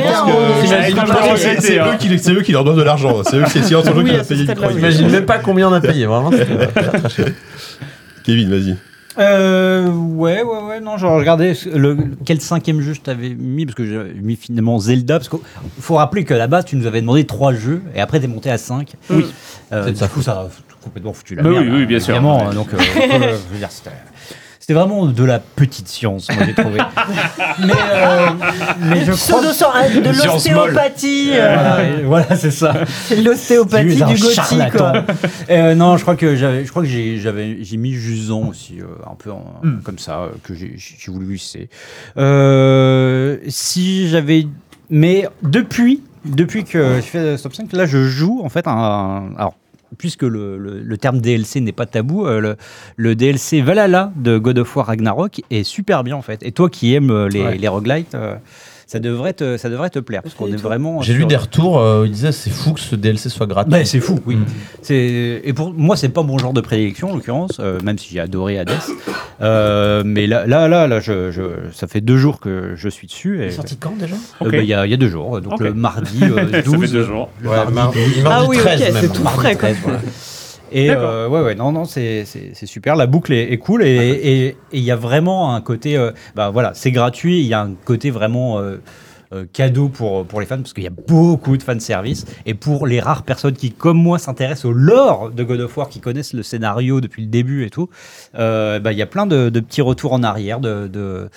C'est eux qui- c'est eux qui leur doivent de l'argent. C'est eux qui c'est Anson Jeux qui leur a payé Microïd.
J'imagine même pas combien on a payé, vraiment. c'était très, très cher.
Kevin, vas-y.
Euh, ouais, ouais, ouais, non, je regardais ce- le, quel cinquième jeu je t'avais mis, parce que j'ai mis finalement Zelda, parce qu'il faut rappeler qu'à la base, tu nous avais demandé trois jeux, et après, t'es monté à cinq.
Oui.
Euh,
C'est
du
ça.
coup, ça a complètement foutu la
Bah
merde.
oui, oui, bien sûr.
évidemment,
Ouais.
euh,
[LAUGHS]
donc, euh, euh, je veux dire, c'était... C'était vraiment de la petite science, moi j'ai
[LAUGHS]
trouvé. mais, euh, mais je crois. euh,
Pseudo-science, de l'ostéopathie, euh,
Voilà, et- voilà, c'est ça.
C'est l'ostéopathie
Tu es un
du gothique,
charlatan.
quoi.
[LAUGHS] Euh, non, je crois que j'avais, je crois que j'ai, j'avais, j'ai mis Jusan aussi, euh, un peu en-
Hmm.
comme ça, euh, que j'ai, j'ai voulu glisser. Euh, si j'avais, mais depuis, depuis que je fais Stop 5, là, je joue en fait un, alors. Puisque le, le- le terme DLC n'est pas tabou, euh, le, le DLC Valhalla de God of War Ragnarok est super bien en fait. Et toi qui aimes euh, les,
Ouais.
les roguelites, euh, ça, devrait te, ça devrait te plaire. Parce qu'on est vraiment.
J'ai lu
sur-
des retours, euh, ils disaient c'est fou que ce DLC soit gratuit.
bah, c'est fou, oui. C'est et pour moi c'est pas mon genre de prédilection en l'occurrence, euh, même si j'ai adoré Hades. Euh, mais là là là, là, je, je- ça fait deux jours que je suis dessus. Et,
Sorti quand déjà
Euh, bah, il y, a- il y a deux jours, donc
Ok.
[LAUGHS]
le mardi euh,
Ça fait
12.
deux jours.
le
Ouais,
mardi
mar-
12.
mardi Ah oui, ok, 13 c'est même. tout
Mardi
frais, quoi.
13, voilà. Et euh, ouais, ouais, non, non, c'est c'est- c'est super. La boucle est, est cool et-
Ah,
et et il y a vraiment un côté. euh, bah voilà, c'est gratuit. Il y a un côté vraiment euh, euh, cadeau pour, pour les fans parce qu'il y a beaucoup de fanservice. Et pour les rares personnes qui, comme moi, s'intéressent au lore de God of War, qui connaissent le scénario depuis le début et tout, euh, bah, il y a plein de, de petits retours en arrière, de. de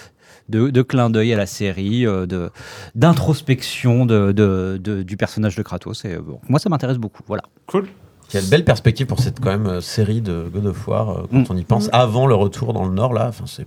de, de clins d'œil à la série, euh, de d'introspection de, de- de- du personnage de Kratos. Et, euh, bon, moi, ça m'intéresse beaucoup. Voilà.
Cool.
Quelle belle perspective pour cette quand même euh, série de God of War euh, quand
Mm.
[LAUGHS] on y pense avant le retour dans le nord là. Enfin c'est.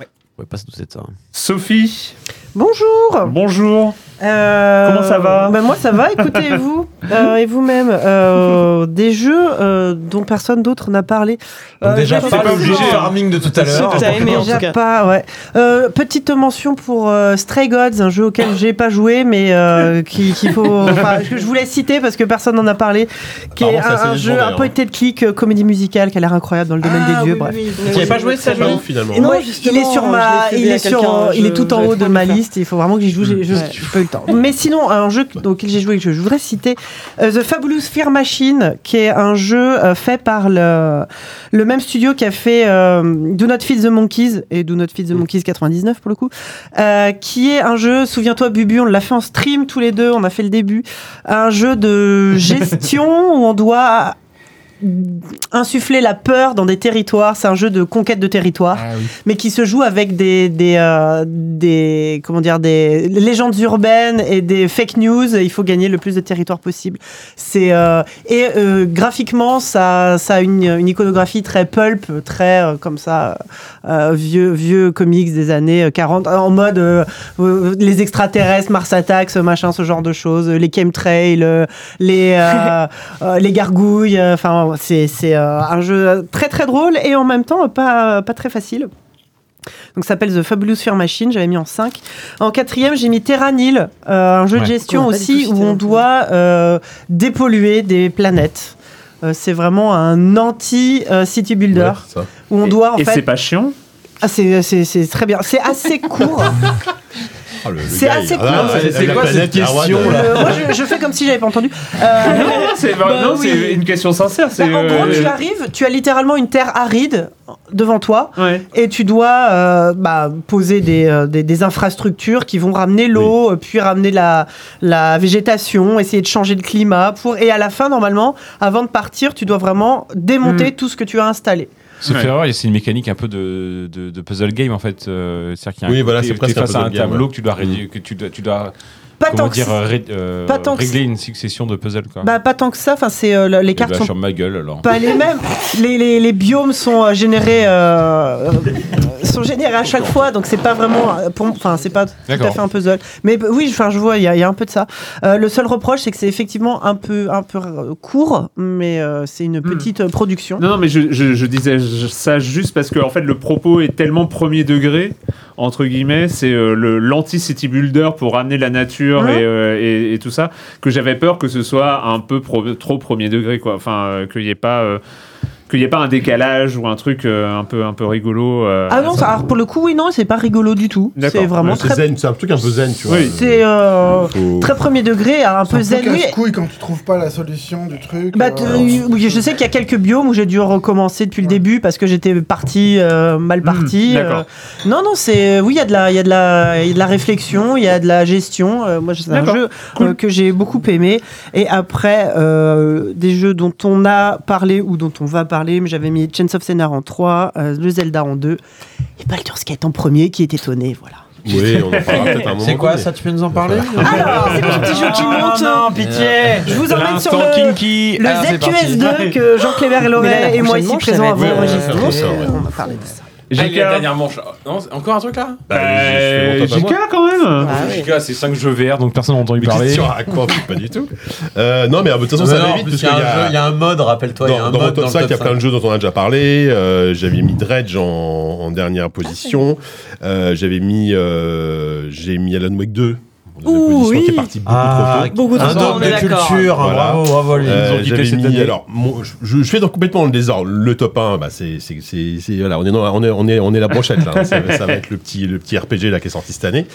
On pouvait pas se douter de ça. hein.
Sophie.
Bonjour.
Bonjour.
Comment
ça va
Euh, ben, Moi, ça va. Écoutez, et vous Euh, et vous-même euh, Des jeux euh, dont personne d'autre n'a parlé.
Donc
Euh,
déjà
j'ai
pas
fait-
obligé hein. farming de tout à l'heure.
Déjà pas, ouais. Euh, petite mention pour euh, Stray Gods, un jeu auquel j'ai pas joué, mais euh, qui,
[LAUGHS]
qu'il faut, enfin, que je voulais citer parce que personne n'en a parlé, qui est
Apparemment, c'est
un, un
assez
jeu un
légendaire, hein.
point and click euh, comédie musicale qui a l'air incroyable dans le domaine des dieux. bref.
Vous y avez pas joué ça
Pas ouf, finalement.
Non,
Ouais,
il est sur ma, il est sur, euh, il est tout en haut de ma liste. Il faut vraiment que j'y joue. J'ai j'ai- j'ai pas eu le temps. Mais sinon, un jeu auquel j'ai joué et que je voudrais citer, euh, The Fabulous Fear Machine, qui est un jeu euh, fait par le le même studio qui a fait euh, Do Not Feed the Monkeys et Do Not Feed the Monkeys 99 pour le coup, euh, qui est un jeu. Souviens-toi, Bubu, on l'a fait en stream tous les deux. On a fait le début. Un jeu de [LAUGHS] gestion où on doit insuffler la peur dans des territoires. C'est un jeu de conquête de territoire, mais qui se joue avec des des, euh, des comment dire des légendes urbaines et des fake news. Il faut gagner le plus de territoire possible. C'est euh, et euh, graphiquement ça ça a une, une iconographie très pulp, très euh, comme ça euh, vieux vieux comics des années euh, 40 euh, en mode euh, euh, les extraterrestres, Mars Attacks, machin, ce genre de choses, les chemtrails, euh, les euh, euh, les gargouilles. euh, Enfin, c'est c'est, euh, un jeu très très drôle et en même temps euh, pas pas très facile. Donc ça s'appelle The Fabulous Fear Machine, j'avais mis en 5. En quatrième, j'ai mis Terra Nil, euh, un jeu
Ouais.
de gestion
Qu'on a Oh, pas du
aussi
tout
où
cité
on
non
doit euh, dépolluer des planètes. Euh, c'est vraiment un anti-city builder
ça.
où on doit en
Et c'est
fait...
pas chiant.
Ah, c'est- c'est c'est très bien, c'est
[LAUGHS]
assez court.
Ah, le- le
C'est
gars,
assez
il- ah,
cool.
la-
C'est
la
quoi cette
planète Erwan,
question,
euh,
Euh, moi [LAUGHS] je, je fais comme si j'avais pas entendu. Euh,
non, non, c'est bah,
bah
non,
oui.
c'est une question sincère. c'est,
Bah, en gros,
euh,
tu arrives, tu as littéralement une terre aride devant toi et tu dois euh, bah, poser des, euh, des- des infrastructures qui vont ramener l'eau, euh, puis ramener la, la végétation, essayer de changer le climat. Pour... Et à la fin, normalement, avant de partir, tu dois vraiment démonter tout ce que tu as installé.
Sauf erreur, c'est une mécanique un peu de, de- de puzzle game en fait. euh, C'est-à-dire qu'il y a un
Oui, voilà,
côté-
c'est
t'es
presque un
face à un
puzzle game,
tableau
ouais.
que tu dois, ré- que tu dois, tu dois
Pas tant
comment
que
dire,
ça.
ré- euh,
Pas tant que
régler une succession de puzzles quoi.
Bah pas tant que ça, enfin c'est euh, le- les
Eh
cartes
bah,
sont
sur ma gueule alors.
pas les mêmes. Les, les, les biomes sont euh, générés euh, euh, sont générés à chaque fois, donc c'est pas vraiment euh, pour- enfin c'est pas tout à
D'accord.
fait un puzzle. Mais bah, oui, enfin je vois, il y, a- il y a un peu de ça. Euh, le seul reproche, c'est que c'est effectivement un peu un peu euh, court, mais euh, c'est une
Hmm.
petite euh, production.
Non, non, mais je, je- je disais je- ça juste parce que en fait le propos est tellement premier degré entre guillemets, c'est euh, le l'anti city builder pour ramener la nature
Mhm.
et, euh, et- et tout ça que j'avais peur que ce soit un peu pro- trop premier degré quoi. Enfin euh, qu'il n'y ait pas euh, qu'il n'y ait pas un décalage ou un truc euh, un peu un peu rigolo. euh,
ah non, ça- alors pour le coup, oui non, c'est pas rigolo du tout.
D'accord.
C'est vraiment
Ouais, c'est
très
zen,
C'est un truc un peu zen, tu vois.
Oui.
c'est euh,
Faut-
très premier degré, un peu
C'est un
zen.
peu
oui.
casse-couille quand tu trouves pas la solution du truc.
Bah,
euh,
t- euh, oui, je sais qu'il y a quelques biomes où j'ai dû recommencer depuis le début parce que j'étais parti euh, mal parti.
Hmm, d'accord.
euh, non, non, c'est oui, il y a de la, il y a de la, il y a de la réflexion, il y a de la gestion. euh, moi, c'est un
D'accord,
jeu euh, que j'ai beaucoup aimé. Et après, euh, des jeux dont on a parlé ou dont on va parler, mais j'avais mis Chains of Senar en 3, euh, le Zelda en 2 et Baldur's Gate en premier, qui est étonné, voilà.
Oui, on en parlera peut-être à un moment.
C'est quoi
donné.
ça Tu peux nous en parler
Alors, Ah c'est le petit jeu qui monte.
non, pitié.
Je vous emmène sur
L'instant
le,
kinky.
le
Alors, c'est parti.
ZQS2 que Jean Clébert et
Mais là,
Loret
la
et moi
prochaine
ici
manche, ça
présents
va être,
avons
euh,
enregistré.
faire ça, ouais.
On va parler de ça.
J'ai
Ah, il y a la dernière manche. Non, c'est encore un truc là
Bah,
Euh,
je suis longtemps
JK
pas
quand même.
Ah oui.
Giga, Bah, c'est 5 jeux VR donc personne n'a entendu
moi. Mais
parler.
question à
[LAUGHS]
quoi Pas du tout. Euh, Non, mais de toute façon, ça va
en
vite.
plus,
parce
il y a
qu'il
un jeu, il y a un mode, rappelle-toi. il y a
Dans,
un
dans mon
mode
top
le
5, il y a
top
plein de jeux dont on a déjà parlé. Euh, j'avais mis Dredge en, en dernière position. Euh, j'avais mis, euh, j'ai mis Alan Wake 2 en deuxième
Ouh,
position, qui
oui.
est parti beaucoup
Ah,
trop tôt.
Beaucoup
Un
trop tard,
dôme
on
de
est d'accord.
culture.
hein,
Voilà.
Bravo, bravo. les-
Euh,
ont quitté
j'avais
cette
mis-
année.
alors, moi, je, je- je fais dans complètement le désordre. Le top 1, bah, c'est, c'est, c'est- c'est- voilà, on est, dans- on est, on est, on est la brochette là. ça, va- ça va être le petit, le petit RPG là qui est sorti cette année.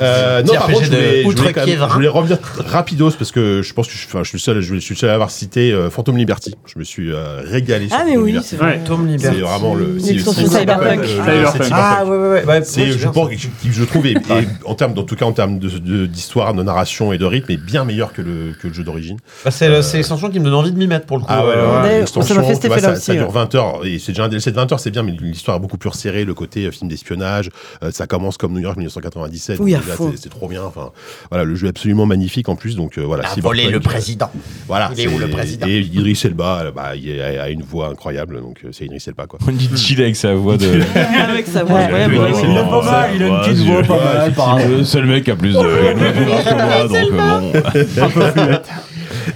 Euh, non,
Petit
par
RPG
contre, je
de
voulais, je
Outre
voulais quand même-
Kievra.
je voulais revenir t- rapidos parce que je pense que je, enfin, je suis le seul, je, je suis le seul à avoir cité euh, Phantom Liberty. Je me suis euh, régalé. sur
Ah, mais
Phantom
oui,
Liberty.
c'est vrai.
Tom
C'est
Liberty.
vraiment le. c'est-
L'extension
c'est- c'est-
Cyberpunk.
euh,
Cyberpunk.
c'est
Ah, ouais, ouais, ouais. ouais.
c'est,
ouais,
je
bien.
pense, qui je trouve, est- est, en termes, en tout cas en termes de, de- d'histoire, de narration et de rythme, est bien meilleur que le, que le jeu d'origine.
Bah, C'est le- c'est l'extension qui me donne envie de m'y mettre pour le coup.
Ah ouais,
Euh,
ouais,
Mais
ouais,
ça m'a fait cet
tu vois,
effet-là
Bah, ça, ça
aussi, hein.
dure
ouais.
20 heures et c'est déjà un DLC de 20 heures, c'est bien, mais l'histoire est beaucoup plus resserrée. Le côté euh, film d'espionnage, euh, ça commence comme New York 1997.
Oui,
donc
à
déjà,
fond.
c'est, c'est trop bien. Enfin, voilà, le jeu est absolument magnifique en plus. Donc euh, voilà.
À
Cyberpunk,
voler
euh,
le président.
Voilà.
Il est où,
c'est-
le président
Et Idris Elba, euh, bah, il a, a une voix incroyable, donc euh, c'est Idris Elba quoi.
[LAUGHS] On dit chill avec sa [LAUGHS] voix de.
[LAUGHS] Avec sa voix incroyable.
Ouais,
c'est
il est
bon,
pas
ça,
mal, il a une
ouais,
petite
je-
voix pas
ouais,
mal,
c'est-
par-
c'est le seul mec qui
[LAUGHS]
a plus de que moi, donc euh, bon.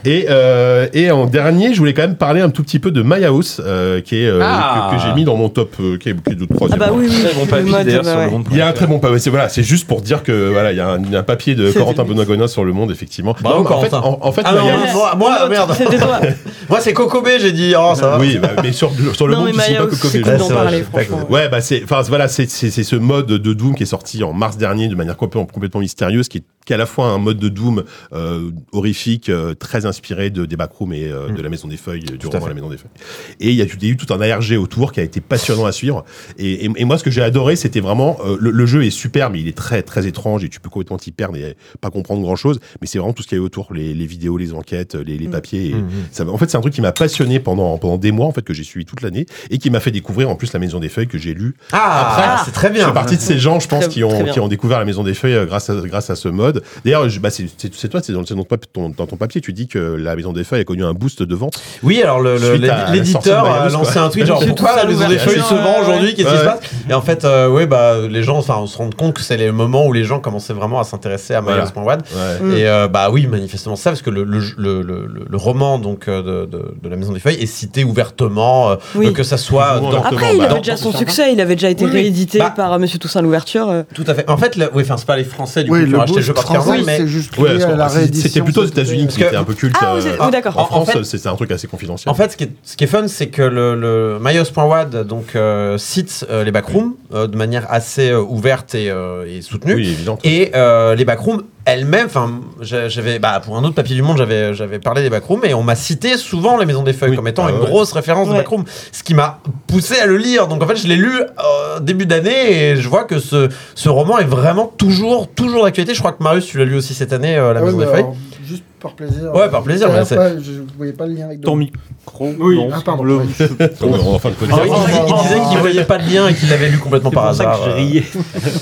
Et, euh, et en dernier, je voulais quand même parler un tout petit peu de My House, euh, qui est, euh,
Ah.
que, que j'ai mis dans mon top, euh, qui est, qui est de
Ah
troisième.
bah oui, oui.
Très bon
le
papier
mode,
d'ailleurs
bah
sur le
ouais.
monde.
Il y a un très bon papier. C'est voilà, c'est juste pour dire que voilà, il y a un, un papier de
C'est
Corentin
vrai.
Benoît Gonin sur le Monde, effectivement.
Bravo,
Non, mais en fait,
Corentin.
en, en fait,
Ah
il y
non,
a-
moi, moi, merde.
C'était toi.
Moi, c'est Kokobé, j'ai dit. Oh, ça va.
oui, bah, mais sur, sur le
Non, mais
monde, je sais
Maya
pas
aussi,
que
c'est
Ouais,
cool d'en
c'est vrai,
parler,
je suis d'accord.
franchement.
Ouais, bah c'est, enfin voilà, c'est c'est- c'est ce mode de Doom qui est sorti en mars dernier de manière complètement, complètement mystérieuse, qui est qui est à la fois un mode de Doom euh, horrifique, euh, très inspiré de, des backrooms et euh, de
Mm.
la Maison des Feuilles, euh, du roman La Maison des Feuilles. Et il y a, eu- il y a eu tout un ARG autour qui a été passionnant à suivre. Et, et- et moi, ce que j'ai adoré, c'était vraiment euh, le, le jeu est super, mais il est très très étrange et tu peux complètement t'y perdre et pas comprendre grand chose. Mais c'est vraiment tout ce qu'il y a eu autour, les, les vidéos, les enquêtes, les,
Mm.
les papiers.
Mmh,
Et ça, m'a- en fait, c'est un truc qui m'a passionné pendant pendant des mois en fait que j'ai suivi toute l'année et qui m'a fait découvrir en plus La Maison des Feuilles que j'ai lu
[LAUGHS] Ah, c'est très
je
bien.
fais partie de ces gens, je pense,
Très-
qui
très
ont,
bien.
qui ont découvert la Maison des Feuilles euh, grâce à, grâce à ce mode. D'ailleurs, je- bah, c'est c'est- c'est toi, c'est dans, c'est dans ton, pap- ton- dans ton papier, tu dis que la Maison des Feuilles a connu un boost de vente.
Oui, alors le- le-
Suite à la
l'éditeur
sortie de
a
Marius,
lancé
quoi.
un tweet genre
Chez
pourquoi la maison des
l'ouverture,
feuilles se vend
ouais.
aujourd'hui, qu'est-ce qui
Ouais.
se passe Et en fait, euh, ouais, bah les gens, enfin, on se rend compte que c'est les moments où les gens commençaient vraiment à s'intéresser à
Voilà.
Myhouse.one.
Mm.
Ouais.
Et euh, bah oui, manifestement ça, parce que le, le, le, le- le- le roman donc euh, de, de- de la Maison des Feuilles est cité ouvertement, euh,
Oui.
euh, que ça soit
Toujours
dans,
ouvertement. bah,
dans-
Après, il
dans-
avait déjà son succès, il avait déjà été
Oui, oui.
réédité
Bah.
par euh, Monsieur Toussaint l'ouverture. euh.
Tout à fait. En fait, là, oui, enfin, c'est pas les Français du
Oui,
coup qui
le
ont acheté le jeu
boost
particulièrement,
français,
mais
c'est juste
Ouais,
lié
parce
à
qu'en-
la réédition.
c'était plutôt aux
c'était-
États-Unis parce
que-
qui était un peu culte.
Ah, aux-
euh,
oui, d'accord.
En
En- en
France,
fait-
c'était un truc assez confidentiel.
En fait, ce qui est, ce qui est fun, c'est que le, le myos.wad donc euh, cite euh, les backrooms euh, de manière assez euh, ouverte et, euh, et soutenue.
oui, évident.
Et euh, les backrooms elles-mêmes, enfin, j'a- j'avais, bah, pour un autre papier du monde, j'avais, j'avais parlé des backrooms et on m'a cité souvent les Maisons des Feuilles
Oui.
comme étant
Ah
une
ouais.
grosse référence de
Ouais.
backrooms, ce qui m'a poussé à le lire. Donc en fait, je l'ai lu euh, début d'année et je vois que ce, ce roman est vraiment toujours, toujours d'actualité. Je crois que Marius, tu l'as lu aussi cette année, euh, La
Ah ouais,
Maison des
mais
Feuilles.
alors, Juste par plaisir.
Ouais, par plaisir,
Tout à
mais
l'heure,
c'est-
pas- je ne voyais pas le lien avec
Ton
Doom.
micro.
Oui,
non,
ah, pardon.
le-
oui.
Ouais, on va faire le podcast.
Il disait- Ah, il disait qu'il voyait pas de lien et qu'il l'avait lu complètement par
C'est pour
hasard. euh,
ça que je riais.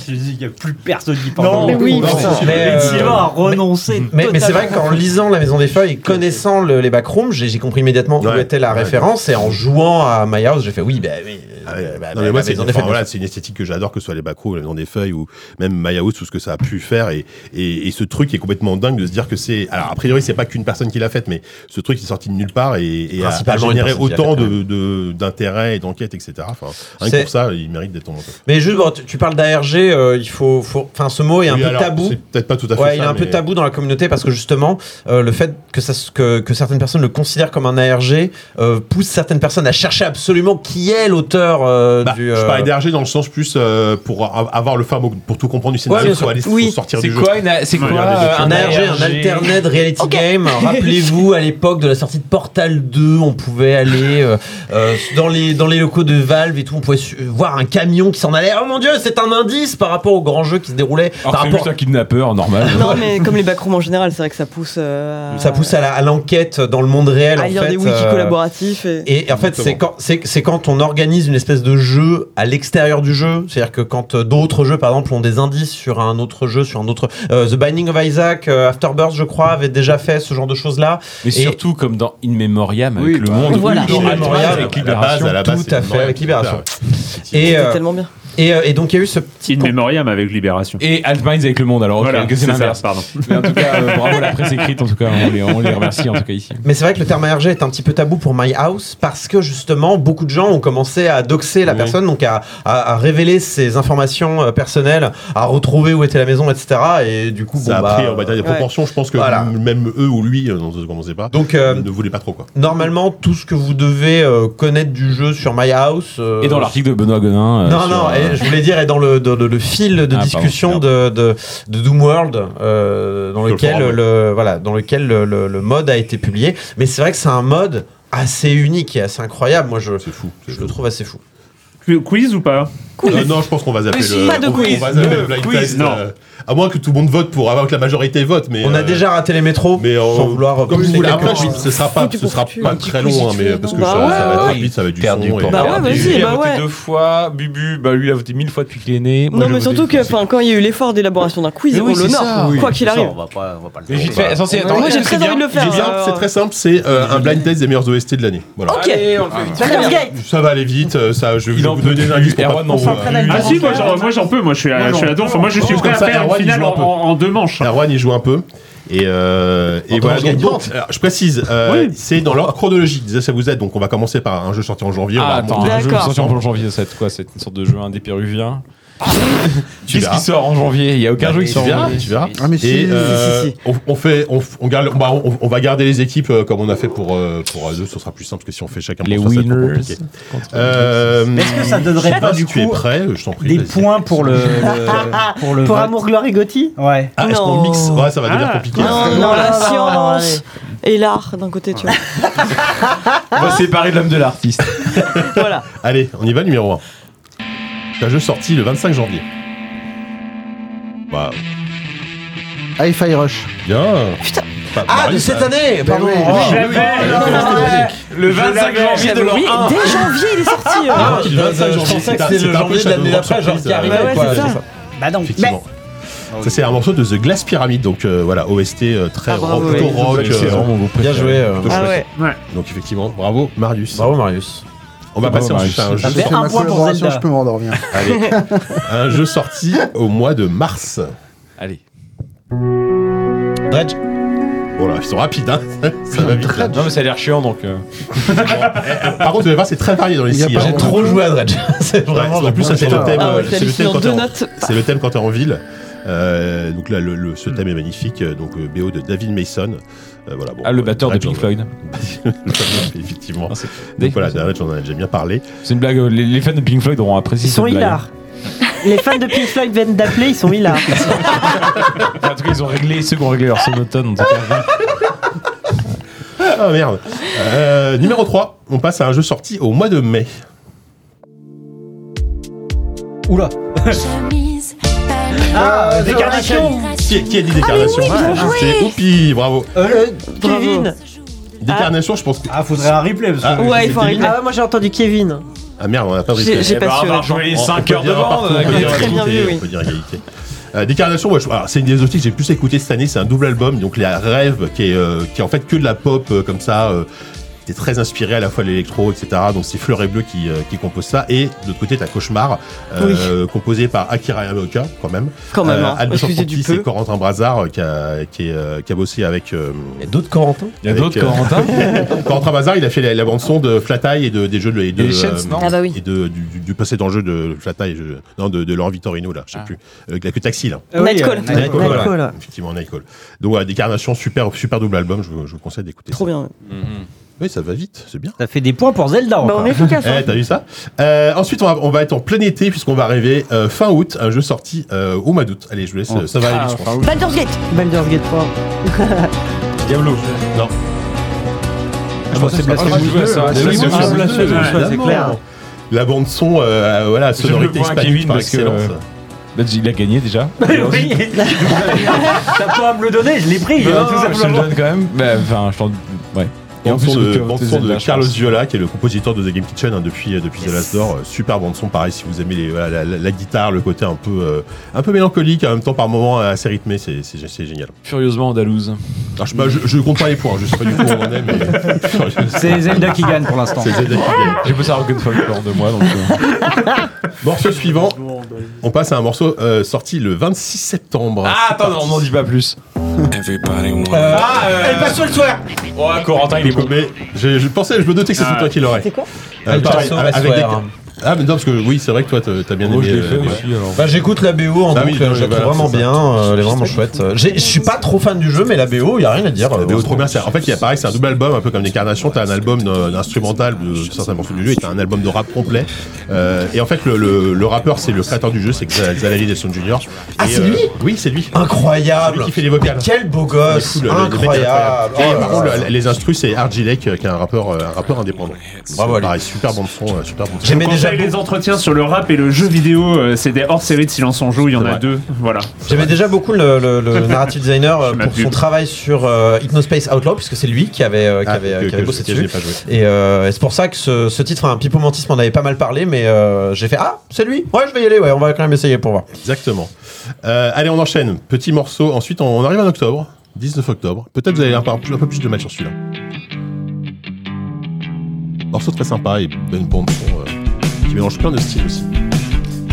je me dis, il n'y a plus personne qui parle.
Non,
de
mais oui,
Lord of the
mais mais,
Rings. Et Sylvain a
euh,
renoncé.
Mais, mais c'est vrai
totalement.
qu'en lisant La Maison des Feuilles et connaissant le- les backrooms, j'ai j'ai compris immédiatement où était la référence et en jouant à My House, j'ai fait oui, bah oui.
Ah ouais.
bah,
Non,
bah,
mais moi,
la
c'est
Maison
une,
des
enfin,
Feuilles,
voilà, c'est une esthétique que j'adore, que ce soit les Bakrou, la Maison des Feuilles ou même Maya House, tout ce que ça a pu faire. Et, et, et ce truc est complètement dingue de se dire que c'est. Alors, a priori, c'est pas qu'une personne qui l'a faite, mais ce truc est sorti de nulle part et, et a, a
Principalement une
généré
personne qui l'a
autant
faite,
de- de- d'intérêt et d'enquête, etc. Enfin, rien que
C'est-
pour ça, il mérite d'être en enquête.
Mais juste, bon, tu, tu parles d'ARG, euh, il faut, faut- enfin, ce mot est un
Oui,
peu
alors,
tabou.
c'est peut-être pas tout à fait
Ouais,
ça,
il est un peu
mais-
tabou dans la communauté parce que justement, euh, le fait que, ça, se- que, que certaines personnes le considèrent comme un ARG euh, pousse certaines personnes à chercher absolument qui est l'auteur euh,
Bah,
du.
Je
euh,
parlais d'RG dans le sens plus euh, pour a- avoir le fameux pour tout comprendre du
Ouais,
scénario,
bien
faut
sûr.
aller faut
Oui.
sortir
C'est
du
quoi
jeu.
une a- c'est
Faut
quoi,
regarder des
euh,
films.
un ARG, un Alternate Reality [LAUGHS] Game. Rappelez-vous, à l'époque de la sortie de Portal 2, on pouvait aller euh, euh, dans, les, dans les locaux de Valve et tout, on pouvait su- voir un camion qui s'en allait. Oh mon dieu, c'est un indice par rapport au grand jeu qui se déroulait.
Alors
par
c'est
rapport
juste un kidnappeur, normal.
[LAUGHS]
Non, mais comme les backrooms en général, c'est vrai que ça pousse. euh, à-
Ça pousse à la- à l'enquête dans le monde réel.
À
en
lire
fait,
des wikis
euh,
collaboratifs et-
Et en fait, c'est
Exactement.
quand, c'est- c'est quand on organise une espèce de jeu à l'extérieur du jeu. C'est-à-dire que quand euh, d'autres jeux, par exemple, ont des indices sur un autre jeu, sur un autre. euh, The Binding of Isaac, euh, Afterbirth, je crois, avait déjà fait ce genre de choses-là.
Mais
Et-
surtout comme dans In Memoriam avec
Oui,
le
bah,
monde
voilà.
ultra
In Memoriam,
altruiste avec
à la base,
Libération.
à la base, Tout à c'est fait, avec Libération.
C'était
euh,
tellement bien.
Et, euh, et donc il y a eu ce petit.
In Memoriam avec Libération.
Et Altminds avec le monde, alors ok,
Voilà,
que c'est
c'est ça,
l'inverse.
pardon.
Mais en tout cas, euh, bravo la presse écrite, en tout cas, on les, on les remercie en tout cas ici.
Mais c'est vrai que le terme ARG est un petit peu tabou pour My House parce que justement beaucoup de gens ont commencé à doxer la personne, donc à, à- à révéler ses informations euh, personnelles, à retrouver où était la maison, etc. Et du coup,
Ça
bon,
a pris
bah,
on va dire, des
ouais.
proportions. Je pense que même eux ou lui, euh, on ne sait pas,
Donc, euh,
ne voulait pas trop quoi.
Normalement, tout ce que vous devez euh, connaître du jeu sur My House. euh,
Et dans l'article de Benoît Guenin. euh,
non,
sur,
non,
euh,
et je voulais dire, et dans le, dans le, le fil de
Ah,
discussion de, de, de Doom World, euh, dans,
le
lequel
forum,
le,
ouais.
voilà, dans lequel le, le- le mode a été publié. Mais c'est vrai que c'est un mode assez unique et assez incroyable. Moi, je, je le trouve assez fou.
Qu- Quiz ou pas
Euh, non, je pense qu'on va zapper
Mais si,
le.
pas de
on- on
quiz.
va zapper
Le
le blind
quiz,
test,
non.
euh, à moins que tout le monde vote pour, avant que la majorité vote. Mais euh,
On a déjà raté les métros.
Mais euh,
sans vouloir
Comme vous
pousser
voulez.
quelques
Après,
points.
je- ce sera pas, ce sera pas très long, hein, mais parce que
Bah
ça, ça va
ouais,
être
ouais.
rapide, ça va être du
Perdu
son. et-
pour- Bah ouais, vas-y,
Julie a
bah
voté
ouais.
deux fois, Bubu, bah lui il a voté mille fois depuis qu'il est né. moi,
non,
j'ai
mais
voté
surtout
une
que, enfin, quand il y a eu l'effort d'élaboration d'un quiz,
Mais oui,
on
c'est ça.
l'honore,
Oui,
quoi qu'il
c'est ça,
arrive.
on va
pas, on va pas le
Mais vite fait, censé
attends, Moi, j'ai est-ce que très c'est envie bien de le faire,
C'est bien,
euh,
C'est très simple, c'est euh, un blind test des meilleurs OST de l'année. Voilà.
Ok. Allez, on le fait vite. Dragon's Gate.
Ça va aller vite. euh, Ça, je vais vous donner un indice. pour pas trop, euh,
Ah si, moi j'en, moi, j'en peux, moi je suis, à- je suis à donf. Moi je suis prêt à faire une finale en, en- en deux manches.
Erwan, il joue un peu. Et, euh, et
En
voilà.
tendance
Donc,
gagnante.
donc, alors, je précise, euh, c'est dans l'ordre chronologique. Déjà, ça vous aide. Donc, on va commencer par un jeu sorti en janvier. on va
Ah, attends,
remonter.
un jeu sorti en janvier, c'est quoi C'est une sorte de jeu indé péruvien
Ah.
[LAUGHS]
Qu'est-ce
verras.
qui sort en janvier Il y a aucun jeu qui sort en janvier.
Bah, Tu verras.
Ah, mais si,
Et,
si,
euh,
si, si.
on- On fait, on, f- on garde, on va- on- on va garder les équipes euh, comme on a fait pour euh, pour euh, deux, ce sera plus simple que si on fait chacun
Les
pour soi, ça va être trop
winners
compliqué.
contre
Euh,
les Est-ce que ça donnerait
Vas-y,
pas, du
tu es
coup,
prêt Je t'en prie.
Des
vas-y.
points pour
[LAUGHS]
le. le- pour le
Pour
vote.
Amour, Gloire et Gotti
Ouais.
Ah, est-ce qu'on mixe Ouais, ça va devenir
Ah.
compliqué.
Non,
là.
Non, la
non, non,
science et l'art d'un côté, tu vois.
On va séparer de l'homme de l'artiste.
voilà.
Allez, on y va, numéro 1. C'est un jeu sorti le 25 janvier. Bah,
Hi-Fi Rush.
bien.
Putain.
Pas
Ah, de
mal,
cette
ça.
Ben
année Pardon.
oui.
Oh,
Je
oui,
l'avais,
oui,
je
oui,
l'avais.
oui, oui.
Le 25 janvier de l'an
Oui,
1.
dès janvier, il est sorti. euh.
Ah,
oui,
je pensais que
c'est un- c'est un
c'était
peu
le janvier de
Shadow
l'année
War
d'après, genre
Surprise,
qui
euh,
arrivait.
Bah ouais,
quoi,
c'est
je
ça.
sais pas.
Bah non.
Effectivement. Ça, c'est un morceau de The Glass Pyramid, donc euh, voilà, OST euh, très
Ah,
rock,
bravo,
plutôt
oui.
rock.
C'est
euh,
vraiment mon groupe
bien
préféré.
joué. euh,
Ah
plutôt chouette.
Ouais.
Donc, effectivement, bravo Marius.
Bravo Marius.
On va
Bravo,
passer ensuite à un
Marius.
jeu.
Je fais
un
ma
point pour
collaboration,
Zelda.
je peux m'endormir.
Allez. un jeu sorti au mois de mars.
Allez.
Dredge.
Oh là, ils sont rapides, hein. [LAUGHS] ça va vite. là.
Non, mais ça a l'air chiant donc. euh.
Par contre, vous allez voir, c'est très varié dans les
Il y a
styles.
pas
hein.
J'ai trop joué à Dredge. C'est
Ouais,
vraiment.
en plus, ça, [LAUGHS] c'est le thème.
Ah ouais,
euh,
t'as
c'est le
halluciné
thème
en
quand
deux
t'es en-
notes.
c'est le thème quand t'es en ville. Euh, donc là, le, le- ce thème est magnifique. euh, Donc euh, BO de David Mason. Euh, voilà, bon,
Ah, le batteur de
Dredge,
Pink
on-
Floyd.
Le fameux, [LAUGHS] Effectivement.
Ah, c'est-
Donc voilà, Dredge, on en a déjà bien parlé.
C'est une blague, euh, les, les fans de Pink Floyd auront apprécié
Ils sont
cette blague.
hilars. Les fans de Pink Floyd viennent d'appeler, ils sont hilars.
En tout cas, ils ont réglé, ceux qui ont réglé leur sonotone. en tout cas.
Ah merde. Euh, numéro 3, on passe à un jeu sorti au mois de mai.
Oula.
Chemise, pas
Ah,
des
Décarnation qui, qui a dit décarnation
Ah, mais oui, bien joué.
C'est Oupi, bravo.
Kevin
Décarnation, je pense que.
Ah, faudrait un replay.
Ah, ouais, il faut arrêter. Ah ouais, moi j'ai entendu Kevin.
Ah merde, on a pas de
J'ai-
replay.
j'ai
Eh
pas
ben,
su,
on va
ouais.
jouer les
On
cinq
peut
heures euh,
dire
devant,
partout,
on va
on
dire
peut dire
égalité,
très bien vu, oui.
on peut dire égalité. Euh, Décarnation, ouais, je- alors, c'est une des optiques que j'ai le plus écouté cette année, c'est un double album, donc les rêves qui est, euh, qui est en fait que de la pop euh, comme ça, euh, qui est très inspiré à la fois de l'électro, etc. Donc c'est Fleur et Bleu qui, euh, qui compose ça, et de l'autre côté t'as Cauchemar, euh, composé par Akira Yamaoka quand même. Euh,
Quand même, hein.
Albert
Excusez du
Franchi,
peu.
c'est Corentin Brazard euh, qui a, qui est, euh, qui a bossé avec. il y a
d'autres Corentin
Il y a
d'autres Corentin
[LAUGHS] Corentin Brazard, il a fait la, bande son de Flatai et de, des jeux de, et de, euh,
Et les Shens, non Ah bah oui.
et de- du, du- du passé dans le jeu de Flatai, je- non de, de Laurent Vittorino là, je sais plus, Euh, la que taxi là.
Ah oui, Nightcall. euh,
Nightcall,
Nightcall,
voilà.
Nightcall.
Effectivement Nightcall. Donc ouais, Décarnation, super super double album, je, vous- je vous conseille d'écouter.
Trop
ça. Mm-hmm.
bien.
Oui, ça va vite, c'est bien.
Ça fait des points pour Zelda.
Bah, on est efficace, hein.
[LAUGHS] Eh, T'as vu ça Euh, Ensuite, on va, on va être en plein été puisqu'on va arriver euh, fin août, un jeu sorti euh, au mois d'août. Allez, je vous laisse, euh, ça va aller vite, je pense.
Baldur's Gate Baldur's Gate 3.
[LAUGHS] Diablo. Non. Je
bah, c'est
pas
Blasphemous
grave.
deux, ça.
Ah,
C'est
Blasphemous
Blasphemous
deux,
deux,
évidemment.
ouais, c'est clair.
La bande son, euh, voilà,
Je le
sonorité
vois à
hispanique
Kevin
par
parce que
excellence.
euh, bah, il a gagné déjà.
oui. T'as pas à me le donner, je l'ai pris.
Bah,
hein, tout
non, je te le
simplement.
donne quand même. Bah, Enfin, je t'en. Ouais. Et en
Bande
plus,
son
le
de,
cœur,
bande
c'est
son de
Zelda, je
Carlos
pense.
Viola, qui est le compositeur de The Game Kitchen hein, depuis, euh, depuis The Last Door. Euh, Super bande son, pareil, si vous aimez les- voilà, la, la- la guitare, le côté un peu, euh, un peu mélancolique, en même temps par moments assez rythmé, c'est c'est- c'est génial.
Furieusement andalouse.
Alors, je, sais pas, je, je compte pas les points, je sais pas du tout où on en est, mais.
C'est Zelda qui gagne pour l'instant.
C'est Zelda qui gagne.
J'ai pas savoir que de folklore de moi donc. euh,
Morceau suivant, on passe à un morceau euh, sorti le 26 septembre.
Ah, attends, on n'en dit pas plus.
Everybody
Ah, euh,
Elle passe sur le soir
Oh, Corentin, il est bon.
Mais je, je pensais, je me doutais que c'était
Ah.
toi qui l'aurais.
C'était quoi
Euh,
El
pareil,
Paso
avec
Elsewhere.
des- Ah, mais non, parce que oui, c'est vrai que toi, t'as t'as bien
Moi,
aimé.
je l'ai fait
ouais.
aussi, alors.
Bah, j'écoute la BO en
Ah
boucle,
oui,
je la
voilà,
trouve vraiment
c'est ça.
bien, euh, elle est vraiment chouette. J'ai- Je suis pas trop fan du jeu, mais la BO, il y a rien à dire. euh,
La BO trop bien, c'est- en fait il y a pareil, c'est un double album, un peu comme Décarnation, t'as un album d'un- d'instrumental de certains morceaux du jeu et t'as un album de rap complet. Euh, et en fait le, le- le rappeur c'est le créateur du jeu, c'est Xa- Xalali Nelson Jr.
Ah,
Et,
c'est
euh,
lui
Oui c'est lui.
Incroyable
Celui qui fait les vocales.
Mais quel beau gosse
euh, Il est cool, le- le mec est
Incroyable
incroyable. Et par
Oh là
contre
là.
le- les instrus c'est Argy Lake euh, qui est un rappeur, euh, un rappeur indépendant.
Bravo, allez.
Pareil, super bande son, euh, super bande son.
J'aimais
Je vous
déjà
conseille les entretiens sur le rap et le jeu vidéo, euh, c'est des hors-série de Silence on Joue, il y en a deux. Voilà.
J'aimais déjà beaucoup le, le-
[LAUGHS]
le narrative designer euh,
ma
pour son
pub.
travail sur euh, Hypnospace Outlaw, puisque c'est lui qui avait, euh, qui
Ah,
avait,
que-
qui avait
que
bossé
je- que je
dessus.
n'ai pas joué.
Et, euh, et c'est pour ça que ce, ce titre, un Pipo Mantis m'en avait pas mal parlé, mais euh, j'ai fait Ah, c'est lui Ouais, je vais y aller, ouais, on va quand même essayer pour voir.
Exactement. Euh, allez, on enchaîne. Petit morceau. Ensuite, on, on arrive en octobre, 19 octobre. Peut-être vous allez un, peu- un peu plus de mal sur celui-là. Morceau très sympa et bonne bande son euh, qui mélange plein de styles aussi.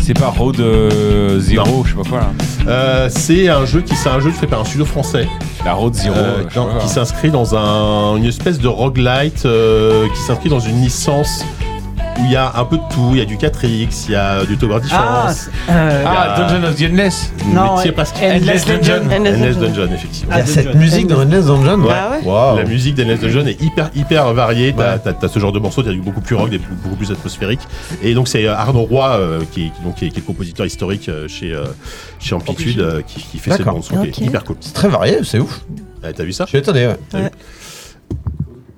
C'est pas Road euh, Zero, je sais pas quoi là.
Euh, c'est un jeu qui c'est un jeu fait par un studio français
La Road Zero.
euh,
je sais
non,
pas.
qui s'inscrit dans un- une espèce de roguelite euh, qui s'inscrit dans une licence où il y a un peu de tout. Il y a du 4X, il y a du Tower
Ah,
Defense.
c'est- euh,
Ah,
il y a-
Dungeon of the Endless.
Non,
mais c'est
ouais.
presque-
Endless Dungeon. Endless
Endless
Dungeon.
Dungeon, effectivement.
Il y a cette musique dans Endless Dungeon
Ouais.
Ah ouais
Waouh.
La musique d'Endless Dungeon est hyper hyper variée. T'as
Ouais.
t'as- t'as ce genre de morceaux, t'as du beaucoup plus rock, des plus- beaucoup plus atmosphérique. Et donc c'est euh, Arnaud Roy euh, qui, est, donc, qui, est, qui est le compositeur historique euh, chez euh, chez Amplitude euh, qui, qui fait cette
D'accord.
bande son qui
Ok.
est hyper cool.
C'est très varié, c'est ouf.
Ah, T'as vu ça
Je suis étonné, ouais.
T'as vu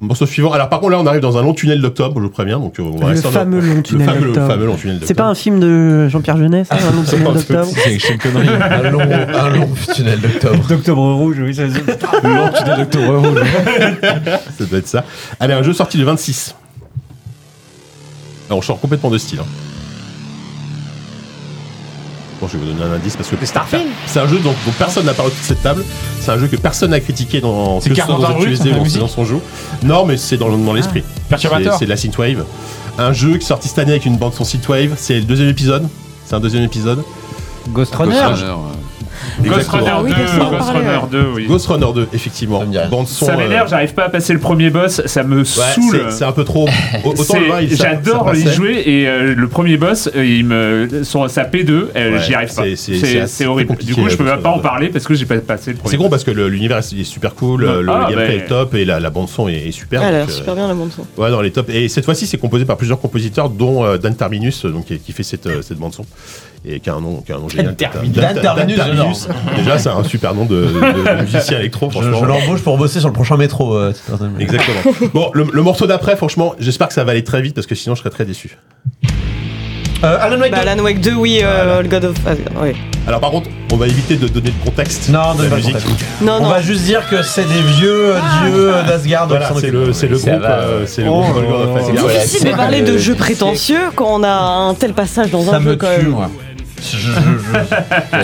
Morceau suivant. Alors par contre là on arrive dans un long tunnel d'octobre, je vous préviens. Donc euh, on va
Le
rester en-
fameux long tunnel
fameux-
d'octobre.
fameux long tunnel
C'est
d'octobre.
pas un film de Jean-Pierre Jeunet, ça, un long
[LAUGHS] C'est pas
tunnel
un truc-
d'octobre
C'est c'est une connerie.
Un long, un long tunnel d'octobre.
D'octobre rouge, oui, ça
Ah,
[LAUGHS]
se
Non, tu dis Doctor Rouge.
Ça doit être ça. Allez, un jeu sorti le 26. Alors, on change complètement de style. hein. Bon, je vais vous donner un indice parce que c'est un jeu dont, dont personne n'a parlé de cette table. C'est un jeu que personne n'a critiqué dans
C'est
que ce soit
Carpenter
dans
Brut,
FQSD
la
ou c'est
musique
dans son jeu. Non, mais c'est dans, le- dans l'esprit.
Perturbator.
C'est- C'est de la synthwave. Un jeu qui est sorti cette année avec une bande son synthwave. C'est le deuxième épisode. C'est un deuxième épisode.
Ghost
Ghost
Runner. Ah
Runner, euh,
Ghost Runner
Exactement.
oui,
2,
qu'est-ce qu'on en
Ghost
parlait,
Runner 2, oui.
Ghost Runner 2, effectivement.
Ça me dit rien.
Bande son.
Ça m'énerve,
euh,
j'arrive pas à passer le premier boss, ça me
ouais,
saoule.
c'est- C'est un peu
[LAUGHS]
trop. Autant
C'est-
le vin, il- ça-
J'adore
ça
y
passait.
jouer et euh, le premier boss, euh, il me, son, sa P2, euh,
Ouais,
j'y arrive pas.
c'est- c'est- c'est
C'est
assez
c'est horrible.
compliqué,
Du coup, je
euh,
peux
Ghost
même pas en
Runner.
parler parce que j'ai pas passé le premier.
C'est gros parce que le- l'univers est super cool, euh,
Ah,
le, le
ah,
gameplay
bah.
est top et la, la bande son est, est super.
Ah, Elle a
donc,
l'air
euh,
super bien la bande son.
Ouais, dans les tops. Et cette fois-ci, c'est composé par plusieurs compositeurs, dont euh, Dan Terminus, euh, donc, qui, qui fait cette, euh, cette bande son. Et qui a un nom, qui a un nom génial.
Terminus.
Dan-
Dan
Dan- Dan
Terminus,
Terminus. Déjà, c'est un super nom de, de- de musicien électro,
Je, je
franchement.
l'embauche pour bosser sur le prochain métro. euh, Tito Turner.
Exactement. Bon, le, le morceau d'après, franchement, j'espère que ça va aller très vite parce que sinon, je serais très déçu.
Euh, Alan Wake
Bah,
2.
Alan Wake 2, oui, euh, le God of. Ah, oui.
Alors par contre, on va éviter de donner le contexte.
Non,
de
donne
la
pas le
musique.
contexte. On va juste dire que c'est des vieux euh, dieux euh, d'Asgard.
Voilà,
qui s'en
c'est
occupent.
le- c'est le
Ça
groupe,
va,
euh,
ouais.
c'est le groupe
Oh là
Golgoth Asgard.
là. C'est
C'est
difficile.
Difficile de parler de jeux prétentieux quand on a un tel passage dans un
Ça
jeu
me
quand
tue,
même.
moi. Je- je- je-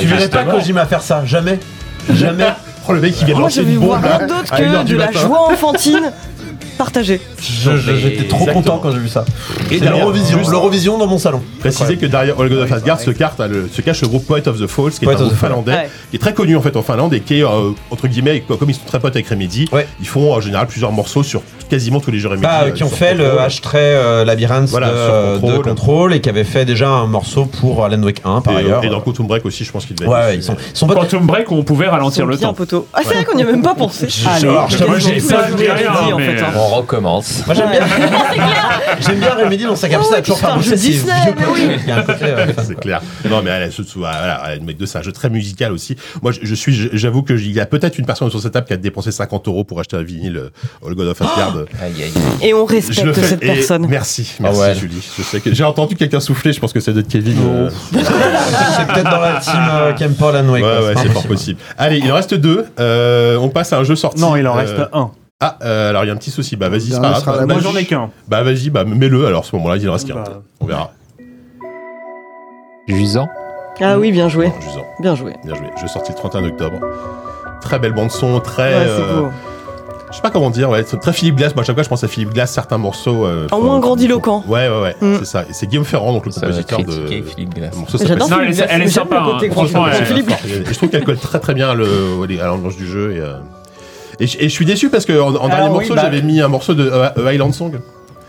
Tu verrais pas
Justement.
Kojima faire ça, jamais. Jamais.
[LAUGHS] Oh, le mec qui vient de
Moi,
lancer
je vais
une
voir
bombe là,
rien d'autre
à une
que
heure du
de la
matin.
joie enfantine [LAUGHS] partagée.
Je- je- J'étais trop content quand j'ai vu ça.
Et
C'est
derrière,
l'Eurovision,
juste-
l'Eurovision dans mon salon.
Préciser que derrière Olga of Asgard se, carte- hein, le- se cache le groupe Poet of the Falls, qui est
Poet
un
of the
groupe
Fall.
finlandais,
Ouais.
qui est très connu en fait en Finlande et qui est, euh, entre guillemets, co- comme ils sont très potes avec Remedy, ils font en général plusieurs morceaux sur quasiment tous les jeux Remedy.
Ah,
euh,
qui ont
sur
fait le
Control.
H-Tray euh, Labyrinth
Voilà,
de,
sur
euh, de
Control.
Control et qui avait fait déjà un morceau pour Alan Wake 1 par
Et, euh,
ailleurs.
et dans Quantum Break aussi, je pense qu'ils devaient
Ouais,
être
ouais,
dessus.
ils sont, ils sont pas-
Quantum Break, on pouvait ralentir le temps.
Ah, c'est vrai qu'on n'y a même pas pensé.
Je- alors, je t'avoue, j'ai pas vu rien,
en
mais-
fait,
euh,
hein. On recommence.
Moi j'aime bien.
[LAUGHS]
J'aime bien Remedy dans sa capacité à toujours faire pousser ses vieux projets. Il y a un côté,
[LAUGHS]
euh,
C'est clair. Non, mais elle, surtout, voilà, elle, mec de ça, un jeu très musical aussi. Moi, je, je suis, j'avoue que il y a peut-être une personne sur cette table qui a dépensé 50 euros pour acheter un vinyle euh, All God of
Oh
Asgard. Euh,
Et on respecte
Je le fais,
cette
et
personne. Ah
Merci, merci Julie. Je sais que j'ai entendu quelqu'un souffler. Je pense que ça doit être Kevin. euh,
C'est peut-être dans la team euh, qui aime pas Alan Wake. quoi,
Ouais, ouais,
pas
c'est fort possible. Allez, il en reste deux. Euh, on passe à un jeu sorti.
Non, il en reste un.
Ah, euh, alors il y a un petit souci. Bah vas-y, c'est
dernier
pas
sera
grave.
la
Bah,
moi,
vas-y.
j'en ai qu'un.
Bah vas-y, bah mets-le alors à ce moment-là, il en reste qu'un.
Bah.
On verra.
Jusant.
euh,
Ah oui, bien joué.
Jusant.
Bien joué.
Bien joué. Je sorti le 31 octobre. Très belle bande son, très.
Ouais, c'est
euh,
beau.
Je sais pas comment dire, ouais, c'est très Philippe Glass. Moi, à chaque fois, je pense à Philippe Glass, certains morceaux. euh,
Au
font-
moins grandiloquent.
Ouais, ouais, ouais,
Mm.
c'est ça. Et c'est Guillaume Ferrand, donc le
va
compositeur
critiquer
de.
Philippe Glass.
Le morceau
J'adore
s'appelle-
Philippe Glass, mais j'aime
hein.
le côté grand.
Franchement, elle est
Philippe
forte. Et je trouve qu'elle colle très très bien le- à l'ambiance du jeu. Et, euh, et je et je suis déçu parce que en, en
Ah
dernier
oui,
morceau,
bah.
j'avais mis un morceau de euh, euh, Highland Song.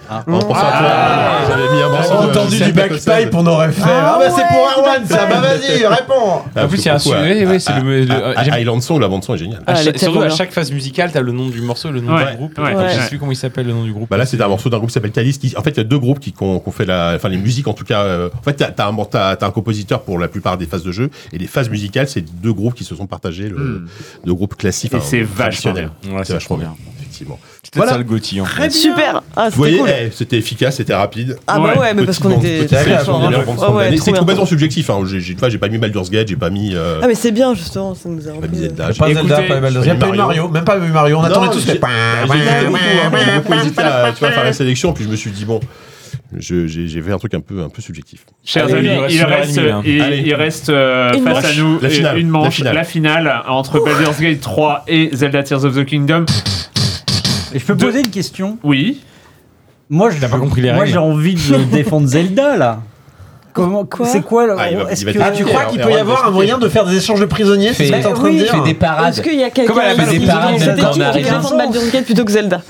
Ah.
En pensant à toi, Ah, j'avais mis un morceau euh, de-
J'avais Ah. entendu
de
du
Black Sabbath.
backpipe, on aurait fait.
Ah
Ah bah c'est pour Erwan ça,
ouais.
bah vas-y, réponds.
Ah,
En plus,
je
il y a un
comprends,
sujet,
ouais.
oui, c'est
Ah,
le- le- euh,
ah, ah,
j'aime-
Highland Song, la bande son est géniale.
À
Ah,
chaque- surtout à
chaque-
chaque phase musicale, t'as le nom du morceau, le nom
Ouais,
du groupe.
ouais,
Attends, Je
ouais.
sais plus comment il s'appelle le nom du groupe.
Bah là, c'est un morceau d'un groupe qui s'appelle Thalys. Qui, en fait, il y a deux groupes qui ont fait la, enfin les musiques en tout cas. euh, en fait, t'as t'as un, t'as- t'as un compositeur pour la plupart des phases de jeu et les phases musicales, c'est deux groupes qui se sont partagés, le,
Hmm.
deux groupes classiques.
Et
enfin,
c'est vachement
traditionnels.
bien. Ouais,
c'est
c'est
vachement
trop
bien,
bien.
effectivement.
C'était ça le Gauthier. en fait.
Super. Ah,
Vous voyez,
c'était cool.
eh, c'était efficace, c'était rapide.
Ah bah ouais, mais
Petite
parce qu'on
bande-
était
petite
très
sélection
forts,
des
hein.
meilleures bandes
Ouais,
son de
ouais,
l'année.
trop
C'est
bien.
complètement subjectif. Hein. J'ai, j'ai, tu vois, j'ai pas mis Baldur's Gate, j'ai pas mis. euh,
Ah mais c'est bien justement, ça nous a
j'ai pas
remis.
mis Zelda.
Pas Zelda, pas Baldur's Gate, pas eu
Mario.
Mario, même pas eu Mario, on
Non,
attendait tous
j'ai-
les.
bah, J'ai hésité beaucoup, hein. J'ai beaucoup hésité à tu vois, faire la sélection, puis je me suis dit, bon, je- j'ai j'ai fait un truc un peu, un peu subjectif.
Chers
Allez,
amis, il
il reste une heure et
reste,
demie, hein.
il,
Allez.
il reste euh,
Une
face
manche.
à nous
La
et
finale,
une
la
manche, la
finale.
finale. entre Baldur's Gate 3 et Zelda Tears of the Kingdom.
Et je peux poser une question
Oui.
Moi, je-
T'as pas compris les
moi,
règles.
j'ai envie de [LAUGHS] défendre Zelda là. Comment
Quoi
C'est quoi le-
Ah, il va-
est-ce
il va
que-
dire-
Ah, tu crois qu'il
Et
peut y
Erwan
avoir
va
un moyen de faire des échanges de prisonniers C'est ce que
Fais-
t'es en train de
oui,
dire
fais des
Est-ce
parades.
qu'il y a quelqu'un
Comment elle appelle
qui
les
a
parades
C'était
quand on
qui qui
arrive
défend Baldur's Gate plutôt que Zelda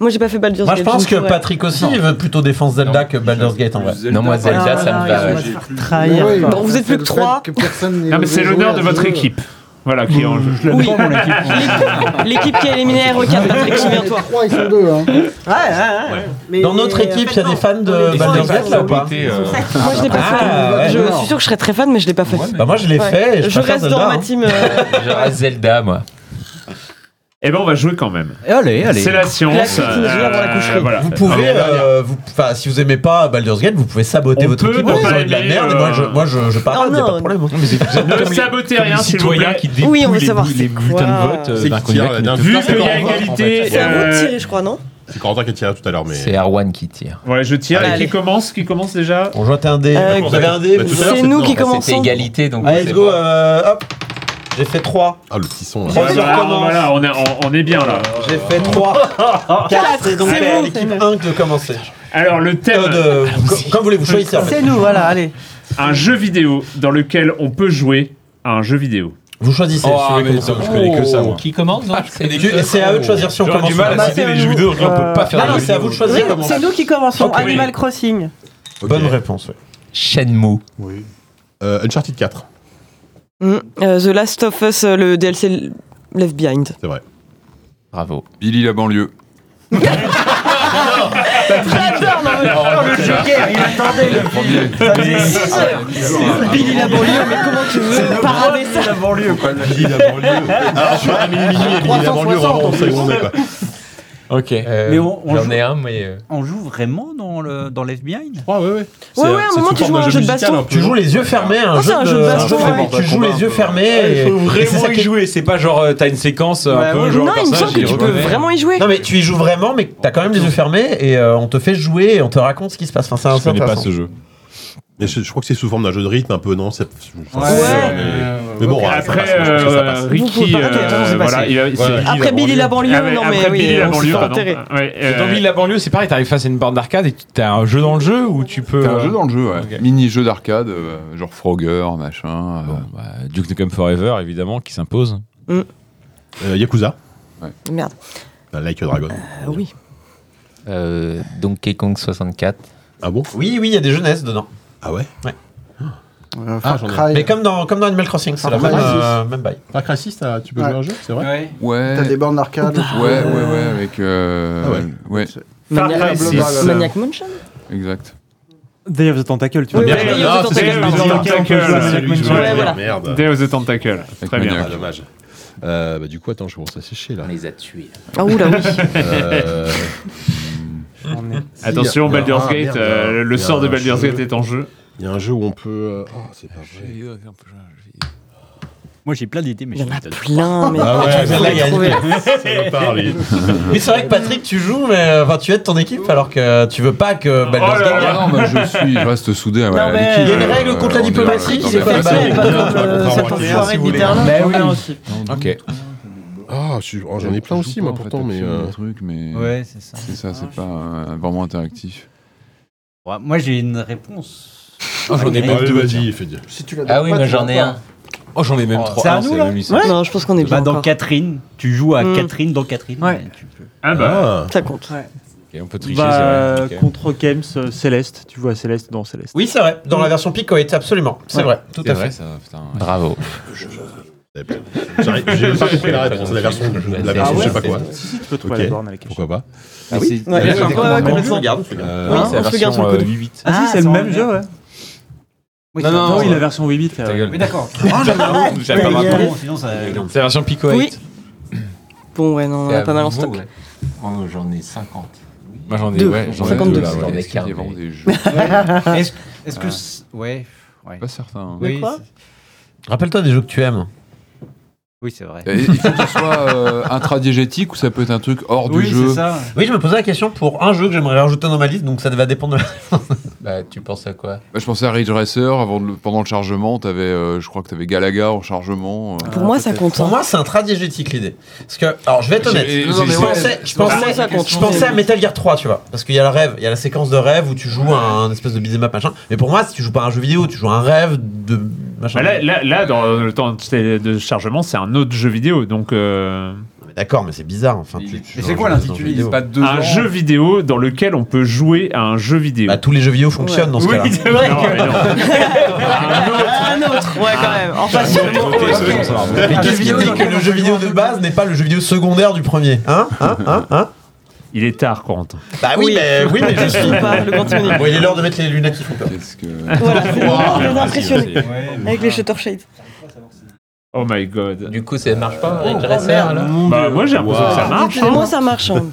Moi j'ai pas fait Baldur's
Moi,
Gate.
je pense
donc
que
ouais.
Patrick aussi il veut plutôt défendre Zelda que Baldur's Gate en vrai.
Non, moi, Zelda, ça
Ah,
me va.
j'ai
Trahir.
Ouais,
Bon, vous êtes plus que
le fait
trois.
que personne n'ait
Non mais c'est
joué
l'honneur
à
de
ce
votre
jeu.
équipe. Voilà qui est en jeu.
Je l'aime pas,
[LAUGHS]
mon équipe.
L'équipe qui a éliminé RE4, Patrick, souviens-toi.
Trois, ils sont deux. Hein.
Ouais, ouais, ouais. Mais-
Dans notre équipe, il y a des fans de
Et
Baldur's
c'est
Gate là ou pas
été, euh,
Moi je l'ai pas
Ah, ouais,
fait. Je
non.
suis sûr que je serais très fan mais je l'ai pas fait.
Bah, moi je l'ai
Ouais.
fait et je
Je
préfère
reste dans
Zelda.
ma
hein.
team. euh,
Je reste Zelda, moi.
Eh ben on va jouer quand même.
Eh,
Allez, allez.
C'est la science.
La cuisine, je vais avant la coucherie.
voilà. Ah,
Vous pouvez, euh, vous- enfin, si vous aimez pas Baldur's Gate, vous pouvez saboter
On
votre
peut
équipe
ne
en
pas
disant de la
aimer,
merde.
euh,
Et moi, je, moi, je, je parade,
non,
y a pas
non.
de problème.
Non, mais c'est- vous êtes
Ne
comme les-
sabotez
comme les
rien, s'il vous
citoyens
plaît.
qui
on
dépouillent
veut
les,
savoir
bou-
c'est
les
quoi.
bulletins de vote. euh,
C'est
d'un
qui tire
cognac,
la
ne
dernière
te
Vu
faites
qu'il y a
pas avoir, en
égalité,
fait.
C'est à vous de
Euh,
tirer, je crois, non
C'est Corentin qui tira tout à l'heure, mais.
C'est Erwan qui tire.
Ouais, je tire.
Allez.
Et qui commence Qui commence déjà
On jette un dé.
Euh,
vous avez un dé.
Bah,
vous-
tout à l'heure,
C'est
c'est-
nous
non,
qui
bah,
C'était
commençons.
égalité, donc.
Allez,
on
let's
sait
go.
pas.
euh, Hop. J'ai fait 3.
Ah, le petit son. là.
Trois. Euh,
Voilà,
bah,
voilà, on, est- on- on est bien là.
J'ai fait
[LAUGHS]
3. 4. Et donc,
c'est
c'est
bon,
l'équipe 1 de commencer.
Alors le thème,
Euh, de- co- Comme voulez-vous, choisissez. en fait.
C'est nous, voilà, allez.
un jeu vidéo dans lequel on peut jouer à un jeu vidéo.
Vous choisissez.
Oh,
celui
mais
qu'on-
attends, je connais que ça,
Oh.
moi.
Qui commence donc
Tu- C'est à eux de choisir si on
J'aurais
commence. Bah,
du mal
ou pas.
à citer les jeux vidéo, donc on peut pas faire
Ah
de
non,
jeux
c'est à vous
vidéo.
de choisir comment.
C'est nous qui commençons.
Ok.
Animal Crossing.
Bonne réponse, ouais.
Shenmue.
Euh, Uncharted 4,
Ah,
Mm, euh, The Last of Us, euh, le DLC Left Behind.
c'est vrai.
Bravo.
Billy la banlieue.
J'adore, non, mais j'adore le jeu.
il attendait le
Premier.
Billy la banlieue, mais comment tu veux parader ça
Billy la banlieue.
Alors, sur Amélie Mini et Billy la banlieue, vraiment, on s'est quoi.
Ok.
Mais on- on
J'en
joue-
ai un, mais. euh,
On joue vraiment dans le dans Left Behind
Ouais, ouais, ouais.
Ouais, ouais, à un moment, tu joues à un jeu de
hein,
baston.
Tu joues les yeux fermés, à un,
Ah, c'est
jeu,
un
de...
jeu de
un
baston,
jeu
ouais.
Tu joues les yeux fermés.
Il
et- et c'est
faut vraiment
ça
y
qui est-
jouer. C'est pas genre euh, t'as une séquence euh, un peu genre.
non, il me
personnage,
semble que tu peux
remet.
vraiment y jouer.
Non mais tu y joues vraiment, mais t'as quand même les yeux fermés et euh, on te fait jouer et on te raconte ce qui se passe. Enfin, c'est un
Je connais pas ce jeu.
Mais je, je crois que c'est sous forme d'un jeu de rythme, un peu, non c'est- enfin,
Ouais.
c'est sûr,
Ouais,
mais-
ouais,
Mais bon, ça
Après,
passe, je pense que ça
euh,
passe.
Vous pouvez
Ricky,
pas rater, attends, c'est
euh,
passé.
voilà, il a- il s'est-
Ouais.
Après Billy la banlieue,
Ah ouais,
non mais
après
oui,
Billy la
on s'est
banlieue,
fait
pardon.
enterrer.
Ouais,
Et dans
euh,
Ville la banlieue, c'est pareil, t'arrives face à une borne d'arcade et tu- t'as un jeu dans le jeu ou tu peux.
T'as un jeu
euh,
dans le jeu, ouais.
Ok.
Mini-jeu d'arcade, euh, genre Frogger, machin. euh,
Bah, Duke Nukem Forever, évidemment, qui s'impose.
Mm.
Euh, Yakuza,
Merde.
bah, Like a Dragon.
Ah oui.
Euh, Donkey Kong 64.
Ah bon
Oui, oui, il y a des jeunesses dedans.
Ah ouais
Euh,
Ah,
Far
j'en ai.
Cry.
Mais comme dans, comme dans Animal Crossing, c'est
Ah,
la
bah,
même,
oui.
euh, même bail.
Far Cry 6, t'as- tu peux
Ouais.
jouer à un jeu, c'est vrai
Ouais.
T'as des bornes d'arcade.
Ouais, ouais, ouais, avec. euh,
Ah ouais.
ouais.
Far Cry
Maniac-
6.
Maniac-
Maniac Mansion
exact.
Day of the Tentacle, tu
Oui,
vois.
oui,
merde.
oui, il y
Ah,
a des
c'est
tentacules,
Day
of the
pardon.
Tentacle.
Ouais, Maniac
c'est
lui que je
Mansion.
voulais
Ouais,
dire,
voilà.
Merde.
Day of the Tentacle.
Avec
Très bien.
Maniac.
Ah, dommage. Euh, bah, du coup, attends, je commence à sécher là.
les a tués.
Ah oula oui.
Euh,
Attention,
Il y a-
Baldur's
ah,
Gate,
merde, il
euh,
y a
le
un
sort de Baldur's
jeu.
Gate est en jeu.
Il y a un jeu où on peut. euh, Oh, c'est pas vrai.
Moi j'ai plein d'idées, mais
Il y en a plein, mais
Ah ouais,
tu peux
mais
là,
les
il y a-
trouver.
Ça me parle.
Mais c'est vrai que Patrick, tu joues, mais euh, enfin, tu aides ton équipe alors que tu veux pas
Oh
que Baldur's
là
Gate
là.
gagne.
Ah non, bah, je suis, je reste soudé. ouais, à
mais,
l'équipe,
Il y a une
euh,
règle contre
on
la
est-
diplomatie
on
qui
est-
s'est
on est-
faite,
on est-
mais
pas
pas
comme euh, cet enfoiré de Mitterrand.
Bah oui.
Ah, aussi.
Ok.
[LAUGHS]
Ah, je suis- oh, j'en ai plein aussi, moi, pourtant, mais. euh,
truc, mais.
Ouais, c'est ça.
C'est ça, c'est pas euh, vraiment interactif.
Ouais, moi j'ai une réponse.
j'en ai
Agréable.
pas
Allez, vas-y, fais dire.
Si tu l'as
Ah oui,
pas,
moi
tu
j'en ai
l'as
un.
Oh, j'en ai même trois.
c'est à
Ah,
nous,
la
là
même licence.
Ouais. Non, je pense qu'on est bien.
Bah, dans
encore.
Catherine, tu joues à
Hmm.
Catherine dans Catherine.
Ouais.
Tu peux.
Ah bah.
Ah,
Ça compte.
Et on peut tricher,
Bah,
c'est vrai. Ok.
contre Kems, euh, Céleste, tu vois Céleste dans Céleste.
Oui, c'est vrai. Dans la version Picoet, absolument. C'est vrai, tout
C'est
à
vrai,
fait.
ça, putain.
Bravo.
j'arrive- J'ai pas compris la réponse. La version, la version je sais pas quoi.
Tu peux trouver
Ok.
la borne avec
Pourquoi pas
Ah oui
Ouais,
Ouais,
ouais, ouais, complètement.
regarde, regarde.
Euh,
Oui,
Ah,
on se le garde sur le
euh,
coude.
8.
Ah, si, c'est le même jeu, ouais.
Oui,
Non,
c'est-
non,
Ah oui,
ouais.
la version 8 bits.
Ta gueule.
Oui,
[LAUGHS]
d'accord.
Ah,
J'avais pas
Mais,
maintenant.
euh, sinon, ça-
C'est la version Pico
Oui.
8.
Bon ouais, non, on
C'est
a
à
pas mal en
vous,
stock.
ouais. Oh, J'en ai 50.
Moi j'en ai,
Deux.
ouais, j'en ai
52.
deux là. ouais.
J'en ai
Est-ce qu'il y a
qu'un,
vraiment
mais-
des jeux
Est-ce est-ce
Ah.
que. c'est- Ouais. ouais.
Pas certain. hein.
Oui,
quoi
c'est-
Rappelle-toi des jeux que tu aimes.
oui, c'est vrai.
Euh, Il faut que ce soit euh, intradiégétique ou ça peut être un truc hors du
Oui, c'est
jeu.
ça.
Oui, je me posais la question pour un jeu que j'aimerais rajouter dans ma liste, donc ça va dépendre de
Bah, tu penses à quoi
Bah, je pensais à Ridge Racer. Avant de le- pendant le chargement, avais, je crois que t'avais Galaga en chargement. euh.
Pour moi, ça compte. hein.
Pour moi, c'est intradiégétique l'idée. Parce que, alors je vais être honnête,
J'ai-
je
non, mais ouais,
pensais, je pensais,
ça compte.
je pensais à Metal Gear 3, tu vois. Parce qu'il y a le rêve, il y a la séquence de rêve où tu joues à un espèce de beat'em up machin. Mais pour moi, si tu joues pas à un jeu vidéo, tu joues à un rêve de machin.
Bah là, là, là, dans le temps de de chargement, c'est un autre jeu vidéo. Donc, euh,
Mais D'accord, mais c'est bizarre. Enfin, tu- tu
Mais
joues
c'est
à un
quoi
jeu
l'intitulé
vidéo.
Il pas deux
un
ans.
jeu vidéo dans lequel on peut jouer à un jeu vidéo.
Bah, tous les jeux vidéo fonctionnent dans ce cas-là.
c'est vrai. Non, mais non.
Un autre, ouais
Ah.
quand même.
Bah,
Enfin surtout.
Ouais, ça va.
Mais qu'est-ce qui dit que le jeu vidéo de base n'est pas le jeu vidéo secondaire du premier Hein Hein Hein Hein
[LAUGHS] Il est tard, Corentin.
Bah oui,
Oui.
mais oui,
[LAUGHS]
mais je suis.
Je parle, le grand timonier.
Bon, il est l'heure de mettre les lunettes qui font peur.
Qu'est-ce que.
Voilà, c'est bon, je les ai
Ah,
impressionnés.
Ouais, mais-
Avec les shutter shades.
Oh my god.
Du coup, ça marche
Oh,
pas
Oh,
avec Dresser alors
Bah, moi, j'ai l'impression que ça marche. hein.
Moi ça marche. hein.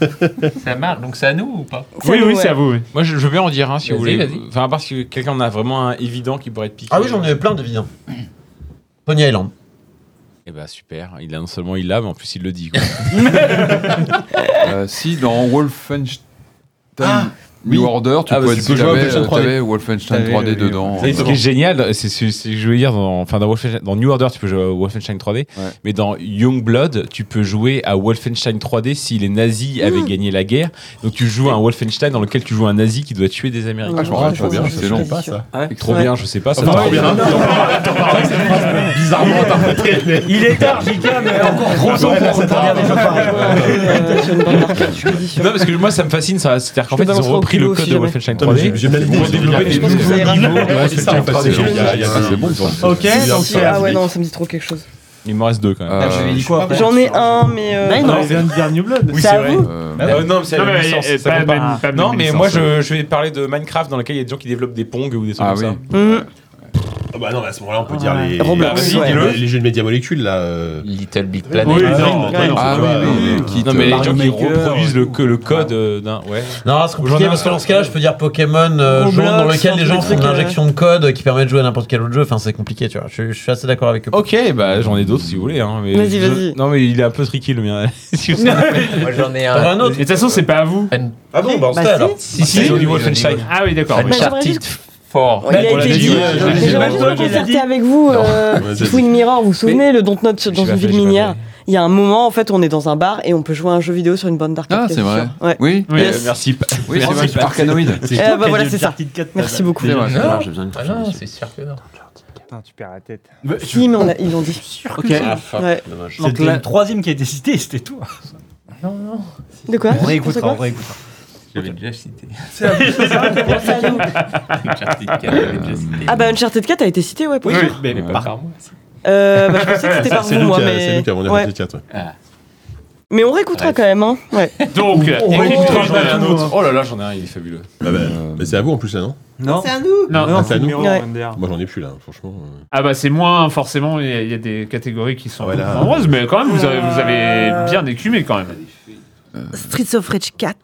Ça marche, donc c'est à nous ou pas
C'est
Oui,
nous,
oui,
ouais.
c'est à vous. oui.
Moi je, je veux en dire un si vous
Vas-y,
voulez.
vas-y.
Enfin, à part si quelqu'un en a vraiment un évident qui pourrait être piqué.
Ah oui, j'en ai plein de vidéos. Pony Island.
Et bah super, il a non seulement il l'a, mais en plus il le dit. [LAUGHS] quoi.
Euh, si, dans Wolfenstein New Order, tu
Ah, bah,
pouvais
tu
tu
peux jouer à
avais- euh, t'avais
Wolfenstein Ah, 3D.
Wolfenstein
T'avais
3D
euh,
le-
dedans. Ah,
C'est ce qui est génial, c'est ce ce que je voulais dire dans, enfin, dans, Wolfenstein- dans New Order, tu peux jouer à Wolfenstein 3D,
Ouais.
mais dans Youngblood, tu peux jouer à Wolfenstein 3D si les nazis avaient gagné la guerre. Donc tu joues à un Wolfenstein dans lequel tu joues un nazi qui doit tuer des Américains.
Ah,
je m'en rappelle
Ouais,
bien,
je
c'était
suis
long.
quasi
Pas
sûre.
ça.
Ah, bah, Trop
Ouais.
bien, je sais pas. Ça
Enfin,
me
trop bien.
parle.
Bizarrement, interprété, mais.
Il est tard, Jika, mais encore trop tôt
Ouais, là,
pour
c'est
reparler des jeux pareils.
Euh, sur une bande d'arcade, je suis quasi sûre.
Non, parce que moi ça me fascine, ça. c'est-à-dire qu'en
Je
fait
te
ils
balancerai
ont
au
repris le
culot
code
si
de
jamais.
Wolfenstein
Putain, mais j'ai-
3D.
J'ai même
Pour développer des
des
pense que ça ira.
nouveaux niveaux de
Ouais, c'est ça,
Wolfenstein
en fait, c'est
3D.
génial.
Ah, c'est bon, ça.
Ok, donc
Si,
c'est
ah
à
ouais, non, ça me dit trop quelque chose.
Il m'en reste deux quand même.
Euh,
Je lui ai dit quoi après
J'en ai un, mais. euh,
On avait un dernier Blood.
Oui, c'est vrai.
euh,
Euh, non, mais c'est la
Non,
même
mais,
licence,
euh,
ça
pas
compte
la
pas.
même- pas la
Non,
même
mais
licence.
moi je, je vais parler de Minecraft dans lequel il y a des gens qui développent des pongs ou des trucs
Ah
comme
oui.
ça.
hum,
bah non, mais à ce moment-là, on peut dire
Ouais.
les,
Roblox,
bah, vas-y,
ouais.
dis-le, les jeux de média molécules là. euh.
Little Big
Planet.
Oui, non,
Ah, oui,
non, non,
ah,
c'est pas-
oui, oui, oui, qui te- Mario Maker, ouais.
co- code euh, d'un. Ouais. Non, c'est
compliqué,
compliqué
parce
parce que dans ce cas-là, je peux dire Pokémon, euh, jeu
Roblox,
dans lequel les gens
un
font
truc,
une
euh,
injection de code qui permet de jouer à n'importe quel autre jeu. Enfin, c'est compliqué, tu vois. Je, je suis assez d'accord avec eux.
Ok, bah j'en ai d'autres si vous voulez. Hein, mais
Vas-y,
je-
vas-y.
Non, mais il est un peu tricky le mien. [LAUGHS] Si vous-
Moi j'en ai un.
Et
autre.
de toute façon, c'est pas à vous.
Ah bon, bah on se
Bah,
tait
si.
alors.
Si, si,
Ah,
au niveau
Bah,
oui,
Sunshine.
oui. Ah oui, d'accord.
Uncharted
Bah, j'aimerais juste-
4.
Il a été dit. J'aimerais juste me concerter avec vous. euh,
Non, vas-y.
Twin Mirror, vous vous souvenez, le Dontnod dans
pas
une
fait,
ville
j'ai pas
minière Il y a un moment, en fait, on est dans un bar et on peut jouer à un jeu vidéo sur une bande d'arcade.
Ah,
qui est
c'est vrai.
sur- Ouais.
Oui,
Oui,
Yes.
euh, merci. pa-
Oui,
merci,
c'est
pa-
Super Canoïd.
C'est
Eh,
toi
bah
qui
voilà,
as
c'est
dit
ça.
Uncharted 4,
Merci
madame.
beaucoup.
Déjà, c'est
Non.
grave, j'ai besoin d'une
Ah
phrase
non,
dessus.
c'est sûr que non.
Putain, tu perds la tête.
Si, mais on l'a- ils l'ont dit.
Ok.
Ah, fuck, Ouais. dommage.
Donc
C'était
la-
le troisième qui a été cité, c'était toi.
Non, non. De quoi
On
C'est
réécoutera,
quoi
on réécoutera.
J'avais déjà cité.
C'est à vous, c'est à vous, c'est à vous.
Uncharted 4, j'avais déjà cité.
Ah bah Uncharted 4 a été cité, ouais, pour
Oui,
sûr.
mais
Ah.
pas par moi.
Euh, bah, je pensais que c'était par
C'est
vous,
nous
moi,
qui a-
mais...
c'est nous qui avons dit
ouais.
Uncharted 4, ouais.
Mais on réécoutera
Bref.
quand même, hein. Ouais.
Donc,
On
Et
réécoutera
putain, j'en ai
pas
un
tout,
autre.
hein.
Oh là là, j'en ai un, il est fabuleux.
Bah, bah, mais c'est à vous en plus là, non
Non.
C'est à nous.
Non,
Ah, c'est à nous.
numéro
Ouais.
un, MDR.
Moi j'en ai plus là, franchement. euh.
Ah bah c'est moins forcément, il y, a- il y a des catégories qui sont
là.
nombreuses, mais quand même vous avez, vous avez bien écumé quand même.
Streets of Rage 4.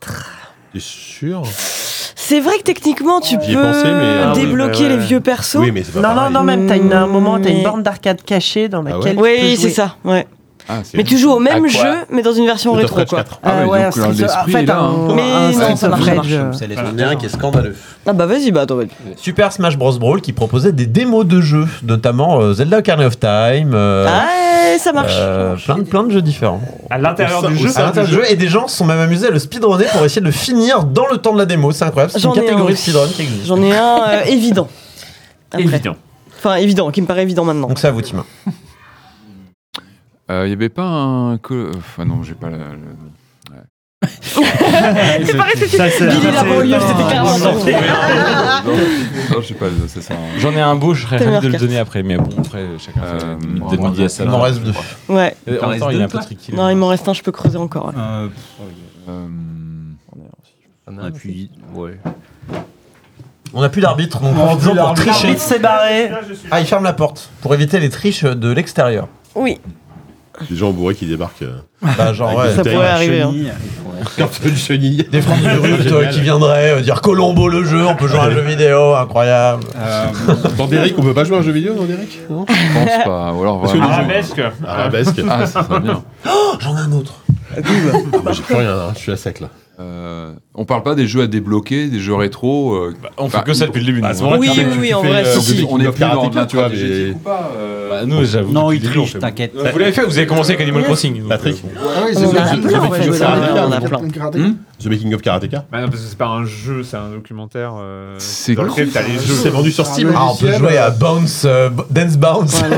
T'es sûr
C'est vrai que techniquement, tu
J'y ai
peux
pensé, mais, euh,
débloquer
ouais, ouais,
les
ouais.
vieux persos.
Oui, mais c'est pas
Non, non,
pareil. Ah
non, même, t'as une, à un moment, t'as
Mais-
une borne d'arcade cachée dans
ouais
laquelle. tu peux
Mmh. Ah Oui,
jouer.
c'est ça, ouais.
Ah, c'est-
Mais tu joues au même
quoi
jeu, mais dans une version
Street of
rétro,
Rage
quoi. Ah,
4.
Ah
Ah
ouais,
ouais, donc
un Street of- en
l'esprit
fait,
est là.
un-
hein.
Mais
un
non,
Street
ça
of
marche, ça
Rage, euh,
J'en ai un qui est scandaleux.
Ah bah vas-y, bah attends.
Super Smash Bros Brawl qui proposait des démos de jeux, notamment euh, Zelda Ocarina of Time. euh,
Ah, ça marche.
euh, plein, de- plein de jeux différents.
À l'intérieur
Au
du
sein-
jeu,
au
À
sein
l'intérieur du jeu, et des gens se sont même amusés à le speedrunner pour essayer de le finir dans le temps de la démo. C'est incroyable. C'est une
J'en ai un.
catégorie de
aussi.
speedrun qui existe.
J'en ai un [LAUGHS] euh, évident. Après.
évident.
Enfin, évident, qui me paraît évident maintenant.
Donc c'est à vous, Tim.
Euh, Il n'y avait pas un. co- Enfin, non, j'ai pas la. le-
[LAUGHS] C'est pareil,
Ça, c'est-
Billy
ça, c'est-
Laborieux, c'était clairement ça.
Non, je sais pas, ça sert à rien.
J'en ai un beau, je serais
T'es
ravi de le
meilleur
donner après, mais bon, après, chacun fait
Euh,
une
on
petite
va
midi à ça.
Il en reste deux.
Ouais.
Euh, En même temps, il est un peu tricky. hein.
Non, il m'en reste un, je peux creuser encore. ouais.
Euh,
Euh,
Et puis, ouais.
On n'a plus d'arbitre, donc en disant pour tricher.
L'arbitre s'est barré.
Ah, il ferme la porte pour éviter les triches de l'extérieur.
Oui.
Des gens bourrés qui débarquent. euh,
Bah, genre, ouais.
Avec
Ça
Putain,
pourrait
la
arriver. hein.
Comme ça, du chenille.
[LAUGHS] Des francs de rue toi, qui viendraient euh, dire Colombo le jeu, on peut jouer à un jeu vidéo, incroyable.
Ah.
euh,
Dans Derrick, on peut pas jouer à un jeu vidéo dans Derrick Non
Je pense pas. Ou alors
Parce que
vraiment.
Arabesque.
Arabesque.
Ah, ça serait bien.
Oh, J'en ai un autre.
Ah, bah, j'ai plus rien, hein, je suis à sec là.
Euh, on parle pas des jeux à débloquer, des jeux rétro. euh,
On fait
bah,
que ça depuis le début.
Bah, à
nous. hein.
ce moment-là,
Oui,
tu
oui,
fais,
oui,
tu
en
fais,
vrai,
euh,
si,
Goody
si.
on est plus dans
Karate,
la
tu vois, mais-
ou pas euh,
Bah, nous, j'avoue.
non,
depuis
il
le début, on
triche,
fait-
t'inquiète.
Ouais, Bah, Vous l'avez fait, vous avez commencé avec Animal Crossing. donc,
Patrick.
euh,
Ah oui,
On
c'est
en
ça.
a plein, on va jouer à
Karate,
ça, on en a
Karate.
plein.
The Making of Karateka
Bah non, parce que c'est pas un jeu, c'est un documentaire. euh,
C'est
dans lequel t'as les jeux.
C'est vendu sur Steam.
hein.
Ah, on peut jouer
Hum,
à Bounce, euh, Dance Bounce. [LAUGHS]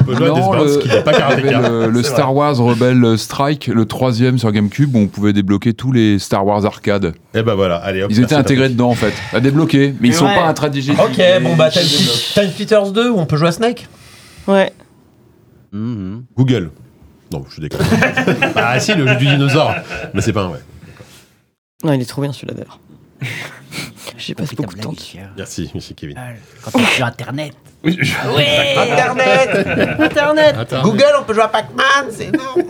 On peut jouer à des
Non,
Bounce
le-
qui n'est pas
il y avait
Karateka.
le, le Star Wars Rebel euh, Strike, le troisième sur GameCube, où on pouvait débloquer tous les Star Wars arcades.
Et bah voilà, allez hop.
Ils étaient
merci,
intégrés
Patrick.
dedans en fait, à débloquer, mais ils sont
ouais.
pas intradigés.
Ok, bon bah Time, Fit- Time Fighters 2 où on peut jouer à Snake
Ouais.
hum.
Google. Non, je déconne. ah si, le jeu du dinosaure. Mais c'est pas un, ouais.
Non, il est trop bien celui-là d'ailleurs. J'y passe beaucoup de temps. dessus.
Merci, monsieur Kevin.
Ah,
Quand t'es sur internet.
Internet Internet
Attends.
Google, on peut jouer à Pac-Man, c'est énorme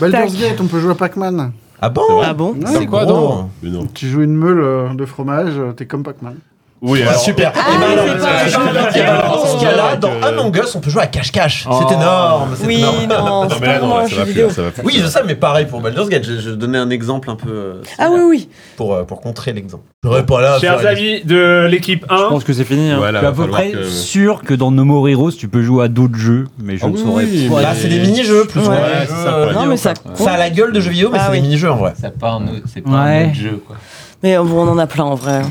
Baldur's Gate, on peut jouer à Pac-Man.
Ah bon
Ah bon
C'est quoi donc
Mais non.
Tu joues une meule euh, de fromage, euh, t'es comme Pac-Man.
Oui,
Ah,
alors.
super Et bah alors,
Ah,
eh ben alors, dans ce cas-là, dans Among Us, on peut jouer à cache-cache.
Oh.
C'est énorme c'est [LAUGHS]
Oui,
énorme.
non, c'est
Mais là,
pas
non,
moi,
là,
un jeu
ça va plus, là,
vidéo.
ça va plus.
Oui, je sais, mais pareil pour Baldur's
Baldur's
Gate,
Gate, je, je donnais un exemple un peu. euh,
Ah oui, oui.
pour, euh, pour contrer l'exemple. J'aurais pas là. à
Chers
faire-
amis de l'équipe
Je
1,
pense que c'est fini. hein.
Voilà,
Je suis à
va
peu
falloir
près
que-
sûr que dans No More Heroes, tu peux jouer à d'autres jeux, mais je
Ah
ne
oui,
saurais
oui,
pas.
Bah, c'est des mini-jeux plus ou
Ouais,
moins.
c'est ça,
Euh,
ouais.
Non, mais ça. compte.
Ça a la gueule de jeux vidéo, mais
Ah
c'est
oui.
des mini-jeux en vrai.
Ça part un autre- c'est pas
Ouais.
un autre jeu, quoi.
Mais euh, bon, on en a plein en vrai.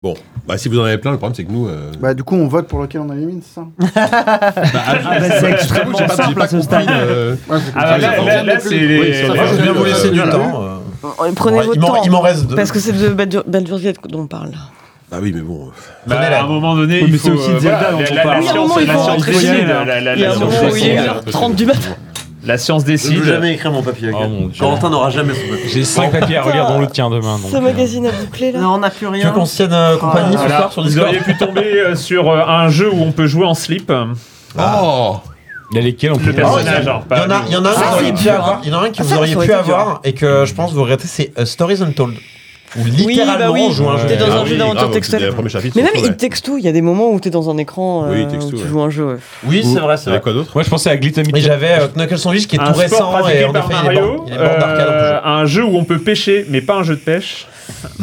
Bon, bah si vous en avez plein, le problème c'est que nous. euh,
Bah, du coup, on vote pour lequel on élimine, c'est ça
Ah, bah, c'est extrêmement
j'ai pas- j'ai
simple
pas
à ce
compris,
stade.
euh,
Ouais, c'est comme
Ah,
ça.
bah, là, là, là, c'est les-
Oui, ça,
les-
Moi, je veux bien vous laisser du
Euh,
temps. euh.
Euh, Prenez
Ouais,
votre
il m'en-
temps.
Il m'en reste deux.
Parce que c'est de Baldur- Baldur's Gate dont on parle.
Bah oui, mais bon. euh,
bah,
Prenez-la.
à un moment donné,
Oui,
il
mais
faut.
c'est aussi
euh,
Zelda
voilà,
dont
la-
on
la-
parle.
La
Il y a un moment,
science,
il
la
faut
science
rentrer chez
décide,
nous.
la- la-
Ah Il y a un
la science
moment où il
décide.
est 30 du matin.
La science décide.
Je ne jamais écrire mon papier.
Oh mon Dieu.
Corentin n'aura jamais son papier.
J'ai cinq papiers à relire dans le tien demain. donc,
Ce magazine a bouclé là.
Non, on n'a plus rien.
Tu veux qu'on se tienne, euh, compagnie ce soir sur Discord
Ah, Vous auriez pu tomber euh, sur euh, un jeu où on peut jouer en slip.
Oh
Il y a lesquels on
Le
peut
personnage, genre,
Il y
pas
en a,
le-
il y en a un que vous auriez pu avoir, hein. il y en a un que
Ah,
vous
ça,
auriez
ça aurait
pu
été dur.
avoir et que je pense vous regrettez, c'est euh, Stories Untold. Où littéralement
oui,
on joue à un
t'es
jeu. Ah
dans un jeu d'aventure textuel. Mais même il texte tout, il y a des moments où t'es dans un écran euh,
Oui, il texte
où
tout,
tu
ouais.
joues à un jeu. ouais.
Oui, c'est vrai, c'est vrai.
Moi, je pensais à Glutamine.
Et j'avais euh, Knuckles Sandwich qui est
un
tout
sport
récent
pratiqué
et en
par
effet, il est
Mario,
mort- il est mort d'arcade. en plus.
euh, un jeu où on peut pêcher, mais pas un jeu de pêche.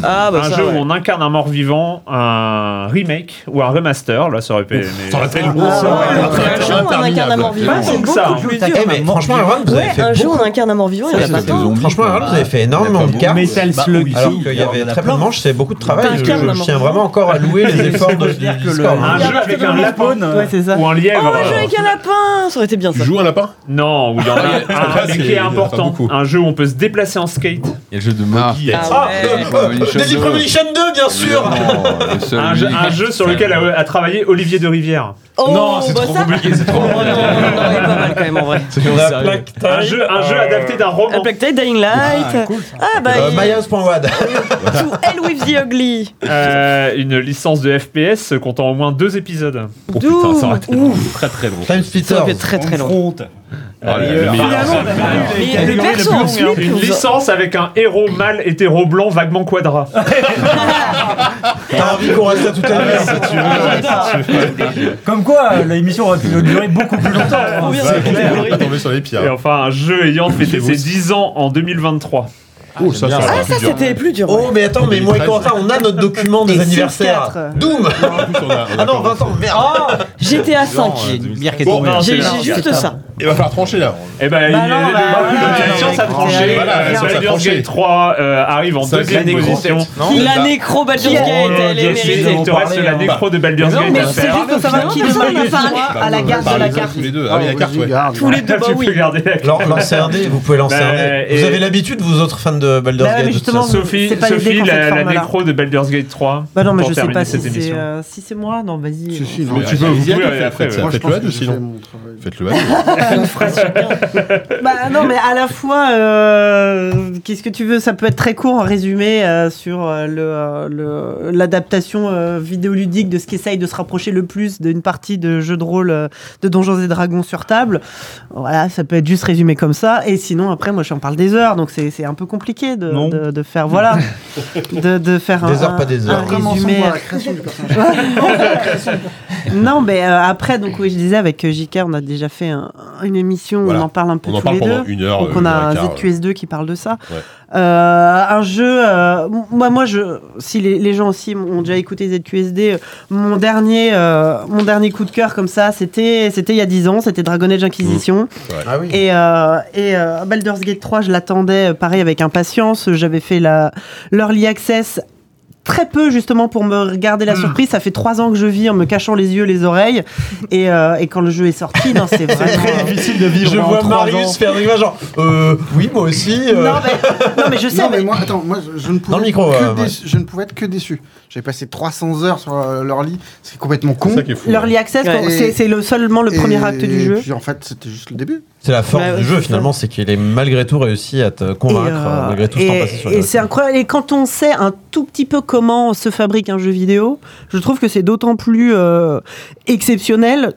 Ah, bah
un
ça,
jeu
ouais.
où on incarne un mort-vivant, un remake ou un remaster. Là, ça aurait pu. mais-
Ça aurait été
lourd, ça aurait été interminable. Un jour, on
Ah
incarne un mort-vivant,
Pas
c'est
tant que
beaucoup
ça, hein.
plus dur.
Eh, mais franchement, Erwan, vous avez
Ouais,
fait
un jour
beaucoup.
on incarne un mort-vivant, il y a pas de temps.
Franchement, Erwan, vous avez fait énormément de cartes.
Metal
Bah,
Slug,
Alors
si,
qu'il
il
y
y en a
avait très peu
plein.
de manches, c'est beaucoup de travail.
T'as un
Je,
câble,
je
un
tiens
morceau.
vraiment encore à louer les efforts de,
Je veux dire
du
que le-
Discord.
Un jeu avec un lapin
Ouais, c'est ça.
ou un lièvre.
Oh, un jeu
euh,
avec un lapin, ça aurait été bien ça.
Joue un lapin
Non, où il y en a
Ah,
un mais
c'est-
qui
il y
est
en a pas
important.
beaucoup.
Un jeu où on peut se déplacer en skate.
Il y a le jeu de Monkey.
Ah,
Daily Premonition 2, bien sûr
Un jeu, un jeu sur lequel a, a travaillé Olivier de Rivière.
Oh,
Non, c'est
bah
trop
ça-
compliqué, c'est trop compliqué.
quand même en vrai.
Ah,
La plaque
Un jeu, un jeu adapté d'un roman.
Black Dying Light. Ah, bah.
Euh,
[LAUGHS]
il-
Mayas.wad.
Sous Hell with the Ugly.
Euh, une licence de FPS comptant au moins deux épisodes.
Oh,
Doom. Ouf.
Très très long.
Time
Ça aurait
Splitters.
été très très long.
Front.
Ah,
Euh,
Mais le perso en slip,
Une
nous-
licence avec un héros mâle hétéro blanc
[LAUGHS]
vaguement quadra.
T'as envie qu'on reste là toute la nuit
Ah, Comme quoi, euh, l'émission aurait pu durer beaucoup
[LAUGHS]
plus longtemps. hein.
Pas tomber sur les hein.
Et
pierres.
enfin, un jeu ayant fêté ses 10 ans en 2023.
Oh, ça,
bien
ça.
Ah, ça c'était plus dur. ouais.
Oh, mais attends, mais moi et Corentin, on a notre document des
Et
anniversaires.
Sims
Doom
Ah
Ah non, 20 ans, merde
GTA V.
bière qui est
Bon,
tombée.
ben,
J'ai
c'est
j'ai juste ça.
Il va falloir trancher là.
Eh ben,
Bah
il
non,
y a
bah, voilà,
des- des-
ouais,
des sciences à
ouais,
trancher.
voilà,
Euh,
sciences à
Baldur's
trancher.
Gate 3 euh, arrive en
Ça,
deuxième
la nécro,
position.
Qui la nécro Baldur's Gate, elle est
Il
méritée.
te reste la nécro de Baldur's
Non,
Gate
mais
à
c'est
faire.
juste pour savoir qui de
Personne
Mario
n'a parlé.
joue à la garde de la carte.
Tous les deux. Ah oui, la carte, ouais.
Tous les deux, bah
Tu peux
oui.
garder la
Lan- Lancez un dé, vous pouvez lancer
Bah,
un dé.
et-
Vous avez l'habitude, vous autres fans de Baldur's
Bah ouais,
Gate
mais
de toute
justement,
façon.
Sophie,
C'est pas l'idée
Sophie
qu'on fait
la,
de
la
format-là.
nécro de Baldur's Gate 3.
Bah non, mais
pour
je sais
terminer
pas si
cette
c'est
émission.
euh, si c'est moi. Non, vas-y.
Si, si, non.
Mais tu peux, vous
Allez-y,
pouvez
allez,
après.
faites-
ouais.
Moi, je
Faites-le
pense
à
que
deux
[LAUGHS]
j'ai fait
sinon.
mon travail.
Faites-le à deux.
[LAUGHS]
Bah non, mais à la fois, euh, qu'est-ce que tu veux Ça peut être très court en résumé euh, sur euh, le, euh, le- l'adaptation euh, vidéoludique de ce qui essaye de se rapprocher le plus d'une partie de jeu de rôle euh, de Donjons et Dragons sur table. Voilà, ça peut être juste résumé comme ça. Et sinon, après, moi, j'en parle des heures, donc c'est, c'est un peu compliqué de,
Non.
de, de
Ah, [LAUGHS]
faire voilà, de, de faire
Des
un,
heures, pas des
un
heures.
résumé.
Commençons par la création du personnage.
[LAUGHS] Non, mais euh, après, donc oui, je disais avec euh, JK, on a déjà fait un- une émission où
Voilà.
on en parle un peu
On
tous
en parle
les deux.
pendant une heure.
Donc
euh,
on
une
a
heure et
un
quart,
ZQS2 qui parle de ça.
Ouais.
Euh, un jeu, euh, moi, moi, je, si les, les gens aussi ont déjà écouté ZQSD, euh, mon dernier, euh, mon dernier coup de cœur comme ça, c'était, c'était il y a 10 ans, c'était Dragon Age Inquisition.
Mmh.
Ah oui.
Et, euh, et euh, Baldur's Gate 3, je l'attendais euh, pareil avec impatience. J'avais fait la l'early access très peu justement pour me regarder
Hmm.
la surprise. Ça fait trois ans que je vis en me cachant les yeux, les oreilles. Et, euh, et quand le jeu est sorti, non,
[LAUGHS]
c'est
très
vraiment.
difficile de vivre. Je vois Marius faire des images genre, euh, oui, moi aussi. euh.
Non mais, non, mais je sais,
Non,
mais
mais moi, attends, moi, je- je ne pouvais,
Dans le micro,
que
ouais, ouais.
déçu- je ne pouvais être que déçu. J'ai passé 300 heures sur euh, leur lit, c'est complètement
C'est
con.
ça qui est fou. ouais.
l'early access,
Ouais.
c'est- c'est le, seulement le premier
Et-
acte du
Et
jeu.
puis en fait, c'était juste le début.
C'est la force
Bah, ouais,
du jeu
c'est ça.
finalement, c'est qu'il est malgré tout réussi à te convaincre,
euh,
euh, malgré tout ce temps
et-
passé sur
et
le
c'est incroyable. Et quand on sait un tout petit peu comment se fabrique un jeu vidéo, je trouve que c'est d'autant plus euh, exceptionnel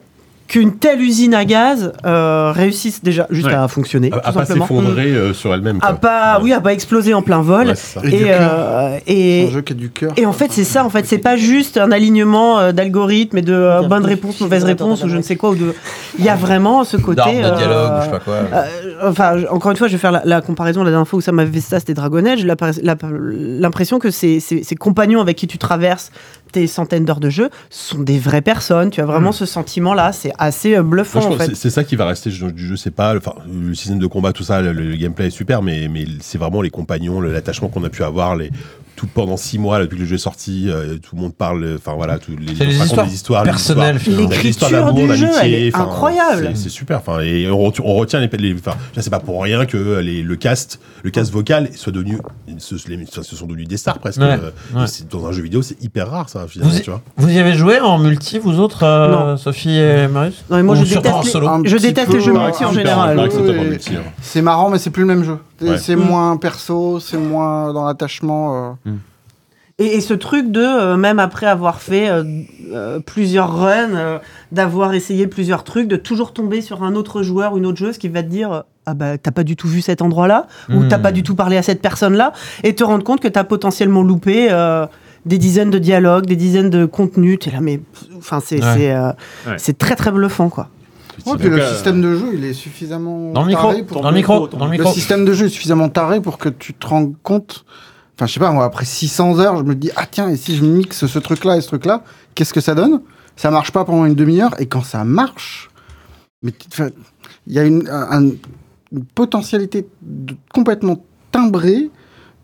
qu'une telle usine à gaz euh, réussisse déjà juste
Ouais.
à fonctionner,
À
tout
à pas
Hmm.
simplement.
s'effondrer euh, sur elle-même.
À
quoi.
pas, Ah bah, oui, à pas exploser en plein vol.
Ouais, c'est ça.
Et du
et, euh,
C'est
et,
un jeu hein. qui a du cœur.
et en fait, c'est ça. En fait, c'est pas juste un alignement euh, d'algorithmes et de euh,
D'un
bonne
peu
réponse,
fichier
mauvaise
de
réponse ou je ne sais quoi. Ou de... Il y a vraiment ce côté.
d'armes de dialogue,
euh,
ou je sais pas quoi.
euh, enfin, je- encore une fois, je vais faire la, la comparaison. La dernière fois où ça m'avait fait ça, c'était Dragon Age. La par- la- L'impression que ces, ces- ces compagnons avec qui tu traverses tes centaines d'heures de jeu sont des vraies personnes. Tu as vraiment ce sentiment-là. C'est assez euh,
Hmm. Moi,
bluffant,
je
en
pense que
fait.
c'est- c'est ça qui va rester je- du jeu, c'est pas enfin, le système de combat, tout ça, le, le gameplay est super, mais, mais c'est vraiment les compagnons, le- l'attachement qu'on a pu avoir, les, tout- tout pendant six mois là, depuis que le jeu est sorti. euh, tout le monde parle, euh, enfin voilà, tous les,
C'est les
racontent
histoires
des histoires
personnelles, finalement.
l'histoire
L'écriture
d'amour,
du jeu,
d'amitié,
elle est
enfin,
incroyable.
c'est- C'est super. Enfin, et on, retu- on retient les. les enfin, je sais pas pour rien que les, le cast, le cast vocal soit devenu, se, les- se sont devenus des stars presque.
Ouais,
Euh,
ouais.
c'est- Dans un jeu vidéo, c'est hyper rare ça. Finalement,
Vous y,
tu vois.
vous y avez joué en multi, vous autres, euh, Sophie et Marius
Non, mais moi,
Ou
je
surtout
déteste
en
les-
solo Euh,
Un je petit déteste les peu, jeux ouais, multi en super,
Ah,
général. ouais,
Ouais,
c'est top en
et-
multi, hein.
Ah, C'est marrant, mais c'est plus le même jeu.
Ouais.
C'est
Mm.
moins perso, c'est moins dans l'attachement. euh.
Et, et ce truc de, euh, même après avoir fait euh, euh, plusieurs runs, euh, d'avoir essayé plusieurs trucs, de toujours tomber sur un autre joueur, une autre joueuse qui va te dire euh, Ah bah t'as pas du tout vu cet endroit-là, ou
Hmm.
t'as pas du tout parlé à cette personne-là, et te rendre compte que t'as potentiellement loupé euh, des dizaines de dialogues, des dizaines de contenus. T'es là, mais pff, enfin, c'est
Ouais.
c'est, euh,
Ouais.
c'est très très bluffant quoi.
Ouais, puis le système de jeu, il est suffisamment
Dans le micro,
taré pour
dans
que-
le micro, dans le micro.
système de jeu est suffisamment taré pour que tu te rendes compte. Enfin, je sais pas, moi, après 600 heures, je me dis, ah tiens, et si je mixe ce truc-là et ce truc-là, qu'est-ce que ça donne Ça marche pas pendant une demi-heure, et quand ça marche, mais tu- enfin, il y a une, un- une potentialité de- complètement timbrée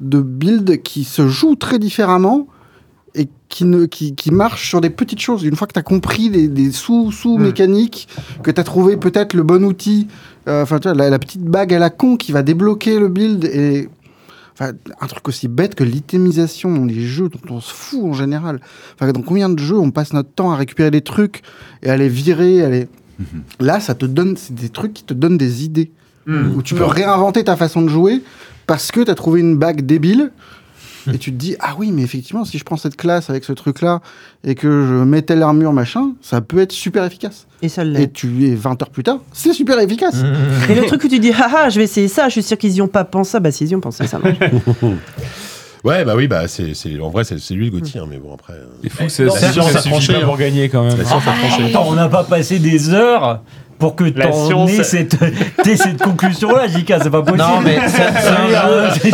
de build qui se joue très différemment et qui, ne, qui, qui marche sur des petites choses. Une fois que tu as compris des, des sous-sous-mécaniques, que tu as trouvé peut-être le bon outil, euh, enfin, tu vois, la, la petite bague à la con qui va débloquer le build et. Enfin, un truc aussi bête que l'itémisation dans les jeux dont on se fout en général. Enfin, dans combien de jeux on passe notre temps à récupérer des trucs et à les virer, à les... Là, ça te donne, c'est des trucs qui te donnent des idées. Où tu peux réinventer ta façon de jouer parce que t'as trouvé une bague débile et tu te dis ah oui mais effectivement si je prends cette classe avec ce truc là et que je mets telle armure machin ça peut être super efficace
et ça l'est.
et tu es 20 heures plus tard c'est super efficace
Et le truc où tu dis Haha, je vais essayer ça, je suis sûr qu'ils y ont pas pensé, bah s'ils y ont pensé, ça marche.
[LAUGHS] Ouais, bah oui, bah c'est, c'est- en vrai, c'est, c'est lui le Gauthier, hein, mais bon après. euh,
Il faut que
la
ça, ça,
science
ça
a
suffit
tranché,
pas
hein.
pour gagner quand même.
La science a tranché.
Ah, Attends, on n'a pas passé des heures pour que
La
t'en
science-
aies cette, [LAUGHS] t'aies cette conclusion-là, Jika, c'est pas possible.
Non, mais
[LAUGHS]
c'est- c'est un jeu-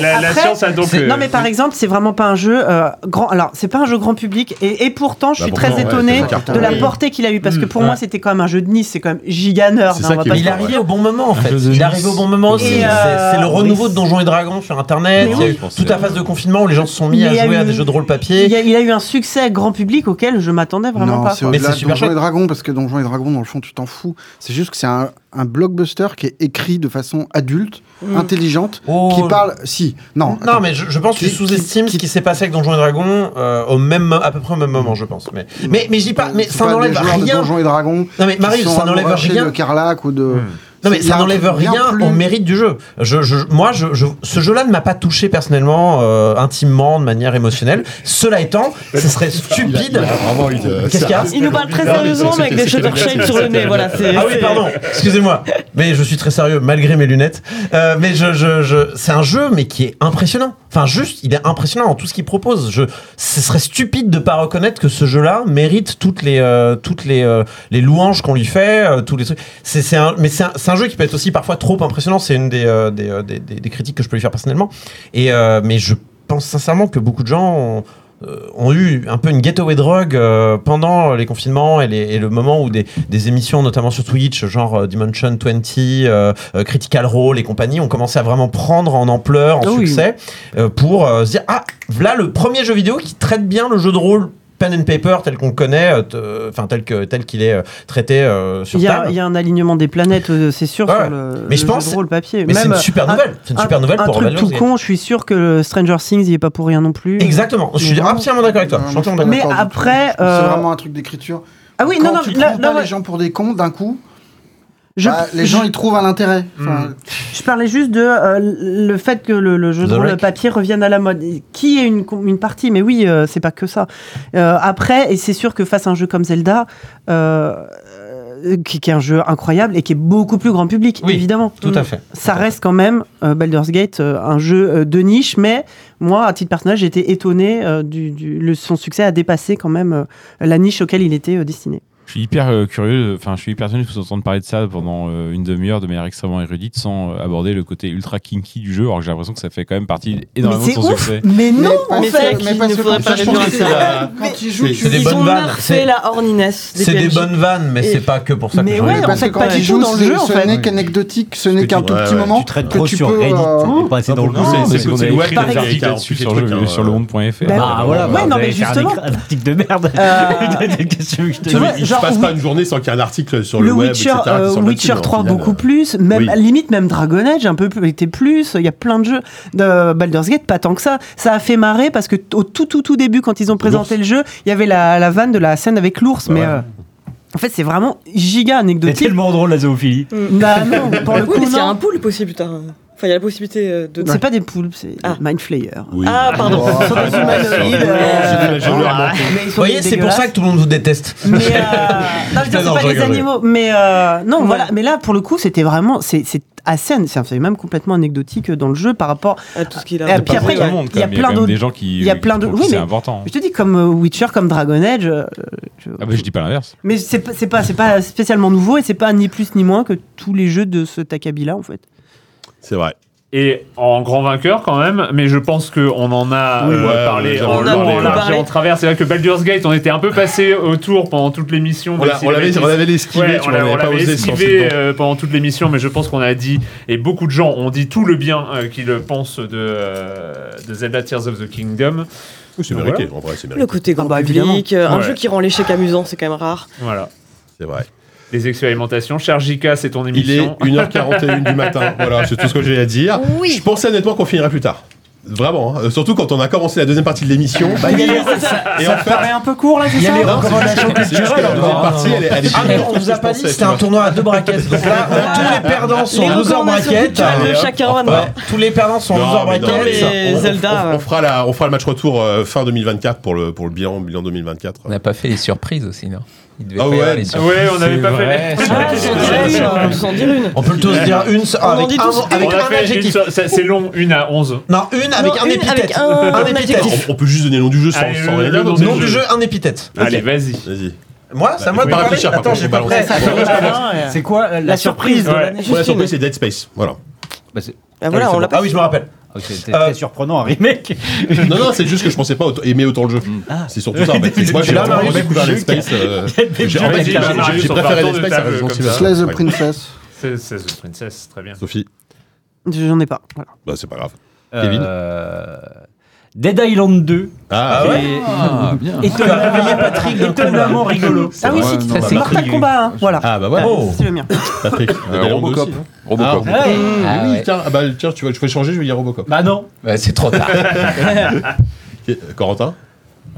La- la
Après,
science a donc,
c'est-
euh,
Non, mais par exemple, c'est vraiment pas un jeu euh, grand. Alors, c'est pas un jeu grand public, et, et pourtant, je
Bah,
suis
pourtant,
très
ouais,
étonné
c'est un carton,
de la
oui.
portée qu'il a eu parce que pour
Mm,
moi,
ouais.
c'était quand même un jeu de Nice, c'est quand même giga nerd.
C'est
hein,
ça
on va
qui est fou,
pas se
Il est
mentir.
arrivé au bon moment en fait.
jeu de
Il est
nice.
arrivé au bon moment.
Et,
C'est
euh,
c'est- c'est le renouveau
oui.
de Donjons et Dragons sur internet.
Mais
Il y a
oui.
eu toute la phase de confinement où les gens se sont mis
Mais
à
il y a
jouer à
eu-
des jeux de rôle
Il,
papier.
y a- il a eu un succès grand public auquel je m'attendais vraiment
non
pas.
c'est
quoi.
au-delà
Mais
de
c'est super
Donjons et
chouette.
Dragons parce que Donjons et Dragons dans le fond tu t'en fous c'est juste que c'est un, un blockbuster qui est écrit de façon adulte intelligente
Oh.
qui parle si non
Non,
attends.
mais je, je pense que tu
Qui-
sous-estimes ce qui s'est passé avec Donjons et Dragons euh, au même, à peu près au même moment, je pense. Mais, mais, mais je dis pas, mais
C'est
ça
pas des
n'enlève
joueurs de
rien.
Donjons et Dragons
Non, mais
qui
Marius,
sont
ça n'enlève
amoureux chez
rien.
de Carlac ou de
Mmh. Non mais
Il y a
ça
un
n'enlève
truc bien
rien
plus-
au mérite du jeu. Je, je- moi, je, je- ce jeu-là ne m'a pas touché personnellement, euh, intimement, de manière émotionnelle. Cela étant, ce serait stupide.
Vraiment, il, euh,
Qu'est-ce qu'il y a
Il nous parle très sérieusement, mais avec des cheveux shakes sur le nez. Voilà, c'est.
Ah oui,
c'est-
pardon. Excusez-moi. Mais je suis très sérieux, malgré mes lunettes. Euh, mais je, je, je- c'est un jeu, mais qui est impressionnant. Enfin, juste, il est impressionnant dans tout ce qu'il propose. Je, ce serait stupide de pas reconnaître que ce jeu-là mérite toutes les, euh, toutes les, euh, les louanges qu'on lui fait, euh, tous les trucs. C'est, c'est un, mais c'est un, c'est un jeu qui peut être aussi parfois trop impressionnant. C'est une des, euh, des, euh, des, des- des critiques que je peux lui faire personnellement. Et, euh, mais je pense sincèrement que beaucoup de gens ont, euh, ont eu un peu une getaway drug euh, pendant les confinements et, les- et le moment où des, des émissions, notamment sur Twitch, genre euh, Dimension 20, euh, euh, Critical Role et compagnie, ont commencé à vraiment prendre en ampleur, en
Ah oui.
succès, euh, pour euh, se dire Ah, voilà le premier jeu vidéo qui traite bien le jeu de rôle pen and paper tel qu'on le connaît, euh, t- euh, enfin tel que tel qu'il est euh, traité euh, sur
Il y, a,
table.
il y a un alignement des planètes, euh, c'est sûr,
Ouais,
sur
ouais.
le,
Mais je
le jeu
pense-
de rôle papier.
mais c'est
Même,
une super
euh,
nouvelle. C'est une
un-
super nouvelle
un
pour
truc
Valve.
tout con, je suis sûr que Stranger Things, il est pas pour rien non plus.
Exactement, je suis
Vraiment.
absolument d'accord avec toi. Je suis entièrement d'accord.
Mais
D'accord,
après,
C'est
euh,
vraiment un truc d'écriture.
Ah oui,
Quand
non, non,
tu
là-
prends
là,
pas
ouais.
les gens pour des cons, d'un coup,
Je-
bah, les gens
je-
ils trouvent un intérêt.
Hmm.
Enfin,
Je parlais juste de euh, le fait que le, le jeu
The
de rôle
Wreck.
papier revienne à la mode, Et qui est une, com- une partie, mais oui, euh, c'est pas que ça. Euh, après, et c'est sûr que face à un jeu comme Zelda, euh, euh, qui, qui est un jeu incroyable et qui est beaucoup plus grand public,
Oui,
évidemment.
tout à fait.
Ça reste quand même euh, Baldur's Gate, euh, un jeu euh, de niche, mais moi, à titre personnel, j'étais étonné euh, du, du- le- son succès a dépassé quand même euh, la niche auquel il était euh, destiné.
Je suis hyper euh, curieux, enfin je suis hyper tenu de vous entendre parler de ça pendant euh, une demi-heure de manière extrêmement érudite sans euh, aborder le côté ultra kinky du jeu, alors que j'ai l'impression que ça fait quand même partie énormément de
c'est
son
ouf,
succès.
mais non,
en
Mais
fait,
c'est
mais
qu'il
parce
ne
que
faudrait
quand
pas
tu
réduire
joues,
ça.
c'est la-
Mais-
quand tu joues,
C'est-
tu
c'est des
Ils
bonnes
ont
vannes,
nerfé
c'est-
la horniness. des
C'est des
PNJ.
bonnes vannes, mais
Et-
c'est pas que pour ça que
Mais
j'en
ouais,
ai
en
parlé.
Parce que quand tu joues, c'est- ce n'est qu'anecdotique, ce n'est qu'un tout petit moment.
traites
que
trop
tu
sur
peux,
Reddit,
euh,
t'es pas assez dans le
Non,
coup,
c'est c'est
ce
qu'on
qu'on
a
a
écrit des
écrit.
articles là-dessus sur, le- sur le monde.fr.
Bah voilà,
Ouais, non, mais justement. euh,
Un article de merde. [LAUGHS] Qu'est-ce que je te
Tu
dis
vois, je
genre,
passe pas
oui.
une journée sans qu'il y ait un article sur le,
Le
web,
Witcher,
etc., qui
euh,
sort là-dessus,
Witcher
mais au
3
final,
beaucoup
euh,
plus, même
oui.
limite même Dragon Age un peu plus- était plus. Il y a plein de jeux de Baldur's Gate, pas tant que ça. Ça a fait marrer parce que t- au tout tout tout début quand ils ont présenté le jeu, il y avait la, la vanne de la scène avec
Bah
l'ours, mais euh, en fait c'est vraiment giga
C'est
anecdotique.
tellement drôle la zoophilie.
Bah non, pour le
Oui,
coup
parce qu'il y a un
non.
poulpe aussi, putain. Enfin, il y a la possibilité euh, de.
C'est pas des poules, c'est des mind flayer.
Ah, pardon.
Oh.
Sur des humanoïdes,
J'ai
euh,
vu la geleur
ah,
monter.
mais ils
Vous
sont
voyez, c'est pour
dégueulasses.
ça que tout le monde vous déteste. [LAUGHS]
Mais euh, non, je veux dire,
Non,
c'est
je
pas des
rigole,
animaux, mais euh, non, voilà. Mais là, pour le coup, c'était vraiment, c'est c'est assez, an- c'est c'est même complètement anecdotique euh, dans le jeu par rapport Euh,
à Ah, tout ce qu'il
C'est pas pour tout le monde, quand même. Il y a quand même des gens qui-
il y a plein
qui
d'autres.
trouvent
Oui,
que c'est
mais
important.
Je te dis comme euh, Witcher, comme Dragon Age. euh, je-
Ah bah je dis pas l'inverse.
Mais c'est pas, c'est pas, c'est pas spécialement nouveau et c'est pas ni plus ni moins que tous les jeux de ce Takabi-là, en fait.
C'est vrai.
Et en grand vainqueur quand même, mais je pense qu'on en a
Oui,
euh,
ouais,
parlé
ouais,
en,
on en a
long, en
beaucoup
large et
parlé.
en travers. C'est vrai que Baldur's Gate, on était un peu passé autour pendant toute l'émission.
On
de
l'a- on l'avait-
Sylvain.
on l'avait l'esquivé,
Ouais,
tu
on
vois,
l'a-
on
on
l'avait pas
l'avait
osé se lancer
esquivé
dedans.
euh, pendant toute l'émission, mais je pense qu'on a dit, et beaucoup de gens ont dit tout le bien euh, qu'ils pensent de, euh, de Zelda Tears of the Kingdom.
C'est
Donc
mérité,
voilà.
en vrai, c'est mérité.
Le côté grand
Ah bah, évidemment.
public, euh, un
Ouais.
jeu qui rend l'échec amusant, c'est quand même rare.
Voilà.
C'est vrai.
Les expérimentations. Cher JK, c'est ton
Il est
émission.
1h41 du matin.
[LAUGHS]
Voilà, c'est tout ce que j'ai à dire. Je pensais honnêtement qu'on finirait plus tard. Vraiment, hein. Euh, surtout quand on a commencé la deuxième partie de l'émission.
Bah, il y a- ça
Et
ça
en
te
fait-
paraît un peu court là, c'est ça
Non, c'est juste que- c'est juste que la deuxième partie, elle est- elle est
Ah, mais
géniale.
on vous a
Je
pas
pensais,
dit, c'était
tu
un
vois.
tournoi à deux braquettes. Donc là, tous les perdants sont
Les
deux heures
recommandations
braquettes.
culturelles de
Ouais.
chacun,
Ouais.
voilà.
Tous les perdants sont deux
Non,
heures
mais non,
braquettes.
mais ça,
Et
on- on-
Zelda,
on-
ouais.
On fera la- on fera le match retour euh, fin 2024 pour le pour le bilan bilan 2024.
On n'a pas fait les surprises aussi, non Il devait
Ah
pas y
ouais.
avoir les surprises. Ah,
Ouais, on n'avait
C'est
pas
vrai,
fait.
c'est vrai.
on peut s'en dire une.
On peut le tous dire une
On en
avec
dit
un
tous
mot- avec
On a
un
fait une
adjectif.
sur- ça- C'est long, une à 11.
Non, une avec
Non,
un
une
épithète.
avec un-
Un
un
épithète.
adjectif.
On peut juste donner le nom du jeu sans
Allez,
sans
le-
rien
le
dire.
nom
donc
du
c'est
Nom
le
du
jeu.
jeu, un épithète.
Allez, vas-y.
Vas-y. Bah,
Moi, c'est à moi
faut
de
pas
parler.
réfléchir, par
Attends,
contre,
j'ai
on
pas
balance.
prêt.
Ça, ça
Ouais.
marche pas bien,
C'est quoi euh, la surprise de
Ouais.
l'année
Pour la surprise, c'est Dead Space. Voilà.
Bah, c'est-
Ah, voilà, on l'a pas.
Ah oui, je me rappelle.
ah, C'était
Euh,
très surprenant un remake.
Non, non, c'est juste que je pensais pas autant- aimer autant le jeu. Ah. C'est surtout ça en fait. C'est que Moi, j'ai
Là,
vraiment
Marius,
découvert
j'ai
Dead
eu qu'il y a-
Space. euh,
il y a des
j'ai-
jeux
en fait,
avec
j'ai-
la
j'ai-
Marius
J'ai
sur
préféré
partant
Dead
de
Space à
table,
Resident
Euh, comme
Evil.
ça.
Slash the
Ouais.
Princess.
C'est c'est The Princess, très bien.
Sophie,
J'en ai pas. Voilà.
bah c'est pas grave.
Euh, Dead Island 2.
Ah ouais.
Et-
bien.
Étonnamment, étonnamment rigolo.
Ah oui, si,
non,
c'est
bah,
Mortal
oui.
Kombat, hein, voilà.
Ah bah voilà.
Oh.
C'est le mien.
[LAUGHS]
Patrick,
Euh,
Dead Island
Robocop.
aussi, non Ah,
Robocop.
Robocop.
Ah
oui,
ouais.
tiens, ah bah, tiens, tu vois, je peux changer, je vais dire Robocop.
Bah non.
Ouais, c'est
[LAUGHS]
trop tard.
[LAUGHS]
Ok, euh, Corentin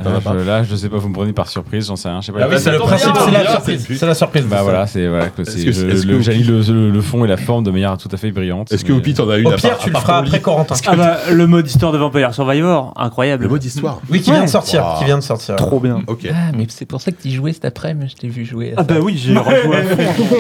T'en as
Là,
pas
je- Là, je sais pas, vous me prenez par surprise, j'en sais rien. Je sais pas.
Ah oui, c'est le principe, c'est la surprise. C'est la surprise.
Bah voilà, c'est voilà que
Est-ce
c'est
que-
je-
est-ce que
le-
vous-
j'allie le, le- le fond et la forme de manière tout à fait brillante.
Est-ce que
mais-
Hopi t'en as une
Au
à
pire,
part-
tu
à
le
part
feras
ton lit
après Corentin.
Ah bah, le mode histoire de Vampire Survivor, incroyable.
Le mode histoire.
Oui, qui vient
Ouais.
de sortir. Qui vient de sortir.
Trop bien.
Ok.
Ah, mais c'est pour ça que tu jouais cet après, mais je t'ai vu jouer. à
Ah
ça.
bah oui, j'ai rejoué à
[LAUGHS]
fond.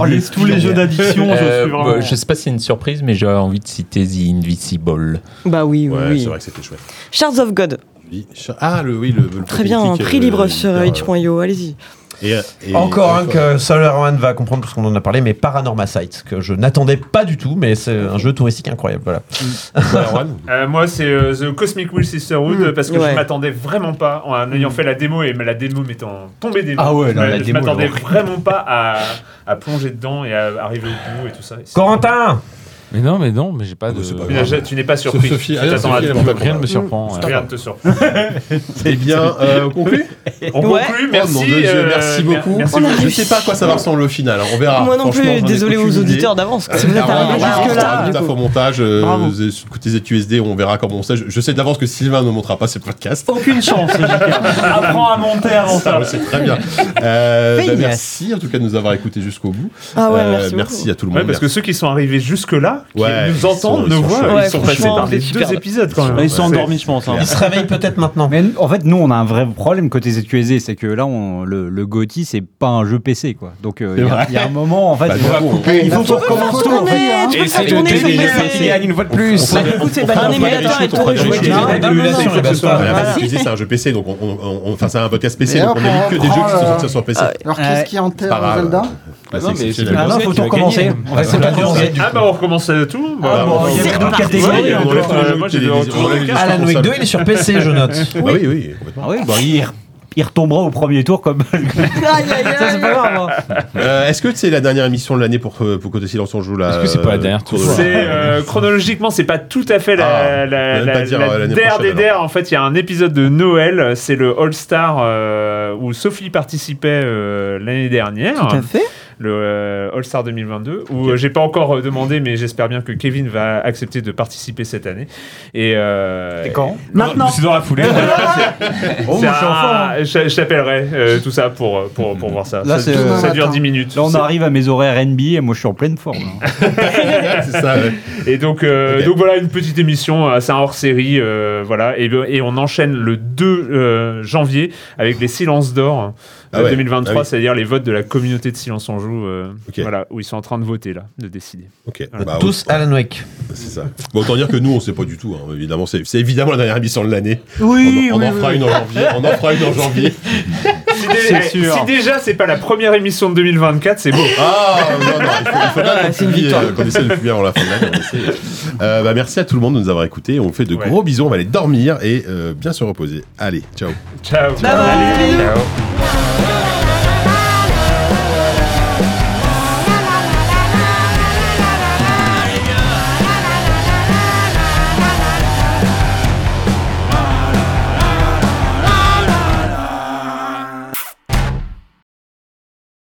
Oh, les- tous les jeux d'addiction, je
Euh,
suis vraiment.
bah, je sais pas si c'est une surprise, mais j'aurais envie de citer The Invisible.
Bah oui, oui,
Ouais,
oui.
c'est vrai que c'était chouette.
Shards of God.
Oui, cha- Ah, le, oui, le. le
Très bien,
politique,
prix
euh,
libre sur
hyper, euh,
itch.io, allez-y.
Et, et-
Encore un
et-
que Saul Arwan va comprendre parce qu'on en a parlé, mais Paranorma Sight, que je n'attendais pas du tout, mais c'est un jeu touristique incroyable. Voilà.
[LAUGHS] Ouais, Erwan.
Euh, moi, c'est euh, The Cosmic Will Sisterhood
Hmm,
euh, parce que
Ouais.
je m'attendais vraiment pas en ayant fait la démo et la démo m'étant tombée des mains.
Ah ouais,
je
non, la
m'a- je
démo,
m'attendais
elle est
vraiment pas à, à plonger dedans et à arriver au bout et tout ça. Et c'est-
Corentin
Mais non, mais non, mais j'ai pas de.
ah, c'est pas
Tu n'as- tu n'es pas surpris.
Sophie,
tu
allez,
t'attends à
Sophie,
tout.
elle va-
Rien ne me surprend. hein. ouais.
Rien ne te surprend.
hein. [LAUGHS] Eh bien, euh, on conclut
On
Ouais.
conclut,
Oh,
merci.
mon Dieu,
euh,
merci
mer-
beaucoup.
merci
je sais pas à quoi ça va ressembler au final, on verra.
Moi non
Franchement,
plus,
j'en ai
désolé
aucune
aux
idée.
auditeurs d'avance. parce que vous êtes
Ah,
arrivés
ouais, ouais,
jusque-là.
ouais,
du
taf au
coup.
montage, euh,
Bravo.
z- sous- côté ZQSD, on verra comment on sait. Je, je sais d'avance que Sylvain ne montera pas ses podcasts.
Oh,
Aucune chance, JK.
[LAUGHS]
Apprends à monter avant
Ça,
ça.
on sait Ah très bien. Euh, bah,
Feignasse.
merci en tout cas de nous avoir écoutés jusqu'au bout.
Ah ouais,
Euh,
merci beaucoup.
à tout le monde.
Ouais, parce que ceux qui sont arrivés jusque-là, voix, qui
Ouais,
nous
ils
entendent
sont-
nos
ils sont
voix.
chauds.
ils sont
Ouais,
passés
franchement,
par les
c'est
deux
super.
épisodes quand même.
Ils sont endormis, je
hein.
pense. hein.
Ils se
réveillent peut-être maintenant.
Mais en fait, nous, on a un vrai problème côté ZQSD, c'est que là, on, le, le GOTY, c'est pas un jeu PC, quoi. Donc, euh, il y, a- il y a un moment, en fait,
Bah,
il faut-
faut couper.
il faut qu'on recommence tout. en fait.
Et c'est le
Et
TDI,
c'est-
c'est Yann, une fois de plus.
c'est un jeu PC, donc on, on, on- enfin, c'est un podcast PC,
Et
donc on
alors,
évite que des jeux qui
prend,
sont
euh,
sortis sur PC.
Alors, qu'est-ce qui enterre
C'est pas grave.
Zelda
Bah,
non,
c'est
mais
exceptionnel.
Ah non, faut tout recommencer.
On va
Bah, voilà.
Ah bah on recommence à tout.
Ah, bon, il y a deux catégories, encore. Euh,
Ah, Moi
moi,
j'ai
j'ai deux- toujours les cartes. Alan Wake 2, il est [LAUGHS] sur PC, je note. Bah oui, oui,
Ah oui, bah, il, il retombera au premier tour comme. Ça, c'est pas grave, hein.
Euh, Est-ce que c'est la dernière émission de l'année pour, euh, pour Côté Silence on joue là
Est-ce que c'est pas la dernière
tour
C'est euh, chronologiquement, c'est pas tout à fait la, la,
même
la-
pas dire,
la
euh, l'année
der
prochaine,
des der. En fait, il y a un épisode de Noël, c'est le All Star euh, où Sophie participait euh, l'année dernière.
Tout à fait.
Le euh, All Star 2022, où euh, j'ai pas encore euh, demandé, mais j'espère bien que Kevin va accepter de participer cette année. Et, euh,
quand
et-
Maintenant.
C'est dans la
[LAUGHS]
foulée.
Oh,
C'est
moi, je suis en forme.
un- Je je t'appellerai euh, tout ça pour, pour, pour voir ça. ça,
Là, c'est,
ça
euh,
dure
attends.
10 minutes.
Là, on
C'est-
arrive à mes horaires NBA et moi, je suis en pleine forme. hein.
C'est ça, ouais.
Et donc, euh, donc voilà, une petite émission, euh, c'est un hors-série, euh, voilà. Et, le- et on enchaîne le 2 euh, janvier avec les Silences d'or hein,
Ah
euh,
ouais.
2023,
Ah oui.
c'est-à-dire les votes de la communauté de Silence en Joue, euh,
Ok.
voilà, où ils sont en train de voter là, de décider.
Ok.
Voilà.
Bah,
Tous Alan Wake.
C'est ça. [LAUGHS] Bon, autant dire que nous, on sait pas du tout, hein, évidemment. C'est c'est évidemment la dernière émission
[LAUGHS]
de l'année.
Oui,
On, en- on
oui,
en fera
oui.
une en janvier. On en fera une en
[LAUGHS]
janvier.
Si, dé- eh, si déjà c'est pas la première émission de 2024, c'est beau.
Ah, non, non, il faut, il faut bien qu'on
c'est une
publie,
victoire.
euh, qu'on essaie de publier avant la fin de l'année. on essaie. Euh, bah, merci à tout le monde de nous avoir écoutés. On vous fait de gros bisous. On va aller dormir et euh, bien se reposer. Allez, ciao.
Ciao.
Ciao.